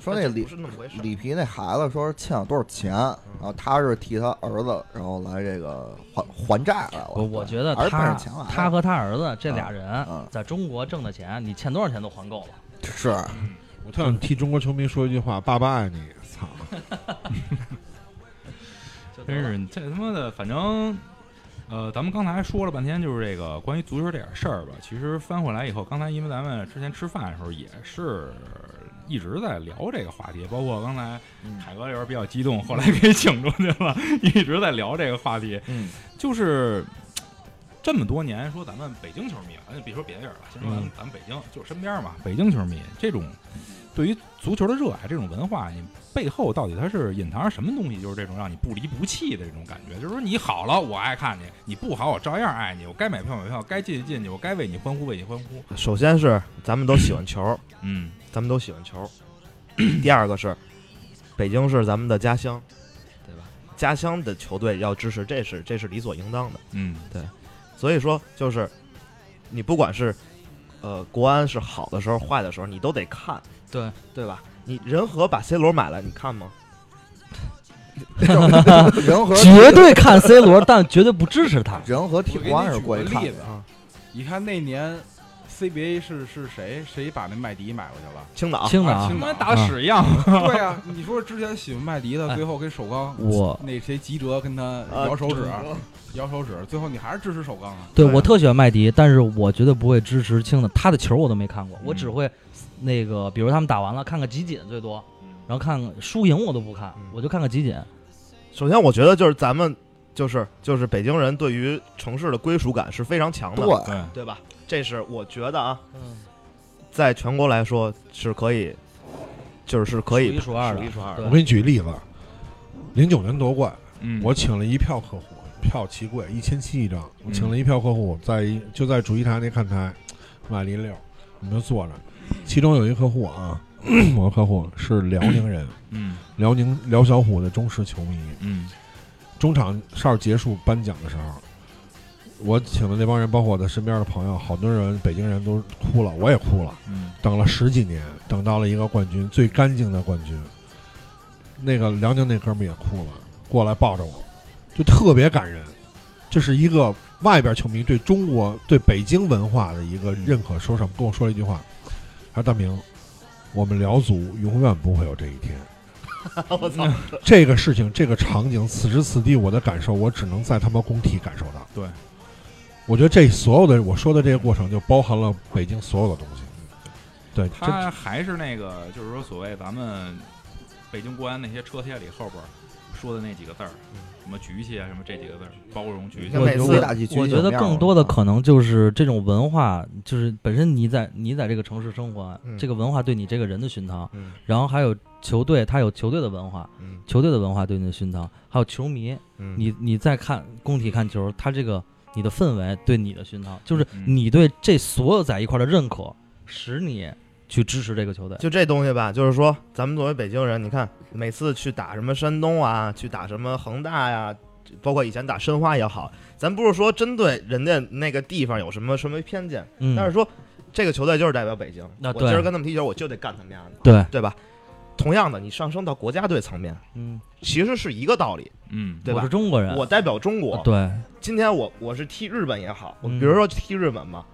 Speaker 6: 说那里
Speaker 8: 不是那么回事。嗯
Speaker 6: 里皮那孩子说是欠了多少钱，然后他是替他儿子，然后来这个还还债来了。
Speaker 10: 我我觉得
Speaker 6: 还是奔
Speaker 10: 他
Speaker 6: 着钱来啊的
Speaker 10: 他和他儿子这俩人在中国挣的钱，你欠多少钱都还够了。
Speaker 6: 是，
Speaker 7: 我特想替中国球迷说一句话：爸爸爱你。 操！
Speaker 5: 真是这他妈的，反正，呃，咱们刚才说了半天，就是这个关于足球这点事儿吧。其实翻回来以后，刚才因为咱们之前吃饭的时候也是一直在聊这个话题，包括刚才凯哥有点比较激动，后来给请出去了，一直在聊这个话题。
Speaker 6: 嗯，
Speaker 5: 就是这么多年，说咱们北京球迷吧，咱就别说别的地儿了，先说咱们
Speaker 11: 嗯
Speaker 5: 咱们北京，就是身边嘛，北京球迷这种对于足球的热爱，这种文化，你背后到底它是隐藏着什么东西？就是这种让你不离不弃的这种感觉，就是说你好了，我爱看你；你不好，我照样爱你。我该买票买票，该进进去，我该为你欢呼为你欢呼。
Speaker 8: 首先是咱们都喜欢球，
Speaker 5: 嗯，
Speaker 8: 咱们都喜欢球。 第二个是，北京是咱们的家乡，对吧？家乡的球队要支持，这是这是理所应当的。
Speaker 5: 嗯，
Speaker 8: 对。所以说，就是你不管是呃国安是好的时候、坏的时候，你都得看，
Speaker 10: 对
Speaker 8: 对吧？你仁和把 C 罗买了，你看 吗？
Speaker 6: 仁和
Speaker 10: 绝对看 C 罗，但绝对不支持他。
Speaker 6: 仁和
Speaker 11: 我给你举个例子
Speaker 8: 啊，
Speaker 11: 你看那年 CBA 是是谁谁把那麦迪买过去了？
Speaker 8: 青岛
Speaker 10: 青岛
Speaker 11: 啊青
Speaker 10: 青岛
Speaker 11: 岛打屎一样。
Speaker 10: 啊
Speaker 11: 对呀，你说之前喜欢麦迪的，最后跟首钢
Speaker 10: 哎我啊
Speaker 11: 那谁吉哲跟他摇手指，摇手指，最后你还是支持首钢啊？
Speaker 10: 对我特喜欢麦迪，但是我绝对不会支持青的，他的球我都没看
Speaker 6: 嗯
Speaker 10: 过，我只会那个，比如他们打完了看看集锦最
Speaker 8: 嗯
Speaker 10: 多，然后看看输赢我都不看，我就看看集锦。
Speaker 8: 首先，我觉得就是咱们就是就是北京人对于城市的归属感是非常强的，
Speaker 6: 对对
Speaker 8: 对吧？这是我觉得啊，
Speaker 10: 嗯
Speaker 8: 在全国来说是可以，就是是可以
Speaker 7: 数一数
Speaker 8: 二数一数二的。
Speaker 7: 我给你举例子，零九年夺冠，
Speaker 5: 嗯
Speaker 7: 我请了一票客户，票奇贵，一千七一张，我
Speaker 5: 嗯
Speaker 7: 请了一票客户，在一就在主席台那看台买了一溜儿，我们就坐着，其中有一客户啊， 我的客户是辽宁人，
Speaker 5: 嗯，
Speaker 7: 辽宁辽小虎的忠实球迷，
Speaker 5: 嗯，
Speaker 7: 中场哨结束颁奖的时候。我请的那帮人，包括我的身边的朋友，好多人北京人都哭了，我也哭了。
Speaker 5: 嗯
Speaker 7: 等了十几年，等到了一个冠军，最干净的冠军。那个辽宁那哥们儿也哭了，过来抱着我，就特别感人。这是一个外边球迷对中国、对北京文化的一个认可。说什么？跟我说了一句话，他说：“大明，我们辽足永远不会有这一天。”
Speaker 8: 我
Speaker 7: 嗯
Speaker 8: 操！
Speaker 7: 这个事情，这个场景，此时此地我的感受，我只能在他妈工体感受到。
Speaker 5: 对，
Speaker 7: 我觉得这所有的我说的这个过程，就包含了北京所有的东西。对，这
Speaker 5: 他还是那个，就是说所谓咱们北京国安那些车贴里后边说的那几个字儿，什么局气啊，什么这几个字儿，包容局气。
Speaker 10: 我觉得我觉得更多的可能就是这种文化，就是本身你在你在这个城市生活，
Speaker 8: 嗯
Speaker 10: 这个文化对你这个人的熏陶，
Speaker 8: 嗯
Speaker 10: 然后还有球队，它有球队的文化，
Speaker 8: 嗯
Speaker 10: 球队的文化对你的熏陶，还有球迷，
Speaker 8: 嗯
Speaker 10: 你你在看工体看球，它这个你的氛围对你的熏陶，就是
Speaker 8: 嗯
Speaker 10: 你对这所有在一块儿的认可，使你去支持这个球队。
Speaker 8: 就这东西吧，就是说，咱们作为北京人，你看每次去打什么山东啊，去打什么恒大呀、包括以前打申花也好，咱不是说针对人家那个地方有什么什么偏见，
Speaker 10: 嗯
Speaker 8: 但是说这个球队就是代表北京，
Speaker 10: 那
Speaker 8: 我
Speaker 10: 对
Speaker 8: 今儿跟他们踢球，我就得干他们家的，
Speaker 10: 对
Speaker 8: 对吧？同样的，你上升到国家队层面，
Speaker 10: 嗯，
Speaker 8: 其实是一个道理，
Speaker 5: 嗯
Speaker 8: 对吧？
Speaker 10: 我是中国人
Speaker 8: 我代表中国，
Speaker 10: 对。
Speaker 8: 今天我我是踢日本也好，我
Speaker 10: 嗯
Speaker 8: 比如说踢日本嘛，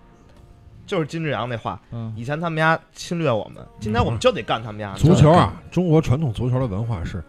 Speaker 8: 就是金志扬那话，
Speaker 10: 嗯
Speaker 8: 以前他们家侵略我
Speaker 6: 嗯
Speaker 8: 们，今天我们就得干他们家。
Speaker 7: 足球啊，中国传统足球的文化是，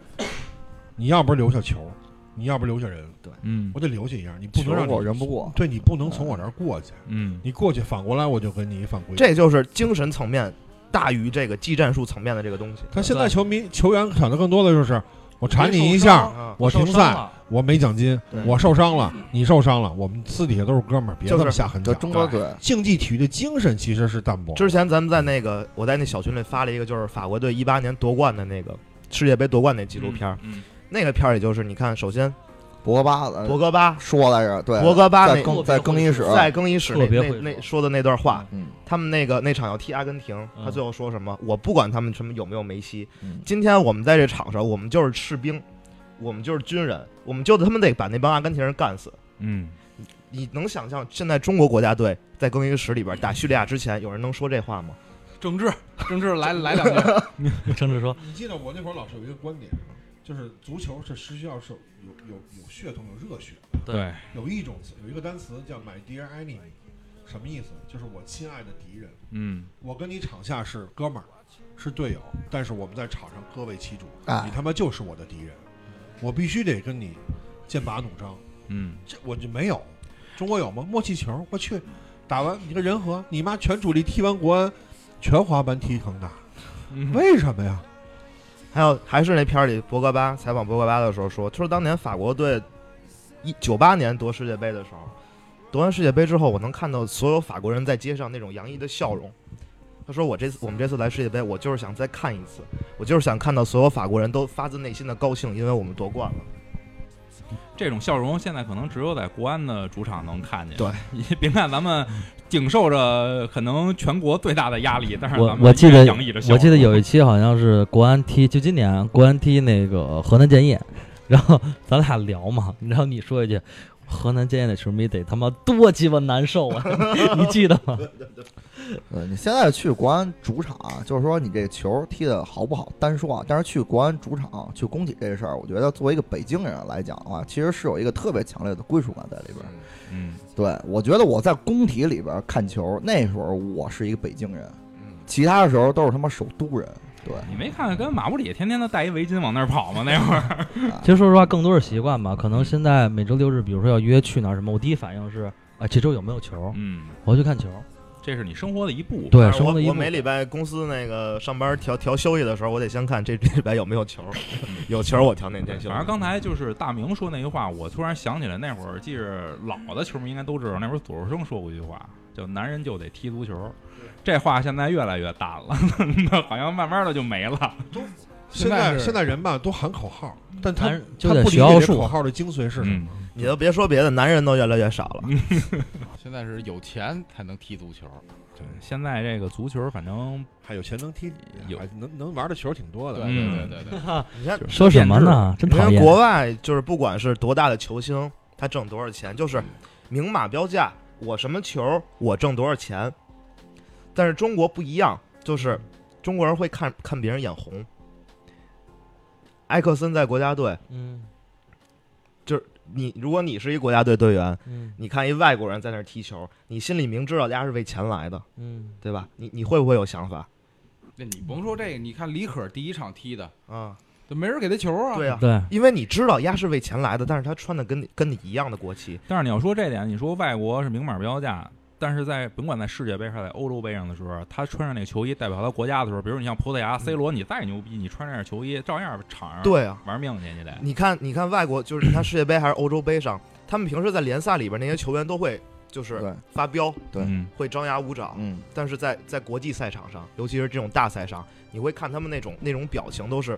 Speaker 7: 你要不是留下球，你要不留下人，
Speaker 8: 对，
Speaker 5: 嗯，
Speaker 7: 我得留下一样，你不能让
Speaker 6: 球过
Speaker 7: 你
Speaker 6: 人不过
Speaker 7: 对你不能从我这儿过去，
Speaker 5: 嗯，
Speaker 7: 你过去反过来我就给你一犯规。
Speaker 8: 这就是精神层面大于这个技战术层面的这个东西。
Speaker 7: 他现在球迷球员想的更多的就是，我查你一下，我
Speaker 8: 我受
Speaker 7: 停
Speaker 8: 伤
Speaker 7: 赛
Speaker 8: 了，
Speaker 7: 我没奖金
Speaker 8: 对，
Speaker 7: 我受伤了，你受伤了，我们私底下都是哥们儿，别
Speaker 8: 就
Speaker 7: 这
Speaker 8: 是
Speaker 7: 么下狠脚。
Speaker 8: 就中国队
Speaker 7: 竞技体育的精神其实是淡薄。
Speaker 8: 之前咱们在那个我在那小群里发了一个，就是法国队一八年夺冠的那个世界杯夺冠那纪录片儿，
Speaker 5: 嗯
Speaker 8: 那个片儿也就是你看，首先
Speaker 6: 博格巴，
Speaker 8: 博格巴
Speaker 6: 说来着，对，
Speaker 8: 博格巴
Speaker 6: 在
Speaker 8: 那
Speaker 6: 更在更衣室，
Speaker 8: 在更衣室那那
Speaker 6: 会
Speaker 8: 那说的那段话
Speaker 6: 嗯，
Speaker 8: 他们那个那场要踢阿根廷，
Speaker 6: 嗯
Speaker 8: 他最后说什么？我不管他们什么有没有梅西，今天我们在这场上，我们就是士兵，我们就是军人，我们就他们得把那帮阿根廷人干死。
Speaker 5: 嗯，
Speaker 8: 你能想象现在中国国家队在更衣室里边打叙利亚之前，有人能说这话吗？
Speaker 11: 郑智，郑智来来两 句。
Speaker 10: 郑智说
Speaker 7: 你记得我那会儿老是有一个观点，就是足球是实需要是有有有血统、有热血。
Speaker 5: 对，
Speaker 7: 有一种词，有一个单词叫 “my dear enemy”，什么意思？就是我亲爱的敌人。
Speaker 5: 嗯，
Speaker 7: 我跟你场下是哥们儿，是队友，但是我们在场上各为其主，
Speaker 5: 哎
Speaker 7: 你他妈就是我的敌人，我必须得跟你剑拔弩张。
Speaker 5: 嗯，
Speaker 7: 这我就没有，中国有吗？默契球，我去，打完一个人和，你妈全主力踢完国安，全滑板踢恒大，
Speaker 5: 嗯
Speaker 7: 为什么呀？
Speaker 8: 还有还是那片儿里博格巴采访博格巴的时候说，他说当年法国队一九八年夺世界杯的时候，夺完世界杯之后，我能看到所有法国人在街上那种洋溢的笑容。他说我这次我们这次来世界杯，我就是想再看一次，我就是想看到所有法国人都发自内心的高兴，因为我们夺冠了。
Speaker 5: 这种笑容现在可能只有在国安的主场能看见。
Speaker 8: 对，
Speaker 5: 你别看咱们经受着可能全国最大的压力，但是咱
Speaker 10: 我
Speaker 5: 们
Speaker 10: 我记得
Speaker 5: 依然洋溢着笑容
Speaker 10: 我记得有一期好像是国安踢，就今年啊国安踢那个河南建业，然后咱俩聊嘛，然后你说一句，河南建业的球迷得他妈多鸡巴难受啊， 你记得吗？
Speaker 6: 呃，你现在去国安主场啊，就是说你这球踢的好不好单说啊，但是去国安主场去工体这事儿，我觉得作为一个北京人来讲的话，其实是有一个特别强烈的归属感在里边儿。
Speaker 5: 嗯，
Speaker 6: 对我觉得我在工体里边儿看球，那时候我是一个北京人，其他的时候都是他妈首都人。对，
Speaker 5: 你没看跟马布里天天的戴一围巾往那儿跑吗？那会 儿，
Speaker 6: 啊
Speaker 10: 其实说实话，更多是习惯吧。可能现在哎每周六日，比如说要约去哪儿什么，我第一反应是啊，这周有没有球？
Speaker 5: 嗯，
Speaker 10: 我要去看球。
Speaker 5: 这是你生活的一部分。
Speaker 8: 我我每礼拜公司那个上班调调休息的时候，我得先看这这礼拜有没有球， 有球我调哪天休。
Speaker 5: 反正刚才就是大明说那句话，我突然想起来，那会儿记着老的球迷应该都知道，那会儿左树生说过一句话，叫“男人就得踢足球”，这话现在越来越淡了， 好像慢慢的就没了。
Speaker 7: 现
Speaker 5: 在
Speaker 7: 在现在人吧都喊口号，但他
Speaker 5: 男人
Speaker 8: 就
Speaker 7: 他
Speaker 8: 得
Speaker 7: 不理
Speaker 8: 学奥
Speaker 7: 解这
Speaker 8: 数
Speaker 7: 口号的精髓是什么。
Speaker 5: 嗯
Speaker 8: 你都别说别的，男人都越来越少了。
Speaker 11: 现在是有钱才能踢足球，
Speaker 5: 对，现在这个足球反正
Speaker 7: 还有钱能踢，有哎能能玩的球挺多的。啊
Speaker 5: 对对对对对
Speaker 8: 你看
Speaker 10: 说什么呢
Speaker 8: 你
Speaker 10: 真讨厌
Speaker 8: 看国外就是不管是多大的球星，他挣多少钱，就是
Speaker 5: 嗯
Speaker 8: 明码标价，我什么球我挣多少钱。但是中国不一样，就是中国人会看看别人眼红。埃克森在国家队，
Speaker 10: 嗯，
Speaker 8: 就是你如果你是一国家队队员，
Speaker 10: 嗯
Speaker 8: 你看一外国人在那儿踢球，你心里明知道人家是为钱来的，
Speaker 10: 嗯，
Speaker 8: 对吧？你你会不会有想法？
Speaker 11: 那你甭说这个，你看李可第一场踢的
Speaker 8: 啊，
Speaker 11: 就没人给他球啊。
Speaker 8: 对呀、
Speaker 10: 对
Speaker 8: 因为你知道丫是为钱来的，但是他穿的跟你跟你一样的国旗，
Speaker 5: 但是你要说这点，你说外国是明码标价，但是在甭管在世界杯还是在欧洲杯上的时候，他穿上那个球衣代表他国家的时候，比如你像葡萄牙 C 罗，你再牛逼，你穿上球衣照样场上
Speaker 8: 对啊
Speaker 5: 玩命去，你得
Speaker 8: 你看，你看外国，就是你看世界杯还是欧洲杯上，他们平时在联赛里边那些球员都会就是发飙，
Speaker 6: 对
Speaker 5: 嗯
Speaker 8: 会张牙舞爪，
Speaker 6: 嗯，
Speaker 8: 但是在在国际赛场上，尤其是这种大赛上，你会看他们那种那种表情都是，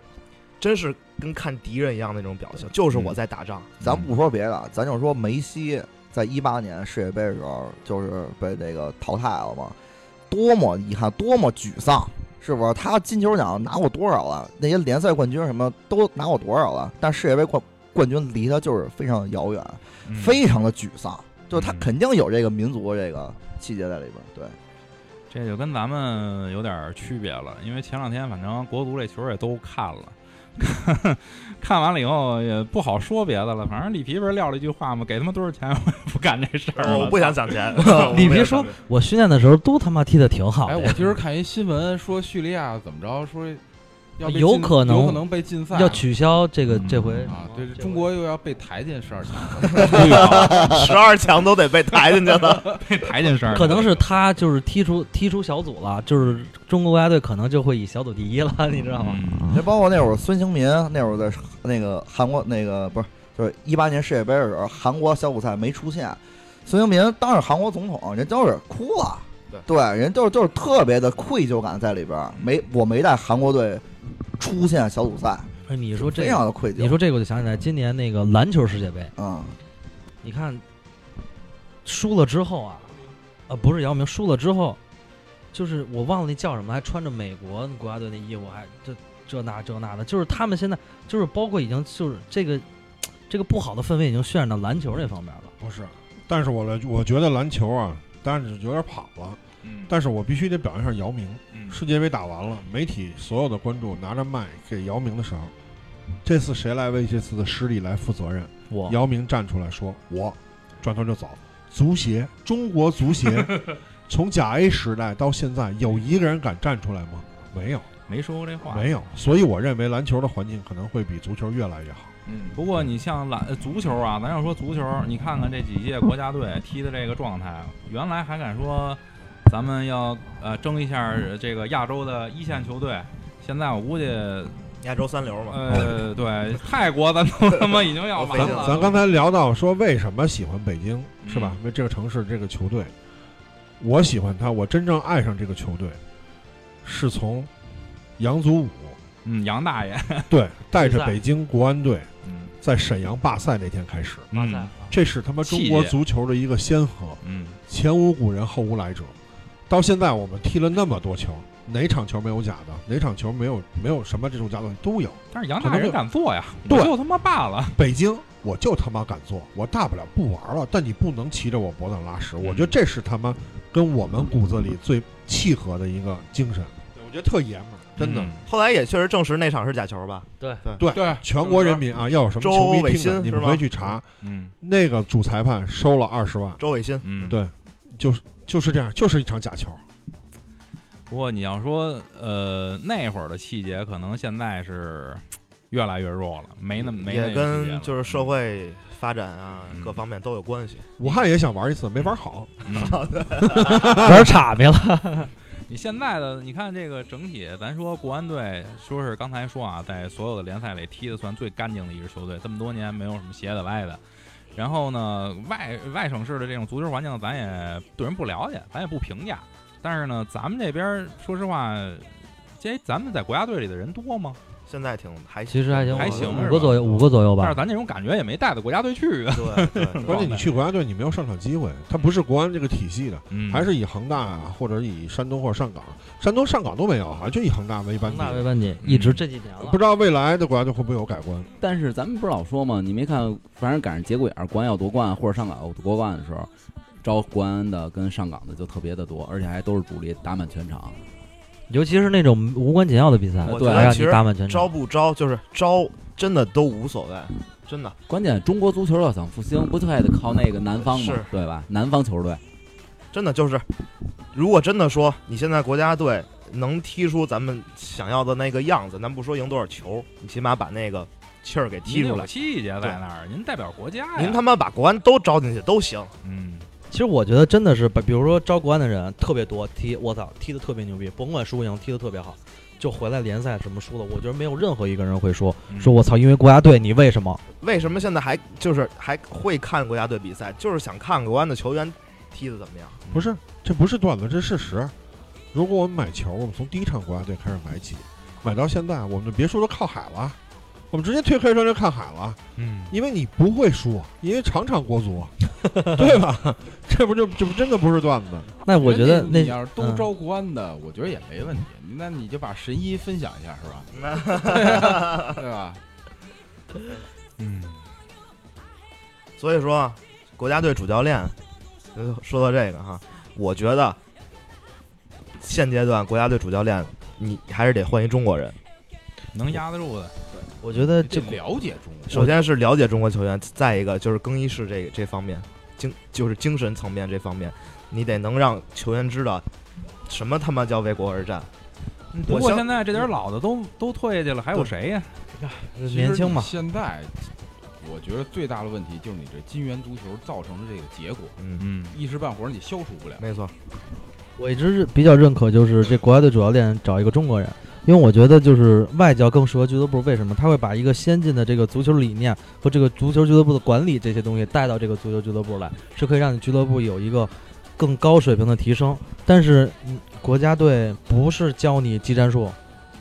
Speaker 8: 真是跟看敌人一样那种表
Speaker 6: 嗯
Speaker 8: 情，就是我在打仗，
Speaker 6: 咱不说别的，啊咱就说梅西在一八年世界杯的时候，就是被这个淘汰了嘛，多么遗憾，多么沮丧，是不是？他金球奖拿过多少了？那些联赛冠军什么都拿过多少了？但世界杯冠冠军离他就是非常遥远，非常的沮丧。就是他肯定有这个民族这个气节在里边，对，
Speaker 5: 这就跟咱们有点区别了，因为前两天反正国足这球也都看了， 看完了以后也不好说别的了。反正里皮不是撂了一句话吗？给他们多少钱我也不干这事儿了，
Speaker 8: 我不想攒 钱，
Speaker 10: 李皮说， 我训练的时候都他妈踢的挺好
Speaker 11: 哎，
Speaker 10: 的
Speaker 11: 我
Speaker 10: 呀，
Speaker 11: 今儿看一新闻说叙利亚怎么着，说要被禁
Speaker 10: 有可能
Speaker 11: 有可能被禁赛，
Speaker 10: 要取消这个这回
Speaker 11: 啊！对，中国又要被抬进十二强
Speaker 8: 啊十二强都得被抬进去 了
Speaker 5: 被抬进十二强
Speaker 10: 可能是他就是踢出踢出小组了，就是中国国家队可能就会以小组第一了，你知道吗？
Speaker 5: 嗯
Speaker 6: 那包括那会儿孙兴民那会儿在那个韩国那个不是就是一八年世界杯的时候，韩国小组赛没出现，孙兴民当上韩国总统，人就是哭了，对，人就是就是特别的愧疚感在里边儿，没我没带韩国队出现小组赛，
Speaker 10: 哎，你说这
Speaker 6: 非常的愧疚。
Speaker 10: 你说这个我就想起来今年那个篮球世界杯，
Speaker 6: 嗯，
Speaker 10: 你看输了之后啊，啊不是姚明输了之后，就是我忘了那叫什么，还穿着美国国家队那衣服，还这这那这那的，就是他们现在就是包括已经就是这个这个不好的氛围已经渲染到篮球这方面了。
Speaker 7: 不是，但是我来我觉得篮球啊，当然是有点跑
Speaker 10: 嗯
Speaker 7: 了，
Speaker 11: 嗯
Speaker 7: 但是我必须得表扬一下姚明。世界杯打完了，媒体所有的关注拿着麦给姚明的时候，这次谁来为这次的失利来负责任？
Speaker 10: 我
Speaker 7: 姚明站出来说：“我。”转头就走。足协，中国足协 从甲 A 时代到现在，有一个人敢站出来吗？没有，
Speaker 5: 没说过这话，
Speaker 7: 没有。所以我认为篮球的环境可能会比足球越来越好。
Speaker 5: 嗯，不过你像篮呃足球啊，咱要说足球，你看看这几届国家队踢的这个状态，啊原来还敢说咱们要呃争一下这个亚洲的一线球队，现在我估计
Speaker 8: 亚洲三流嘛。
Speaker 5: 呃，对，泰国咱都他妈已经要 完
Speaker 7: 哦咱
Speaker 5: 了。嗯
Speaker 7: 咱刚才聊到说为什么喜欢北京是吧？为这个城市这个球队，我喜欢他，我真正爱上这个球队，是从杨祖武
Speaker 5: 嗯，杨大爷
Speaker 7: 对带着
Speaker 5: 比赛
Speaker 7: 北京国安队
Speaker 5: 嗯
Speaker 7: 在沈阳罢赛那天开始。
Speaker 5: 罢赛啊
Speaker 7: 这是他妈中国足球的一个先河。
Speaker 5: 嗯，
Speaker 7: 前无古人后无来者，到现在我们踢了那么多球，哪场球没有假的？哪场球没有没有什么这种假的都有。
Speaker 5: 但是杨
Speaker 7: 可
Speaker 5: 大
Speaker 7: 能
Speaker 5: 人
Speaker 7: 就
Speaker 5: 敢做呀，
Speaker 7: 对
Speaker 5: 我就他妈罢了。
Speaker 7: 北京，我就他妈敢做，我大不了不玩了。但你不能骑着我脖子拉屎，
Speaker 5: 嗯
Speaker 7: 我觉得这是他妈跟我们骨子里最契合的一个精神。我觉得特爷们儿，真的。
Speaker 8: 后来也确实证实那场是假球吧？
Speaker 10: 对
Speaker 7: 对全国人民啊，要有什么球
Speaker 8: 周
Speaker 7: 迷
Speaker 8: 伟
Speaker 7: 听的，
Speaker 8: 新
Speaker 7: 你
Speaker 8: 是
Speaker 7: 们
Speaker 8: 吗
Speaker 7: 回去查。
Speaker 5: 嗯，
Speaker 7: 那个主裁判收了二十万。
Speaker 8: 周伟新，
Speaker 5: 嗯，
Speaker 7: 对，就是就是这样，就是一场假球。
Speaker 5: 不过你要说呃那会儿的气节，可能现在是越来越弱了，没那么没那
Speaker 8: 也
Speaker 5: 个时间
Speaker 8: 跟
Speaker 5: 了
Speaker 8: 就是社会发展啊各方面都有关系。
Speaker 7: 武汉也想玩一次，没玩好，
Speaker 10: 玩岔劈了。
Speaker 5: 嗯 你现在的你看这个整体，咱说国安队说是刚才说啊，在所有的联赛里踢的算最干净的一支球队，这么多年没有什么斜的歪的。然后呢，外外省市的这种足球环境，咱也对人不了解，咱也不评价。但是呢，咱们这边儿说实话，这咱们在国家队里的人多吗？
Speaker 8: 现在挺还
Speaker 10: 其实还行
Speaker 5: 还
Speaker 10: 五
Speaker 5: 行
Speaker 10: 五
Speaker 5: 是
Speaker 10: 个
Speaker 5: 吧
Speaker 10: 左右五个左右吧
Speaker 5: 但是咱这种感觉也没带到国家队去啊。
Speaker 7: 关键你去国家队，你没有上场机会，他不是国安这个体系的，
Speaker 5: 嗯
Speaker 7: 还是以恒大啊或者以山东或者上港，山东、上港都没有，好像就以恒大为班
Speaker 10: 恒
Speaker 7: 底。
Speaker 10: 大为班底一直这几年了
Speaker 7: 不知道未来的国家队会不会有改观？
Speaker 9: 但是咱们不是老说嘛，你没看，反正赶上节骨眼儿，国安要夺冠或者上港要夺冠的时候，招国安的跟上港的就特别的多，而且还都是主力打满全场。
Speaker 10: 尤其是那种无关紧要的比赛，
Speaker 8: 我觉
Speaker 10: 呃对，
Speaker 8: 得
Speaker 10: 让
Speaker 8: 其
Speaker 10: 你
Speaker 8: 实
Speaker 10: 打满全场。
Speaker 8: 招不招就是招，真的都无所谓，真的。
Speaker 9: 关键中国足球要想复兴，不就还得靠那个南方吗
Speaker 8: 是？
Speaker 9: 对吧？南方球队，
Speaker 8: 真的就是，如果真的说你现在国家队能踢出咱们想要的那个样子，咱不说赢多少球，你起码把那个气儿给踢
Speaker 5: 您
Speaker 8: 出
Speaker 5: 有
Speaker 8: 来。
Speaker 5: 气节在那儿，您代表国家呀。
Speaker 8: 您他妈把国安都招进去都行。
Speaker 5: 嗯，
Speaker 10: 其实我觉得真的是，比比如说招国安的人特别多，踢我操踢的特别牛逼，甭管输赢踢的特别好，就回来联赛什么输了，我觉得没有任何一个人会说
Speaker 8: 嗯
Speaker 10: 说我操，因为国家队你为什么？
Speaker 8: 为什么现在还就是还会看国家队比赛？就是想看国安的球员踢的怎么样。
Speaker 7: 不是，这不是段子，这是事实。如果我们买球，我们从第一场国家队开始买起，买到现在，我们的别墅都靠海了，我们直接推开窗就看海了。
Speaker 5: 嗯，
Speaker 7: 因为你不会输，因为场场国 足，对吧？这不就这不真的不是段子。
Speaker 10: 那我觉得那嗯
Speaker 11: 你要是都
Speaker 5: 嗯
Speaker 11: 招国安的，我觉得也没问题。那你就把神医分享一下是 吧？对吧？
Speaker 5: 嗯，
Speaker 8: 所以说，国家队主教练，呃说到这个哈，我觉得现阶段国家队主教练，你还是得换一中国人。
Speaker 5: 能压得住的。对，
Speaker 10: 我觉得
Speaker 11: 这了解中国，
Speaker 8: 首先是了解中国球员，再一个就是更衣室这这方面，精就是精神层面这方面，你得能让球员知道什么他妈叫为国而战。
Speaker 5: 嗯不
Speaker 8: 我
Speaker 5: 过
Speaker 8: 相
Speaker 5: 现在这点老的都都退下去了，还有谁呀？
Speaker 11: 其实你现在我觉得最大的问题就是你这金元足球造成的这个结果，
Speaker 8: 嗯
Speaker 5: 嗯，
Speaker 11: 一时半会儿你消除不了。
Speaker 8: 没错，
Speaker 10: 我一直是比较认可，就是这国家队主教练找一个中国人，因为我觉得就是外教更适合俱乐部。为什么？他会把一个先进的这个足球理念和这个足球俱乐部的管理这些东西带到这个足球俱乐部来，是可以让你俱乐部有一个更高水平的提升。但是嗯国家队不是教你技战术，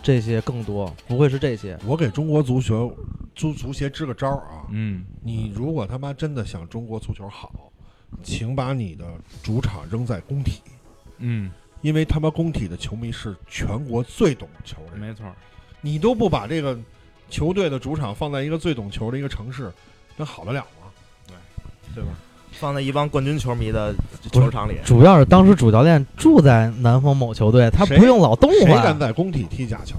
Speaker 10: 这些更多不会是这些。
Speaker 7: 我给中国足球足足协支个招儿啊，
Speaker 5: 嗯，
Speaker 7: 你如果他妈真的想中国足球好，请把你的主场扔在工体，
Speaker 5: 嗯，
Speaker 7: 因为他妈工体的球迷是全国最懂球的人，
Speaker 5: 没错。
Speaker 7: 你都不把这个球队的主场放在一个最懂球的一个城市，那好得了吗？对，对吧？
Speaker 8: 放在一帮冠军球迷的球场里，
Speaker 10: 主要是当时主教练住在南方某球队，他
Speaker 7: 谁
Speaker 10: 不用老动
Speaker 7: 谁
Speaker 10: 换嗯
Speaker 7: 敢。在工体踢假球？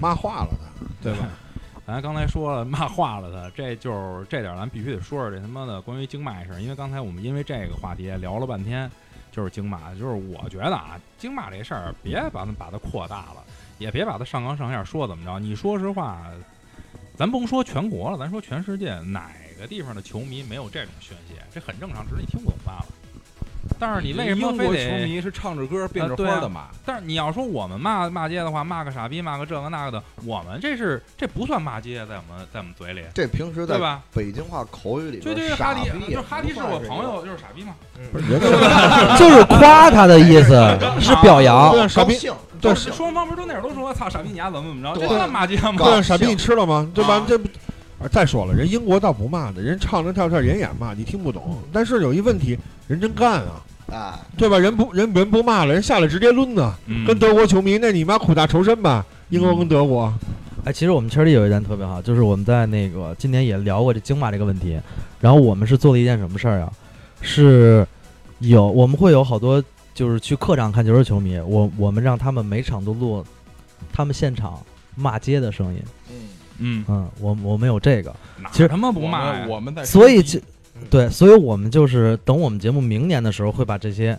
Speaker 7: 骂化了他，对吧？
Speaker 5: 咱刚才说了，骂化了他，这就是这点，咱必须得说说这他妈的关于经脉事儿，因为刚才我们因为这个话题聊了半天，就是经脉，就是我觉得啊，经脉这事儿别把它把它扩大了，也别把它上纲上线儿说怎么着。你说实话，咱甭说全国了，咱说全世界哪个地方的球迷没有这种宣泄，这很正常，只是你听不懂罢了。但是你为什么
Speaker 11: 英
Speaker 5: 非
Speaker 11: 国
Speaker 5: 得
Speaker 11: 球迷是唱着歌变着
Speaker 5: 呃对
Speaker 11: 花
Speaker 5: 啊
Speaker 11: 的骂？
Speaker 5: 但是你要说我们骂骂街的话，骂个傻逼，骂个这个那个的，我们这是这不算骂街，在我们在我们嘴里，
Speaker 6: 这平时在
Speaker 5: 对吧？
Speaker 6: 北京话口语里
Speaker 5: 就
Speaker 6: 边，
Speaker 5: 这个哈
Speaker 6: 傻
Speaker 5: 迪，
Speaker 6: 逼
Speaker 5: 就
Speaker 6: 也
Speaker 5: 是哈迪
Speaker 6: 不
Speaker 5: 是
Speaker 6: 算
Speaker 5: 我
Speaker 6: 是一
Speaker 5: 朋
Speaker 6: 个嗯
Speaker 5: 友，就是傻逼嘛。
Speaker 10: 就是夸他的意思，是表扬。
Speaker 7: 对啊傻逼对
Speaker 5: 都是双方不是都那会儿都说操傻逼你丫怎么怎么着，这算骂街吗？
Speaker 7: 对啊，傻逼，你吃了吗？对吧？这不，啊再说了，人英国倒不骂的，人唱着跳跳人也骂，你听不懂。但是有一问题，人真干啊，
Speaker 6: 哎，
Speaker 7: 对吧？人不人人不骂了，人下来直接抡呢，跟德国球迷那你妈苦大仇深吧？英国跟德国，
Speaker 10: 哎，其实我们圈里有一件特别好，就是我们在那个今年也聊过这京马这个问题，然后我们是做了一件什么事儿啊？是有我们会有好多就是去客场看球的球迷，我我们让他们每场都录他们现场骂街的声音。
Speaker 5: 嗯
Speaker 10: 嗯，我我们有这个，
Speaker 5: 哪
Speaker 10: 其实
Speaker 5: 他妈不骂
Speaker 11: 我
Speaker 5: 呀
Speaker 11: 们我们在
Speaker 10: 所以
Speaker 11: 这
Speaker 10: 就
Speaker 8: 嗯
Speaker 10: 对，所以我们就是等我们节目明年的时候会把这些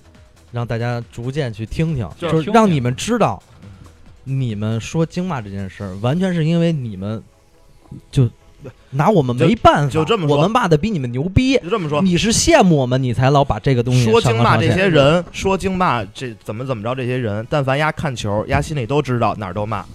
Speaker 10: 让大家逐渐去听听，
Speaker 11: 就是
Speaker 10: 就是
Speaker 11: 听
Speaker 10: 让
Speaker 11: 听
Speaker 8: 嗯
Speaker 10: 你们知道，你们说京骂这件事儿，完全是因为你们就拿我们没办法，
Speaker 8: 就这么说
Speaker 10: 我们骂的比你们牛逼，
Speaker 8: 就这么说
Speaker 10: 你是羡慕我们，你才老把这个东西
Speaker 8: 说
Speaker 10: 上
Speaker 8: 经
Speaker 10: 纲
Speaker 8: 骂
Speaker 10: 上
Speaker 8: 这
Speaker 10: 线
Speaker 8: 些人，说经骂这怎么怎么着这些人，但凡丫看球，丫心里都知道哪儿都骂，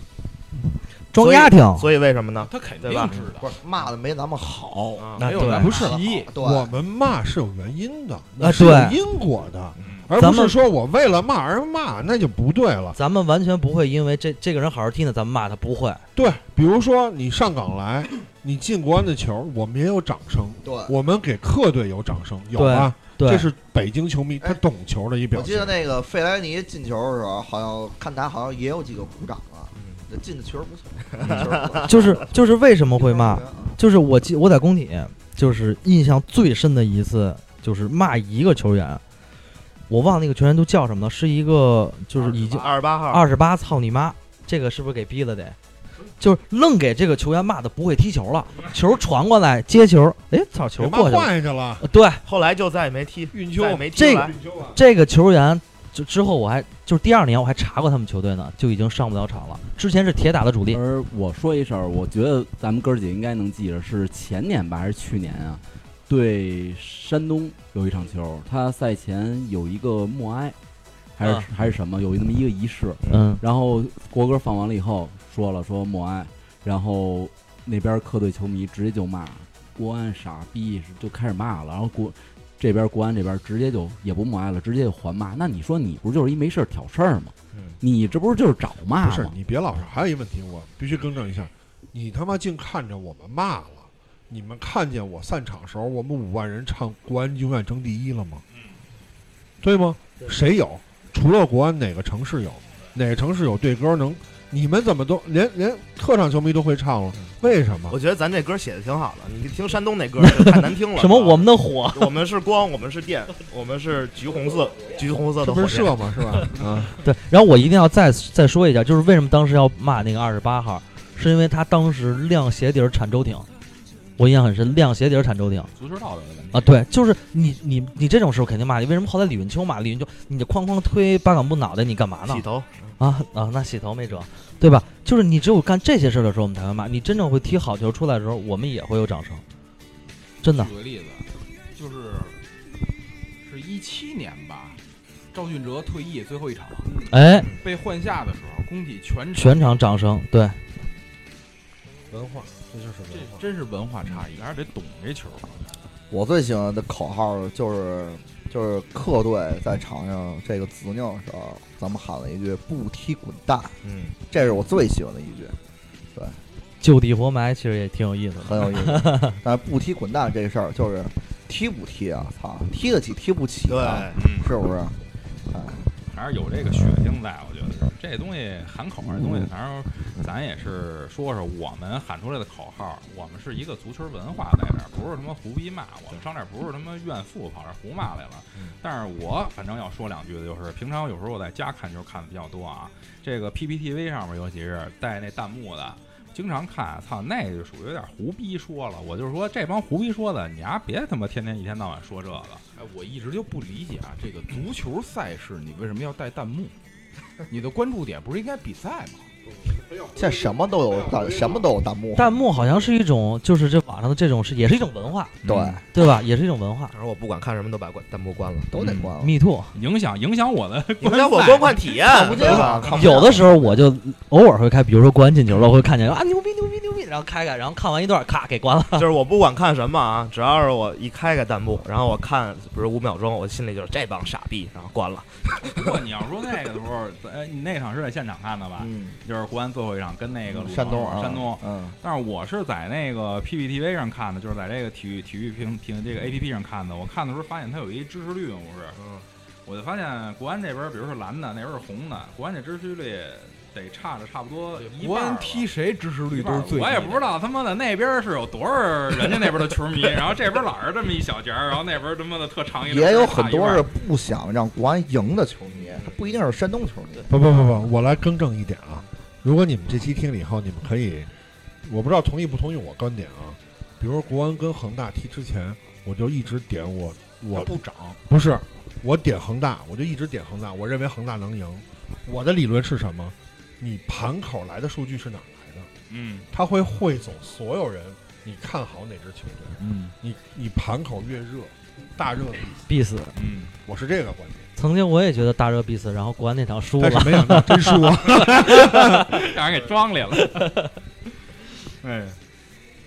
Speaker 10: 装
Speaker 8: 所以
Speaker 10: 丫挺
Speaker 8: 所以为什么呢？
Speaker 7: 他肯
Speaker 8: 定知
Speaker 6: 不是骂的没咱们好，
Speaker 10: 啊
Speaker 7: 没有
Speaker 6: 咱
Speaker 7: 人
Speaker 6: 们
Speaker 7: 不
Speaker 6: 骂
Speaker 7: 是
Speaker 6: 得好对，
Speaker 7: 我们骂是有原因的，
Speaker 10: 啊
Speaker 7: 是有
Speaker 10: 对
Speaker 7: 因果的，而
Speaker 10: 咱
Speaker 7: 不
Speaker 10: 们
Speaker 7: 是说我为了骂而骂，那就不对了。
Speaker 10: 咱们完全不会因为这这个人好好踢呢，咱们骂他不会。
Speaker 7: 对，比如说你上港来，你进国安的球，我们也有掌声，
Speaker 6: 对
Speaker 7: 我们给客队有掌声，有吧？
Speaker 10: 对对
Speaker 7: 这是北京球迷他懂球的一表
Speaker 6: 我记得
Speaker 7: 现。
Speaker 6: 那个费莱尼进球的时候，好像看台好像也有几个鼓掌啊，这进的确实不错，进的确实不错
Speaker 10: 就是就是为什么会骂？就是我记我在工体，就是印象最深的一次，就是骂一个球员，我忘了那个球员都叫什么了，是一个就是已经
Speaker 8: 二十八号，
Speaker 10: 二十八，操你妈！这个是不是给逼了得？就是愣给这个球员骂的不会踢球了，球传过来接球，哎，操，球
Speaker 8: 给骂
Speaker 10: 过去了，
Speaker 8: 换
Speaker 7: 下去了。
Speaker 10: 对，
Speaker 8: 后来就再也没踢，运
Speaker 7: 球
Speaker 8: 没踢
Speaker 10: 这
Speaker 8: 来
Speaker 10: 个这个球员，就之后我还就是第二年我还查过他们球队呢，就已经上不了场了。之前是铁打的主力。
Speaker 9: 而我说一声，我觉得咱们哥儿几个应该能记着，是前年吧还是去年啊？对山东有一场球，他赛前有一个默哀，还是、
Speaker 10: 啊
Speaker 9: 还是什么，有那么一个仪式。
Speaker 10: 嗯
Speaker 9: 然后国歌放完了以后，说了说默哀，然后那边客队球迷直接就骂国安傻逼，就开始骂了。然后国这边国安这边直接就也不默哀了，直接就还骂。那你说你不就是一没事儿挑事儿吗？
Speaker 10: 嗯
Speaker 9: 你这不是就是找骂吗？
Speaker 7: 嗯不是你别老是，还有一问题，我必须更正一下，你他妈竟看着我们骂了，你们看见我散场时候，我们五万人唱“国安永远争第一”了吗？对吗？谁有？除了国安，哪个城市有？哪个城市有队歌能？你们怎么都连连客场球迷都会唱了？为什么？
Speaker 8: 我觉得咱这歌写的挺好的，你听山东那歌儿就太难听了。
Speaker 10: 什么我们的火
Speaker 8: 我们是光，我们是电，我们是橘红色，橘红色的火
Speaker 7: 这不
Speaker 8: 焰。
Speaker 7: 是射吗是吧啊
Speaker 10: 对，然后我一定要再再说一下，就是为什么当时要骂那个二十八号，是因为他当时亮鞋底儿铲周挺，我印象很深，亮鞋底儿铲周挺。
Speaker 11: 足球道德的问题
Speaker 10: 啊，对，就是你你你这种时候肯定骂你，为什么后来李云秋骂李云秋，你就哐哐推巴岗布脑袋，你干嘛呢？
Speaker 8: 洗头
Speaker 10: 啊啊，那洗头没辙，对吧？就是你只有干这些事儿的时候，我们才会骂。你真正会踢好球出来的时候，我们也会有掌声，真的
Speaker 11: 举个例子，就是是一七年吧，赵俊哲退役最后一场，
Speaker 10: 哎
Speaker 11: 被换下的时候，工体全
Speaker 10: 全场掌声，对，
Speaker 7: 文化，这就是文
Speaker 11: 化，真是文化差异，还是得懂这球。
Speaker 6: 我最喜欢的口号就是就是客队在场上这个执拗的时候，咱们喊了一句“不踢滚蛋”，
Speaker 8: 嗯，
Speaker 6: 这是我最喜欢的一句，对，
Speaker 10: 就地活埋，其实也挺有意思的，
Speaker 6: 很有意 思。但是不踢滚蛋这事儿，就是踢不踢啊？操，踢得起踢不起啊？是不是？哎，
Speaker 5: 还是有这个血性在，我觉得这东西喊口号这东西，反正咱也是说说我们喊出来的口号，我们是一个足球文化在这儿，不是他妈胡逼骂，我们上这儿不是他妈怨妇跑这儿胡骂来了。但是我反正要说两句的就是，平常有时候我在家看球看的比较多啊，这个 PPTV 上面尤其是带那弹幕的。经常看，操，那就属于有点胡逼说了。我就是说，这帮胡逼说的，你丫、别他妈天天一天到晚说这个。
Speaker 11: 哎，我一直就不理解啊，这个足球赛事你为什么要带弹 幕？你的关注点不是应该比赛吗？
Speaker 6: 现在什么都有弹，什么都有弹幕。
Speaker 10: 弹幕好像是一种，就是这网上的这种是也是一种文化，
Speaker 6: 对
Speaker 7: 嗯
Speaker 10: 对吧？也是一种文化。
Speaker 8: 反正我不管看什么都把关弹幕关了，
Speaker 6: 都得关了。
Speaker 10: Me too，
Speaker 5: 影响影 响我的
Speaker 8: 影响我观看体验，对吧？
Speaker 10: 有的时候我就偶尔会开，比如说国安进球了，我会看见啊牛逼牛逼牛逼，然后开开，然后看完一段，咔给关了。
Speaker 8: 就是我不管看什么啊，只要是我一开开弹幕，然后我看不是五秒钟，我心里就是这帮傻逼，然后关了。
Speaker 5: 不过你要说那个的时候，呃，你那场是在现场看的吧？
Speaker 6: 嗯，
Speaker 5: 就是国安最后一场跟那个鲁能
Speaker 6: 山东啊
Speaker 5: 山东。
Speaker 6: 嗯，
Speaker 5: 但是我是在那个 PPTV 上看的，就是在这个体育体育屏屏这个 APP 上看的。我看的时候发现它有一支持率嘛，不是？
Speaker 8: 嗯。
Speaker 5: 我就发现国安这边，比如是蓝的，那边是红的，国安这支持率得差着差不多一
Speaker 11: 国
Speaker 5: 半儿
Speaker 11: 安
Speaker 5: 吧。
Speaker 11: 踢谁支持率都是最低的，
Speaker 5: 我也不知道他妈的那边是有多少人家那边的球迷，然后这边老是这么一小截儿，然后那边他妈的特长一溜儿
Speaker 6: 也有很多
Speaker 5: 差一半
Speaker 6: 是
Speaker 5: 儿
Speaker 6: 不想让国安赢的球迷，他不一定是山东球迷。
Speaker 7: 不不不不，我来更正一点啊！如果你们这期听了以后，你们可以，我不知道同意不同意我观点啊。比如说国安跟恒大踢之前，我就一直点我我
Speaker 11: 不涨，
Speaker 7: 不是我点恒大，我就一直点恒大，我认为恒大能赢。我的理论是什么？你盘口来的数据是哪儿来的？
Speaker 5: 嗯，
Speaker 7: 他会汇总所有人，你看好哪支球队，
Speaker 9: 嗯，
Speaker 7: 你你盘口越热，大热必
Speaker 10: 必死。
Speaker 5: 嗯，
Speaker 7: 我是这个观点。
Speaker 10: 曾经我也觉得大热必死，然后国安那场输了，
Speaker 7: 但是没想到真输了
Speaker 5: 让人给装里了。哎，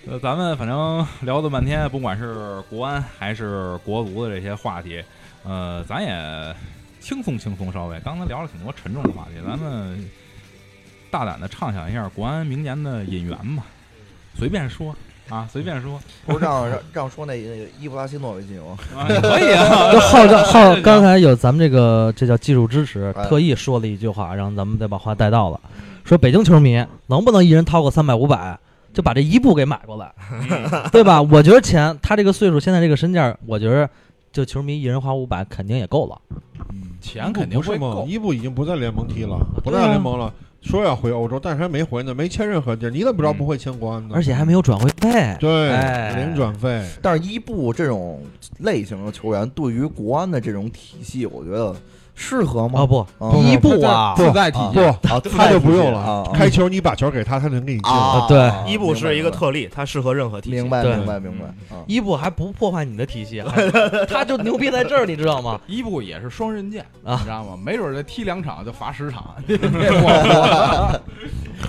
Speaker 5: 呃，咱们反正聊了半天，不管是国安还是国足的这些话题，呃，咱也轻松轻松稍微。刚才聊了挺多沉重的话题，咱们大胆的畅想一下国安明年的引援吧，随便说啊，随便说。
Speaker 6: 不是让让让说那那个伊布拉希诺维奇吗？
Speaker 5: 啊可以 啊
Speaker 10: 就浩照 浩刚才有咱们这个这叫技术支持，
Speaker 7: 哎
Speaker 10: 特意说了一句话，然后咱们再把话带到了，说北京球迷能不能一人掏个三百五百，就把这一步给买过来， 对吧？我觉得钱，他这个岁数，现在这个身价，我觉得就球迷一人花五百肯定也够了。
Speaker 6: 嗯
Speaker 11: 钱肯定
Speaker 7: 不是
Speaker 11: 会
Speaker 7: 吗
Speaker 11: 够？
Speaker 7: 伊布已经不在联盟踢了，不在联盟了，说要回欧洲，但是还没回呢，没签任何地儿，你怎么知道不会签国安呢？
Speaker 10: 而且还没有转会费，
Speaker 7: 对
Speaker 10: 哎
Speaker 7: 零转费。
Speaker 6: 但是伊布这种类型的球员，对于国安的这种体系，我觉得适合吗？
Speaker 10: 啊不
Speaker 6: 嗯伊布啊，
Speaker 7: 哦不
Speaker 6: 啊，
Speaker 7: 不，他就不用
Speaker 6: 啊
Speaker 7: 了。开球你把球给他，他能给你进。
Speaker 6: 啊对
Speaker 8: 伊布是一个特例，他适合任何体系。
Speaker 6: 明白
Speaker 10: 对
Speaker 6: 明白明白。啊
Speaker 10: 伊布还不破坏你的体 系， 他就牛逼在这儿，你知道吗？
Speaker 11: 伊布也是双刃剑，
Speaker 10: 啊
Speaker 11: 你知道吗？没准儿这踢两场就罚十场， 你别管我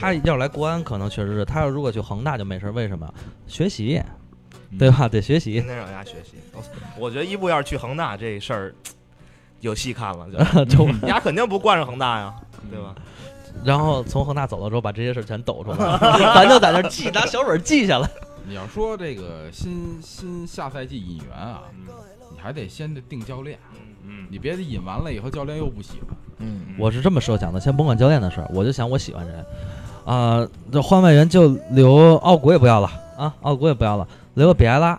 Speaker 10: 他要来国安，可能确实是他要如果去恒大就没事儿，为什么？学习，
Speaker 6: 嗯
Speaker 10: 对吧？得学习
Speaker 8: 天，天让大家学习。 我觉得伊布要是去恒大这事儿，有戏看了，就
Speaker 10: 就
Speaker 8: 人家肯定不惯着恒大呀，对吧？
Speaker 10: 然后从恒大走了之后，把这些事儿全抖出来， 咱就在那儿记，拿小本儿记下来。
Speaker 11: 你要说这个新新下赛季引援啊，你还得先得定教练，
Speaker 5: 嗯，
Speaker 11: 你别引完了以后教练又不喜欢，
Speaker 6: 嗯，
Speaker 10: 我是这么设想的，先甭管教练的事儿，我就想我喜欢谁，啊、这换外援就留奥古也不要了啊，奥古也不要了，留个比埃拉，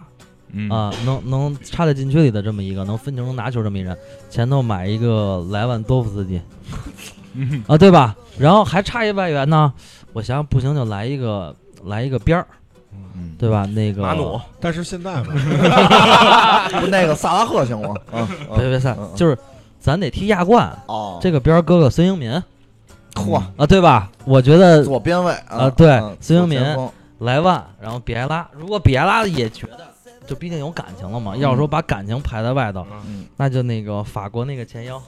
Speaker 5: 嗯
Speaker 10: 啊，能能插在禁区里的这么一个，能分球能拿球这么一人，前头买一个莱万多夫斯基，
Speaker 6: 嗯
Speaker 10: 啊，对吧？然后还差一外援呢，我想想不行就来一个来一个边儿，
Speaker 6: 嗯
Speaker 10: 对吧？那个
Speaker 8: 马努，
Speaker 7: 但是现 在嘛，
Speaker 6: 不那个萨拉赫行吗？啊，啊
Speaker 10: 别别散
Speaker 6: 嗯，嗯
Speaker 10: 就是咱得踢亚冠
Speaker 6: 哦
Speaker 10: 这个边儿搁个孙兴民
Speaker 6: 嚯
Speaker 10: 啊，对吧？我觉得
Speaker 6: 左边卫
Speaker 10: 啊，
Speaker 6: 啊
Speaker 10: 对
Speaker 6: 嗯，
Speaker 10: 孙兴民
Speaker 6: 左前锋、
Speaker 10: 莱万，然后比埃拉。如果比埃拉也觉得，就毕竟有感情了嘛，要说把感情排在外头，
Speaker 6: 嗯
Speaker 10: 那就那个法国那个前腰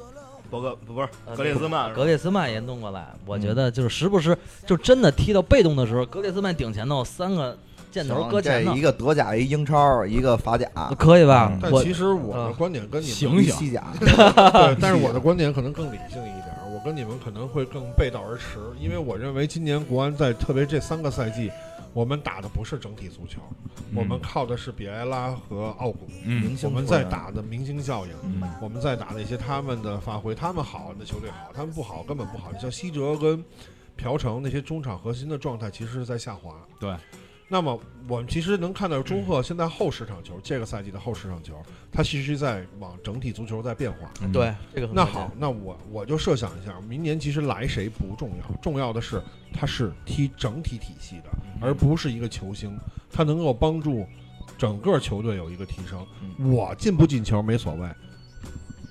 Speaker 8: 博格不是格列兹曼是吧，
Speaker 10: 呃格列兹曼也弄过来。我
Speaker 6: 嗯
Speaker 10: 觉得就是时不时就真的踢到被动的时候，格列兹曼顶前头三个箭头搁前头
Speaker 6: 这一，个德甲，一英超，一个法甲，嗯
Speaker 10: 可以吧？
Speaker 7: 但
Speaker 10: 我
Speaker 7: 其实我的观点跟你们
Speaker 6: 醒醒西甲
Speaker 7: 对，但是我的观点可能更理性一点儿，我跟你们可能会更背道而驰，因为我认为今年国安在特别这三个赛季，我们打的不是整体足球，我们靠的是比埃拉和奥古，
Speaker 5: 嗯
Speaker 6: 明星
Speaker 7: 嗯我们
Speaker 6: 球员
Speaker 7: 在打的明星效应，嗯我们在打那些他们的发挥，他们好那球队好，他们不好根本不好。你像西哲跟朴成那些中场核心的状态其实是在下滑，
Speaker 5: 对。
Speaker 7: 那么我们其实能看到中赫现在后十场球，这个赛季的后十场球，他其实在往整体足球在变化。
Speaker 10: 对这个很
Speaker 7: 那
Speaker 10: 关键
Speaker 7: 好，，那我我就设想一下，明年其实来谁不重要，重要的是他是踢整体体系的，而不是一个球星，他能够帮助整个球队有一个提升。我进不进球没所谓，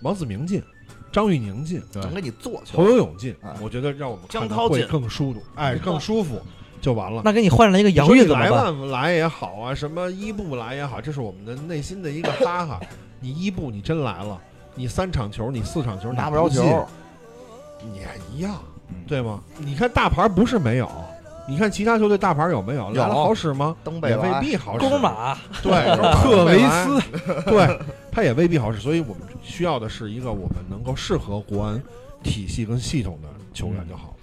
Speaker 7: 王子明进，张玉宁进，
Speaker 6: 能给你做球
Speaker 7: 侯永勇进
Speaker 6: 哎，
Speaker 7: 我觉得让我们
Speaker 8: 江
Speaker 7: 看得
Speaker 8: 涛
Speaker 7: 会
Speaker 8: 进
Speaker 7: 更舒服，哎，更舒服就完了。
Speaker 10: 那给你换上一个
Speaker 7: 你
Speaker 10: 洋
Speaker 7: 说
Speaker 10: 运
Speaker 7: 你
Speaker 10: 怎么
Speaker 7: 莱
Speaker 10: 办？
Speaker 7: 万来也好啊，什么伊布来也好，这是我们的内心的一个哈哈。 你伊布你真来了，你三场球，你四场球你
Speaker 6: 拿不着
Speaker 7: 进
Speaker 6: 球，
Speaker 7: 也一样，
Speaker 10: 嗯
Speaker 7: 对吗？你看大牌不是没有，你看其他球队大牌有没有？来了好使吗？
Speaker 6: 登贝
Speaker 7: 也
Speaker 6: 莱
Speaker 7: 未必好使。
Speaker 10: 勾马，
Speaker 7: 对，
Speaker 11: 特维斯，
Speaker 7: 对，他也未必好使。所以我们需要的是一个我们能够适合国安体系跟系统的球员就好。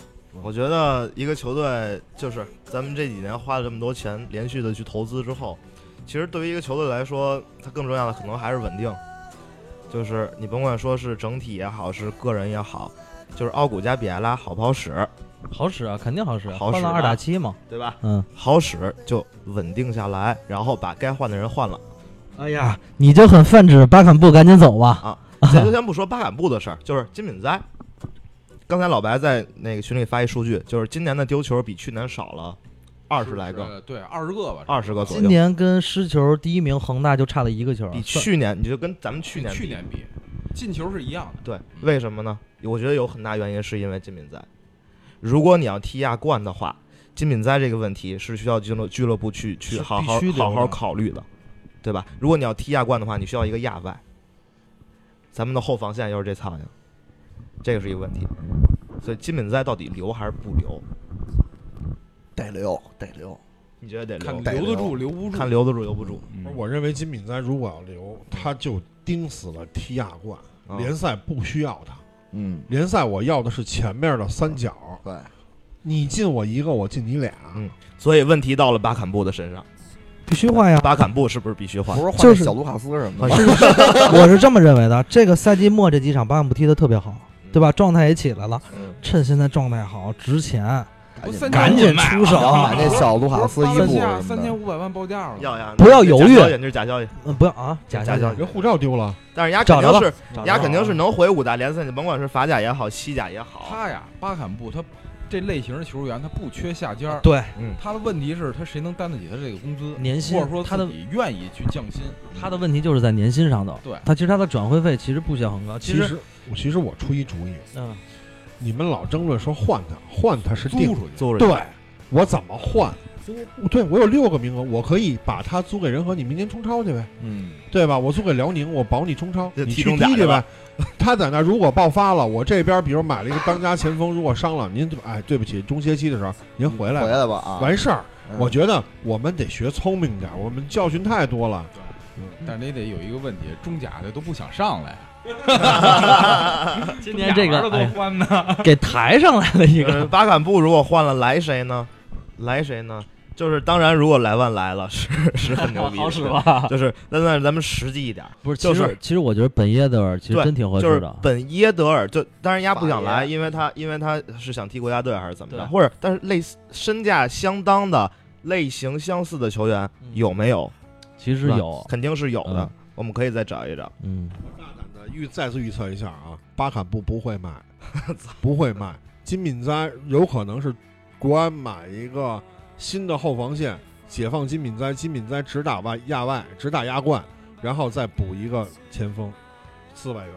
Speaker 8: 我觉得一个球队就是咱们这几年花了这么多钱，连续的去投资之后，其实对于一个球队来说，它更重要的可能还是稳定。就是你甭管说是整体也好，是个人也好，就是奥古加比埃拉好不好使，
Speaker 10: 好使啊，肯定好使，
Speaker 8: 好使
Speaker 10: 换了二打七嘛，
Speaker 8: 对吧？
Speaker 10: 嗯，
Speaker 8: 好使就稳定下来，然后把该换的人换了。
Speaker 10: 哎呀，你就很泛指巴坎布，赶紧走吧。
Speaker 8: 啊，咱 就先不说八杆布的事儿，就是金敏哉。刚才老白在那个群里发一数据，就是今年的丢球比去年少了二十来个，，
Speaker 11: 对，二十个吧，
Speaker 8: 二十个左右。
Speaker 10: 今年跟失球第一名恒大就差了一个球，
Speaker 8: 比
Speaker 10: 算
Speaker 8: 去年，你就跟咱们去年比
Speaker 11: 去年比进球是一样的，
Speaker 7: 嗯
Speaker 8: 对，为什么呢？我觉得有很大原因是因为金敏哉。如果你要踢亚冠的话，金敏哉这个问题是需要俱乐俱乐部去去
Speaker 11: 是
Speaker 8: 好
Speaker 11: 必
Speaker 8: 好
Speaker 11: 须留
Speaker 8: 好好
Speaker 11: 的
Speaker 8: 考虑的，对吧？如果你要踢亚冠的话，你需要一个亚外，咱们的后防线又是这苍蝇，这个是一个问题。所以金敏哉到底留还是不留？
Speaker 6: 得留，得留。
Speaker 8: 你觉得得留？
Speaker 7: 看留得住留不住，
Speaker 8: 看留得住留不住。
Speaker 7: 我认为金敏哉如果要留，他就盯死了踢亚冠，
Speaker 8: 啊
Speaker 7: 联赛不需要他。
Speaker 6: 嗯，
Speaker 7: 联赛我要的是前面的三角，
Speaker 6: 对，
Speaker 7: 你进我一个，我进你俩。
Speaker 8: 嗯，所以问题到了巴坎布的身上，
Speaker 10: 必须换呀。
Speaker 8: 巴坎布是不是必须换？啊
Speaker 6: 不是换
Speaker 10: 就是
Speaker 6: 小卢卡斯什么的
Speaker 10: 啊是
Speaker 6: 吗，
Speaker 10: 我是这么认为的，这个赛季末这几场巴姆踢的特别好，
Speaker 6: 嗯
Speaker 10: 对吧？状态也起来了，趁现在状态好，值钱，赶紧出手，
Speaker 6: 然后啊买那小卢卡斯衣服什么
Speaker 11: 三
Speaker 6: 的
Speaker 11: 千。五百万报价了，
Speaker 8: 要呀，
Speaker 10: 不要犹
Speaker 8: 假
Speaker 10: 豫
Speaker 8: 消息那是假消息。
Speaker 10: 嗯，不要啊，假
Speaker 8: 假消息
Speaker 7: 人护照丢了，
Speaker 8: 但是丫肯
Speaker 10: 找着
Speaker 8: 定
Speaker 10: 吧
Speaker 8: 是
Speaker 10: 找着嗯
Speaker 8: 丫
Speaker 10: 吧
Speaker 8: 肯定是能回五大联赛，你甭管是法甲也好，西甲也好，
Speaker 11: 他呀，巴坎布他这类型的球员，他不缺下家儿。
Speaker 10: 对
Speaker 8: 嗯
Speaker 11: 他的问题是，他谁能担得起他这个工资
Speaker 10: 年薪
Speaker 11: 或者说
Speaker 10: 他的
Speaker 11: 自己愿意去降薪。
Speaker 10: 他的问题就是在年薪上头。
Speaker 11: 对
Speaker 10: 他其实他的转会费其实不需要很高，
Speaker 7: 其
Speaker 10: 实
Speaker 7: 实我其实我出一主意，
Speaker 10: 嗯，
Speaker 7: 你们老争论说换他，换他是
Speaker 11: 租
Speaker 7: 定
Speaker 11: 出去
Speaker 8: 租出去
Speaker 7: 对，我怎么换？我对我有六个名额，我可以把它租给仁和，你明年冲超去呗，
Speaker 11: 嗯，
Speaker 7: 对吧？我租给辽宁，我保你冲超，
Speaker 8: 就
Speaker 7: 你
Speaker 8: 踢
Speaker 7: 去
Speaker 8: 中甲
Speaker 7: 踢
Speaker 8: 去
Speaker 7: 去
Speaker 8: 吧
Speaker 7: 呗。他在那儿如果爆发了，我这边比如买了一个当家前锋，如果伤了，您哎对不起，中歇期的时候您回来
Speaker 6: 回来吧啊！
Speaker 7: 完事儿。
Speaker 6: 嗯
Speaker 7: 我觉得我们得学聪明点儿，我们教训太多了。
Speaker 11: 但是你得有一个问题，中甲的都不想上来。啊
Speaker 10: 今年这个哎
Speaker 11: 中甲玩得多欢呢，
Speaker 10: 给抬上来了一
Speaker 8: 呃，
Speaker 10: 个，
Speaker 8: 巴坎布如果换了来谁呢？来谁呢？就是当然，如果莱万来了，是是很牛逼的，
Speaker 10: 好使吧
Speaker 8: 就是那那咱们实际一点，
Speaker 10: 不是，
Speaker 8: 就
Speaker 10: 其
Speaker 8: 是
Speaker 10: 实其实我觉得本耶德尔其实
Speaker 8: 对，
Speaker 10: 真挺合
Speaker 8: 就
Speaker 10: 适
Speaker 8: 是
Speaker 10: 的。啊
Speaker 8: 本耶德尔，就当然丫不想
Speaker 6: 法
Speaker 8: 来，
Speaker 6: 爷
Speaker 8: 因为他因为他是想踢国家队还是怎么着，
Speaker 10: 对
Speaker 8: 或者但是类似身价相当的、类型相似的球员
Speaker 10: 嗯
Speaker 8: 有没有？
Speaker 10: 其实
Speaker 8: 是吧
Speaker 10: 有，
Speaker 8: 肯定是有的
Speaker 10: 嗯，
Speaker 8: 我们可以再找一找。
Speaker 10: 嗯，
Speaker 7: 预再次预测一下啊，巴坎布不 会卖，不会卖。金敏哉有可能是国安买一个新的后防线，解放金敏哉，金敏哉只打外亚外，只打亚冠，然后再补一个前锋，四百元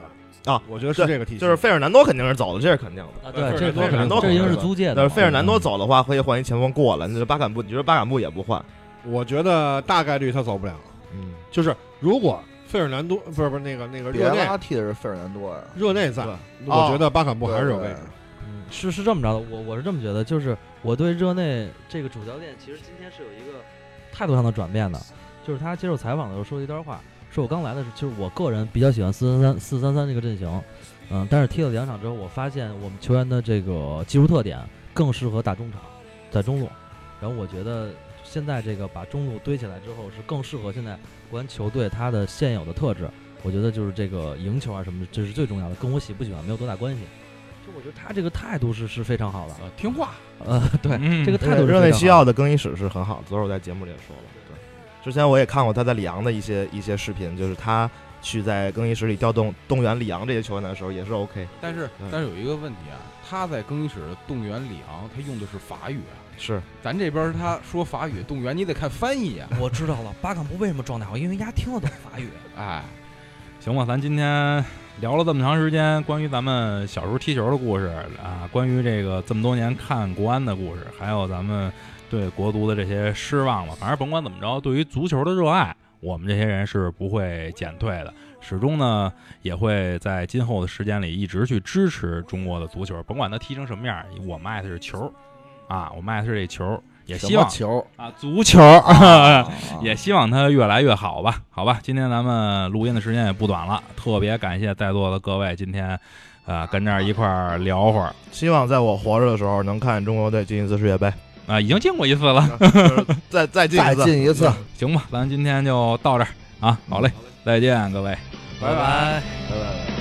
Speaker 8: 啊
Speaker 7: 我觉得是
Speaker 8: 对
Speaker 7: 这个体系，
Speaker 8: 就是费尔南多肯定是走的，这是肯定的。
Speaker 10: 啊，
Speaker 7: 对
Speaker 10: 对，
Speaker 7: 这
Speaker 10: 这
Speaker 7: 多肯定多
Speaker 10: 这因为是租借的嘛，嗯
Speaker 8: 但是费尔南多走的话，可以换一前锋过来。那巴坎布，你觉得巴坎布也不换？
Speaker 7: 我觉得大概率他走不了。
Speaker 8: 嗯，
Speaker 7: 就是如果费尔南多不是不是那个那个
Speaker 6: 别
Speaker 7: 热内
Speaker 6: 拉替的是费尔南多呀，
Speaker 7: 热内在
Speaker 8: 对，
Speaker 7: 我觉得巴坎布
Speaker 6: 对
Speaker 7: 还是有
Speaker 6: 哦对
Speaker 7: 位置。
Speaker 10: 嗯是是这么着的，我我是这么觉得，就是我对热内这个主教练，其实今天是有一个态度上的转变的，就是他接受采访的时候说了一段话，说我刚来的时候，就是我个人比较喜欢四三三四三三这个阵型，嗯，但是踢了两场之后，我发现我们球员的这个技术特点更适合打中场，在中路，然后我觉得现在这个把中路堆起来之后，是更适合现在国安球队它的现有的特质，我觉得就是这个赢球啊什么的，这是最重要的，跟我喜不喜欢没有多大关系。就我觉得他这个态度是是非常好的，
Speaker 11: 呃听话，
Speaker 10: 呃， 对，
Speaker 11: 嗯
Speaker 10: 这个态度是
Speaker 8: 热内
Speaker 10: 非常
Speaker 8: 西
Speaker 10: 好
Speaker 8: 奥的
Speaker 10: 的
Speaker 8: 更衣室是很好的，昨儿我在节目里也说了。对，之前我也看过他在里昂的一些一些视频，就是他去在更衣室里调动动员里昂这些球员的时候也是 OK。
Speaker 11: 但是
Speaker 8: 嗯
Speaker 11: 但是有一个问题啊，他在更衣室动员里昂，他用的是法语啊，
Speaker 8: 是，
Speaker 11: 咱这边他说法语动员，你得看翻译啊。
Speaker 10: 我知道了，巴坎布为什么状态好，因为丫听得懂法语。
Speaker 11: 哎，行吧，咱今天聊了这么长时间关于咱们小时候踢球的故事啊，关于这个这么多年看国安的故事，还有咱们对国足的这些失望吧。反正甭管怎么着，对于足球的热爱，我们这些人是不会减退的。始终呢，也会在今后的时间里一直去支持中国的足球，甭管它踢成什么样，我们爱的是球，啊，我们爱的是这球，也
Speaker 6: 什
Speaker 11: 希
Speaker 6: 么
Speaker 11: 望
Speaker 6: 球
Speaker 11: 啊，足球，
Speaker 6: 啊
Speaker 11: 也希望它越来越好吧，好吧。今天咱们录音的时间也不短了，特别感谢在座的各位，今天，呃，跟这儿一块儿聊会儿
Speaker 8: 希望在我活着的时候能看中国队进一次世界杯，
Speaker 11: 啊、已经进过一次了，嗯
Speaker 8: 就是 再再进
Speaker 6: 再
Speaker 8: 一次。
Speaker 6: 进一次，
Speaker 11: 行吧，咱今天就到这儿啊，好嘞，再见各位。
Speaker 8: 拜拜。
Speaker 6: 拜拜。